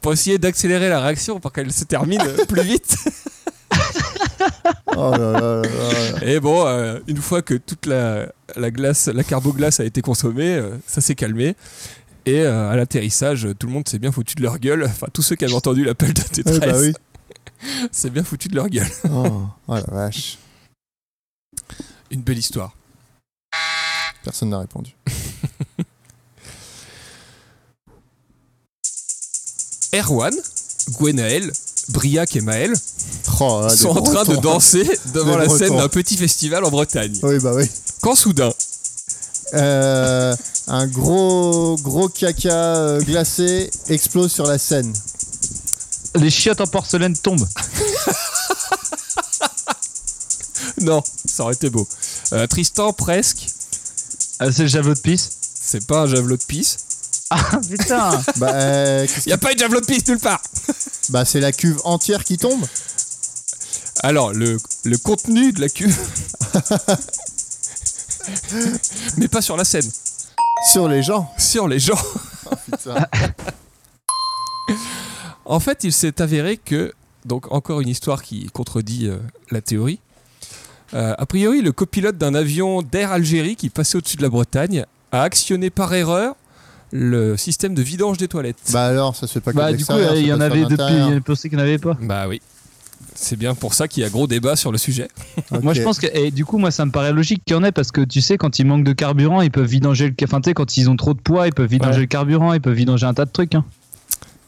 pour essayer d'accélérer la réaction pour qu'elle se termine euh, plus vite. Oh là là là là là. Et bon, euh, une fois que toute la, la glace, la carboglace a été consommée, euh, ça s'est calmé. Et euh, à l'atterrissage, euh, tout le monde s'est bien foutu de leur gueule. Enfin, tous ceux qui avaient entendu l'appel de T13, Eh bah oui. s'est bien foutu de leur gueule. Oh, oh la vache. Une belle histoire. Personne n'a répondu. Erwan, Gwenaël, Briac et Maël Oh, là, des sont en train de Bretons. danser devant Des la scène Bretons. d'un petit festival en Bretagne. Oui, bah oui. Quand soudain, Euh, un gros gros caca euh, glacé explose sur la scène. Les chiottes en porcelaine tombent. non, ça aurait été beau. Euh, Tristan, presque, Ah, c'est le javelot de pisse. c'est pas un javelot de pisse. Ah, putain. Bah, euh, qu'est-ce Il a pas eu de javelot de pisse nulle part que- bah, c'est la cuve entière qui tombe. Alors, le, le contenu de la cuve. Mais pas sur la scène, Sur les gens. sur les gens. Putain. Ah, En fait, il s'est avéré que, donc encore une histoire qui contredit euh, la théorie, Euh, a priori, le copilote d'un avion d'Air Algérie qui passait au-dessus de la Bretagne a actionné par erreur le système de vidange des toilettes. Bah alors, ça se fait pas que Bah, de du coup, l'extérieur, il ça y en passe avait par depuis. Il y en l'intérieur. a pensé qu'il n'y en avait pas. Bah oui. C'est bien pour ça qu'il y a gros débat sur le sujet. Ok. Moi, je pense que, et du coup, moi, ça me paraît logique qu'il y en ait parce que tu sais, quand ils manquent de carburant, ils peuvent vidanger le. Enfin, tu sais, quand ils ont trop de poids, ils peuvent vidanger Ouais. le carburant, ils peuvent vidanger un tas de trucs. hein.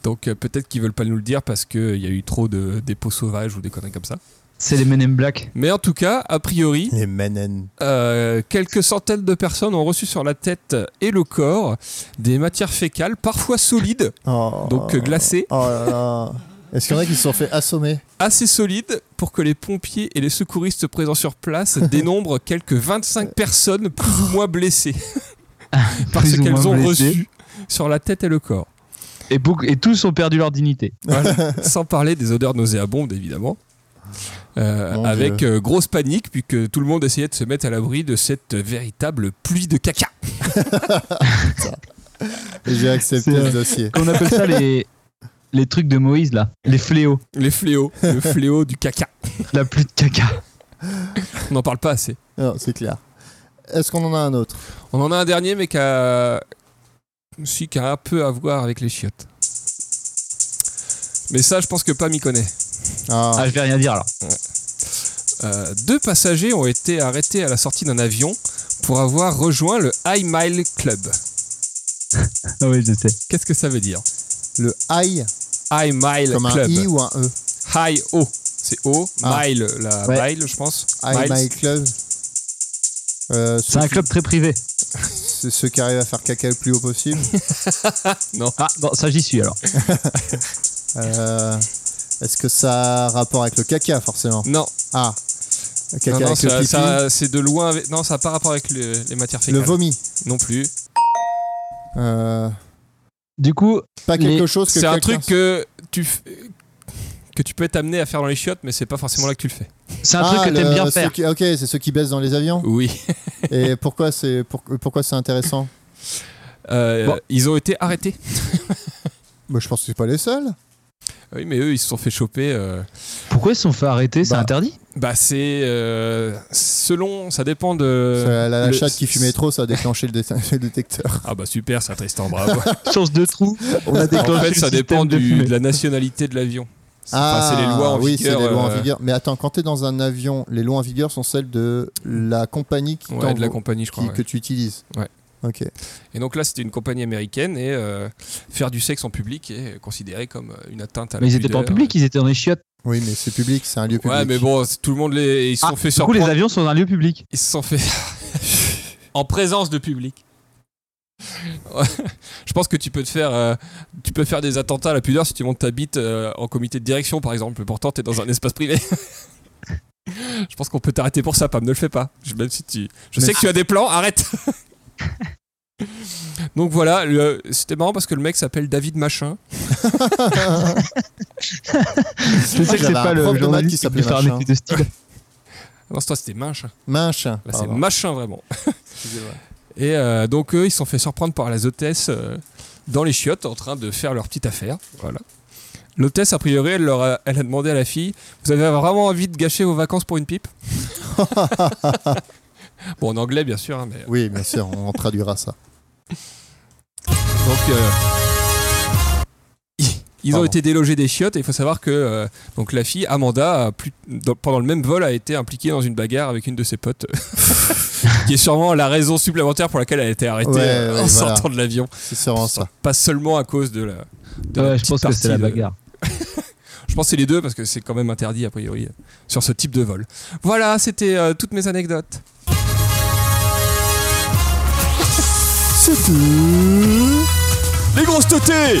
Donc euh, peut-être qu'ils veulent pas nous le dire parce qu'il y a eu trop de dépôts sauvages ou des conneries comme ça. C'est les Men in Black. Mais en tout cas, a priori, Les menen. Euh, quelques centaines de personnes ont reçu sur la tête et le corps des matières fécales, parfois solides, Oh. donc euh, glacées, Oh là là. Est-ce qu'il y en a qui se sont fait assommer assez solides, pour que les pompiers et les secouristes présents sur place dénombrent quelques 25 personnes plus ou moins blessées par Ah, Plus ce ou moins qu'elles ont blessés. reçu sur la tête et le corps. Et, beaucoup- et tous ont perdu leur dignité. Voilà. Sans parler des odeurs nauséabondes, évidemment. Euh, Mon avec euh, grosse panique, puisque tout le monde essayait de se mettre à l'abri de cette véritable pluie de caca. Et J'ai accepté C'est, le euh, dossier. Qu'on appelle ça les. Les trucs de Moïse là, les fléaux, Les fléaux, le fléau du caca. la pluie de caca. On n'en parle pas assez. Non, c'est clair. Est-ce qu'on en a un autre On en a un dernier, mais qui a... Si, qui a un peu à voir avec les chiottes. Mais ça, je pense que pas m'y connaît. Ah. Ah, je vais rien dire alors. Euh, deux passagers ont été arrêtés à la sortie d'un avion pour avoir rejoint le High Mile Club. Ah oui, je sais. Qu'est-ce que ça veut dire Le Ah, I High Mile comme un Club. I ou un E. High O. C'est O. Ah. Mile, la Ouais. mile, je pense. I Miles. My Club. Euh, C'est ceux, un club très privé. ceux- ceux qui arrivent à faire caca le plus haut possible. Ah, bon, ça j'y suis alors. Euh, Est-ce que ça a rapport avec le caca, forcément Non, Ah, le caca non, non, avec le ça- pipi, ça- c'est de loin. avec- Non, ça n'a pas rapport avec le- les matières le fécales. vomi. non plus. Euh, Du coup, pas quelque Les- chose que C'est un quelqu'un- truc que tu f- que tu peux être amené à faire dans les chiottes, mais c'est pas forcément là que tu le fais. c'est un Ah, truc que t'aimes le- bien ceux faire. qui- ok, c'est ceux qui baissent dans les avions. Oui. Et pourquoi c'est pour- pourquoi c'est intéressant Bon. Euh, Ils ont été arrêtés. Bah, Je pense que c'est pas les seuls. Oui, mais eux, ils se sont fait choper. euh, Pourquoi ils se sont fait arrêter C'est Bah, interdit Bah, c'est euh, selon, ça dépend de. C'est la, la le- chatte qui fumait trop, ça a déclenché le, dé- le détecteur. Ah bah super, ça Tristan, bravo. Source de trou. On a en fait, ça le dépend système de du- fumée. de la nationalité de l'avion. C'est enfin, c'est les lois en Ah, oui, vigueur. c'est les lois en euh, vigueur. Mais attends, quand t'es dans un avion, les lois en vigueur sont celles de la compagnie qui ouais, t'envoie- de la compagnie, je qui- crois. ouais. que tu utilises. Ouais. Ok. Et donc là, c'était une compagnie américaine et euh, faire du sexe en public est considéré comme euh, une atteinte à la Mais ils étaient pas en pudeur. public, ils étaient dans les chiottes. Oui, mais c'est public, c'est un lieu public. Ouais, mais bon, c'est- tout le monde les, ils se sont Ah, fait Du coup, les surprendre. avions sont dans un lieu public. Ils se sont fait en présence de public. Ouais. Je pense que tu peux te faire, euh, tu peux faire des attentats à la pudeur si tu montes ta bite euh, en comité de direction, par exemple. Pourtant, t'es dans un espace privé. Je pense qu'on peut t'arrêter pour ça, Pam. Ne le fais pas. Je- Même si tu, je sais que tu as des plans. Arrête. Donc voilà, le- c'était marrant parce que le mec s'appelle David Machin. Je sais que c'est j'avais un pas prof le de maths journaliste qui qui s'appelait peut faire un Machin. effet de style. Non, c'est toi, c'était Machin. Minche. Là, Bah, c'est pardon. machin vraiment. Et euh, donc eux, ils se sont fait surprendre par les hôtesses euh, dans les chiottes en train de faire leur petite affaire. Voilà. L'hôtesse, a priori, elle, leur a, elle a demandé à la fille Vous avez vraiment envie de gâcher vos vacances pour une pipe Bon, en anglais, bien sûr, hein, mais. Oui, bien sûr, on traduira ça. Donc. euh, ils- Ils ont Pardon. été délogés des chiottes et il faut savoir que euh, donc la fille Amanda a plus- dans- pendant le même vol a été impliquée dans une bagarre avec une de ses potes, qui est sûrement la raison supplémentaire pour laquelle elle a été arrêtée Ouais, euh, en ouais, voilà. sortant de l'avion. C'est sûrement ça. Pas seulement à cause de la. de la Ouais, je petite pense que c'est la partie de- bagarre. Je pense que c'est les deux parce que c'est quand même interdit a priori euh, sur ce type de vol. Voilà, c'était euh, toutes mes anecdotes. C'est tout. Les grosses teutés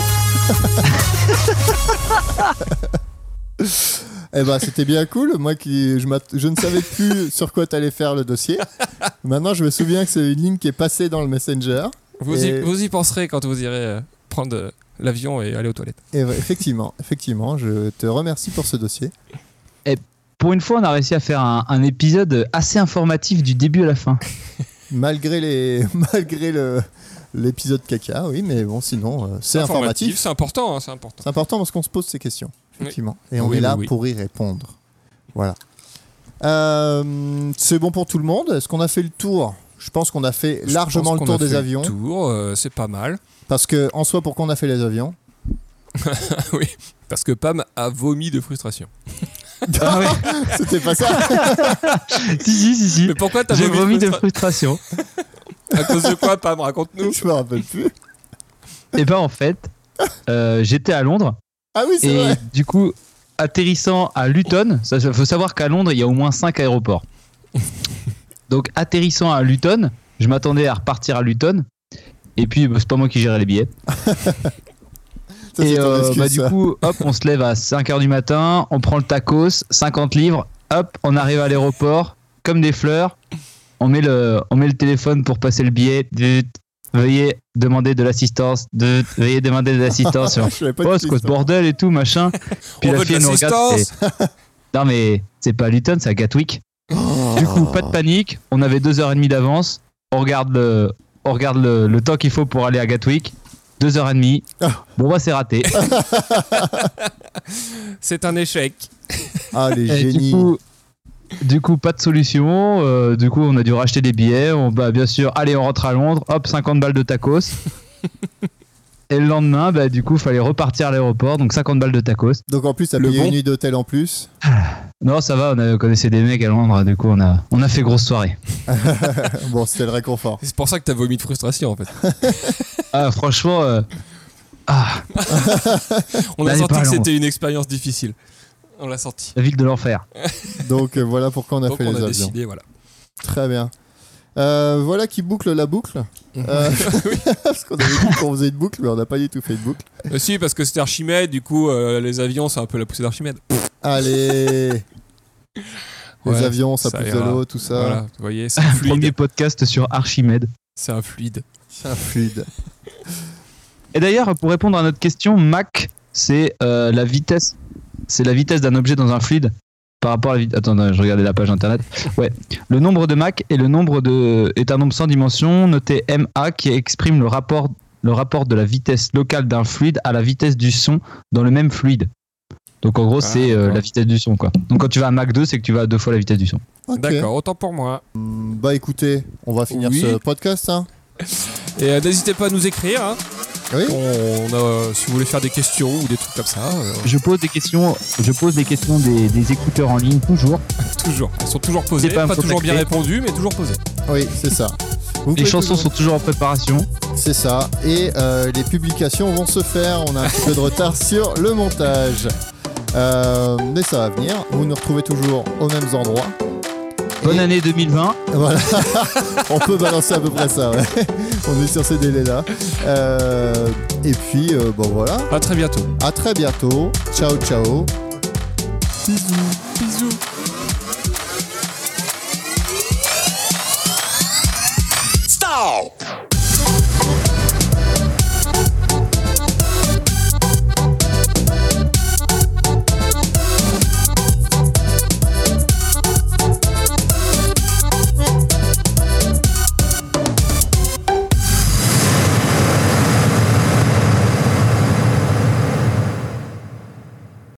Eh ben, c'était bien cool. Moi qui je, m'att- je ne savais plus sur quoi t'allais faire le dossier. Maintenant, je me souviens que c'est une ligne qui est passée dans le Messenger. vous, y, Et- vous y penserez quand vous irez euh, prendre euh, l'avion et aller aux toilettes. Et ouais, effectivement, effectivement, je te remercie pour ce dossier. Pour une fois, on a réussi à faire un, un épisode assez informatif du début à la fin. Malgré les, malgré le l'épisode caca, oui, mais bon, sinon, euh, c'est informatif. C'est important, hein, c'est important. C'est important parce qu'on se pose ces questions, effectivement, et on Oui, est là oui, oui. pour y répondre. Voilà. Euh, c'est bon pour tout le monde. Est-ce qu'on a fait le tour Je pense qu'on a fait Je largement pense le qu'on tour a des fait avions, Le tour, euh, c'est pas mal. parce que en soi, pourquoi on a fait les avions Parce que Pam a vomi de frustration. Ah Ah C'était pas ça. si, si, si, si. Mais pourquoi t'as J'ai vomi de frustration frustration. À cause de quoi, Pam Raconte-nous. Je me rappelle plus. Et ben en fait, euh, j'étais à Londres Ah oui, c'est et vrai. du coup, atterrissant à Luton, ça, ça- faut savoir qu'à Londres, il y a au moins 5 aéroports. Donc atterrissant à Luton, je m'attendais à repartir à Luton. Et puis, bah, c'est pas moi qui gérais les billets. Ça, et c'est ton euh, excuse, bah, du ça. coup, hop, on se lève à 5h du matin, on prend le tacos, 50 livres, hop, on arrive à l'aéroport, comme des fleurs, on met le, on met le téléphone pour passer le billet, dut, veuillez demander de l'assistance, dut, veuillez demander de l'assistance. Ah, Genre, je savais pas oh, de c'est quoi ce Christophe. bordel et tout, machin. Puis On la veut de fille elle nous regarde. l'assistance. fait, non, mais c'est pas à Luton, c'est à Gatwick. Du coup, pas de panique, on avait 2h30 d'avance, on regarde le, on regarde le, le temps qu'il faut pour aller à Gatwick. 2h30. Ah. Bon, bah, c'est raté. C'est un échec. Ah, les Et génies. Du coup, du coup, pas de solution. euh, du coup, on a dû racheter des billets. On, bah, bien sûr, allez, on rentre à Londres. Hop, 50 balles de tacos. Et le lendemain, bah, du coup, fallait repartir à l'aéroport, donc 50 balles de tacos. Donc en plus, ça Le payait bon. une nuit d'hôtel en plus. Non, ça va, on a- connaissait des mecs à Londres, du coup, on a, on a fait grosse soirée. bon, c'était le réconfort. C'est pour ça que t'as vomi de frustration en fait. Ah, franchement, euh, ah, On a Bah, Allez, senti que parlons. c'était une expérience difficile. On l'a senti. la ville de l'enfer. Donc euh, voilà pourquoi on a Donc fait on les a avions. décidé, voilà. Très bien. Euh, voilà qui boucle la boucle. Mhm. Euh, parce qu'on avait dit qu'on faisait une boucle, mais on n'a pas du tout fait de boucle. Euh, si, parce que c'était Archimède, du coup, euh, les avions, c'est un peu la poussée d'Archimède. Allez Les Ouais, avions, ça, ça pousse de ira. l'eau, tout ça. Voilà, vous voyez, c'est un Premier fluide. podcast sur Archimède. C'est un fluide. C'est un fluide. Et d'ailleurs, pour répondre à notre question, Mach, c'est euh, la vitesse. C'est la vitesse d'un objet dans un fluide par rapport à la vitesse. Attends, je regardais la page internet. Ouais. Le nombre de Mach est, le nombre de... est un nombre sans dimension, noté MA, qui exprime le rapport, le rapport de la vitesse locale d'un fluide à la vitesse du son dans le même fluide. Donc en gros, Ah, c'est euh, d'accord. la vitesse du son. quoi. Donc quand tu vas à Mach 2, c'est que tu vas à deux fois la vitesse du son. Ok. D'accord, autant pour moi. Mm, Bah écoutez, on va finir Oui. ce podcast. Hein. Et euh, n'hésitez pas à nous écrire, hein. Oui On a, euh, si vous voulez faire des questions ou des trucs comme ça, euh, Je pose des questions, je pose des, questions des, des écouteurs en ligne toujours. toujours. Elles sont toujours posées, N'hésitez pas pas, à me toujours bien contacter. répondues, mais toujours posées. Oui, c'est ça. Vous Les pouvez chansons toujours- sont toujours en préparation. C'est ça. Et euh, les publications vont se faire. On a un petit peu de retard sur le montage. Euh, mais ça va venir. Vous nous retrouvez toujours aux mêmes endroits. Bonne année 2020. Voilà, on peut balancer à peu près ça. ouais. On est sur ces délais-là. Euh, et puis, euh, bon voilà. À très bientôt. À très bientôt. Ciao, ciao. Bisous.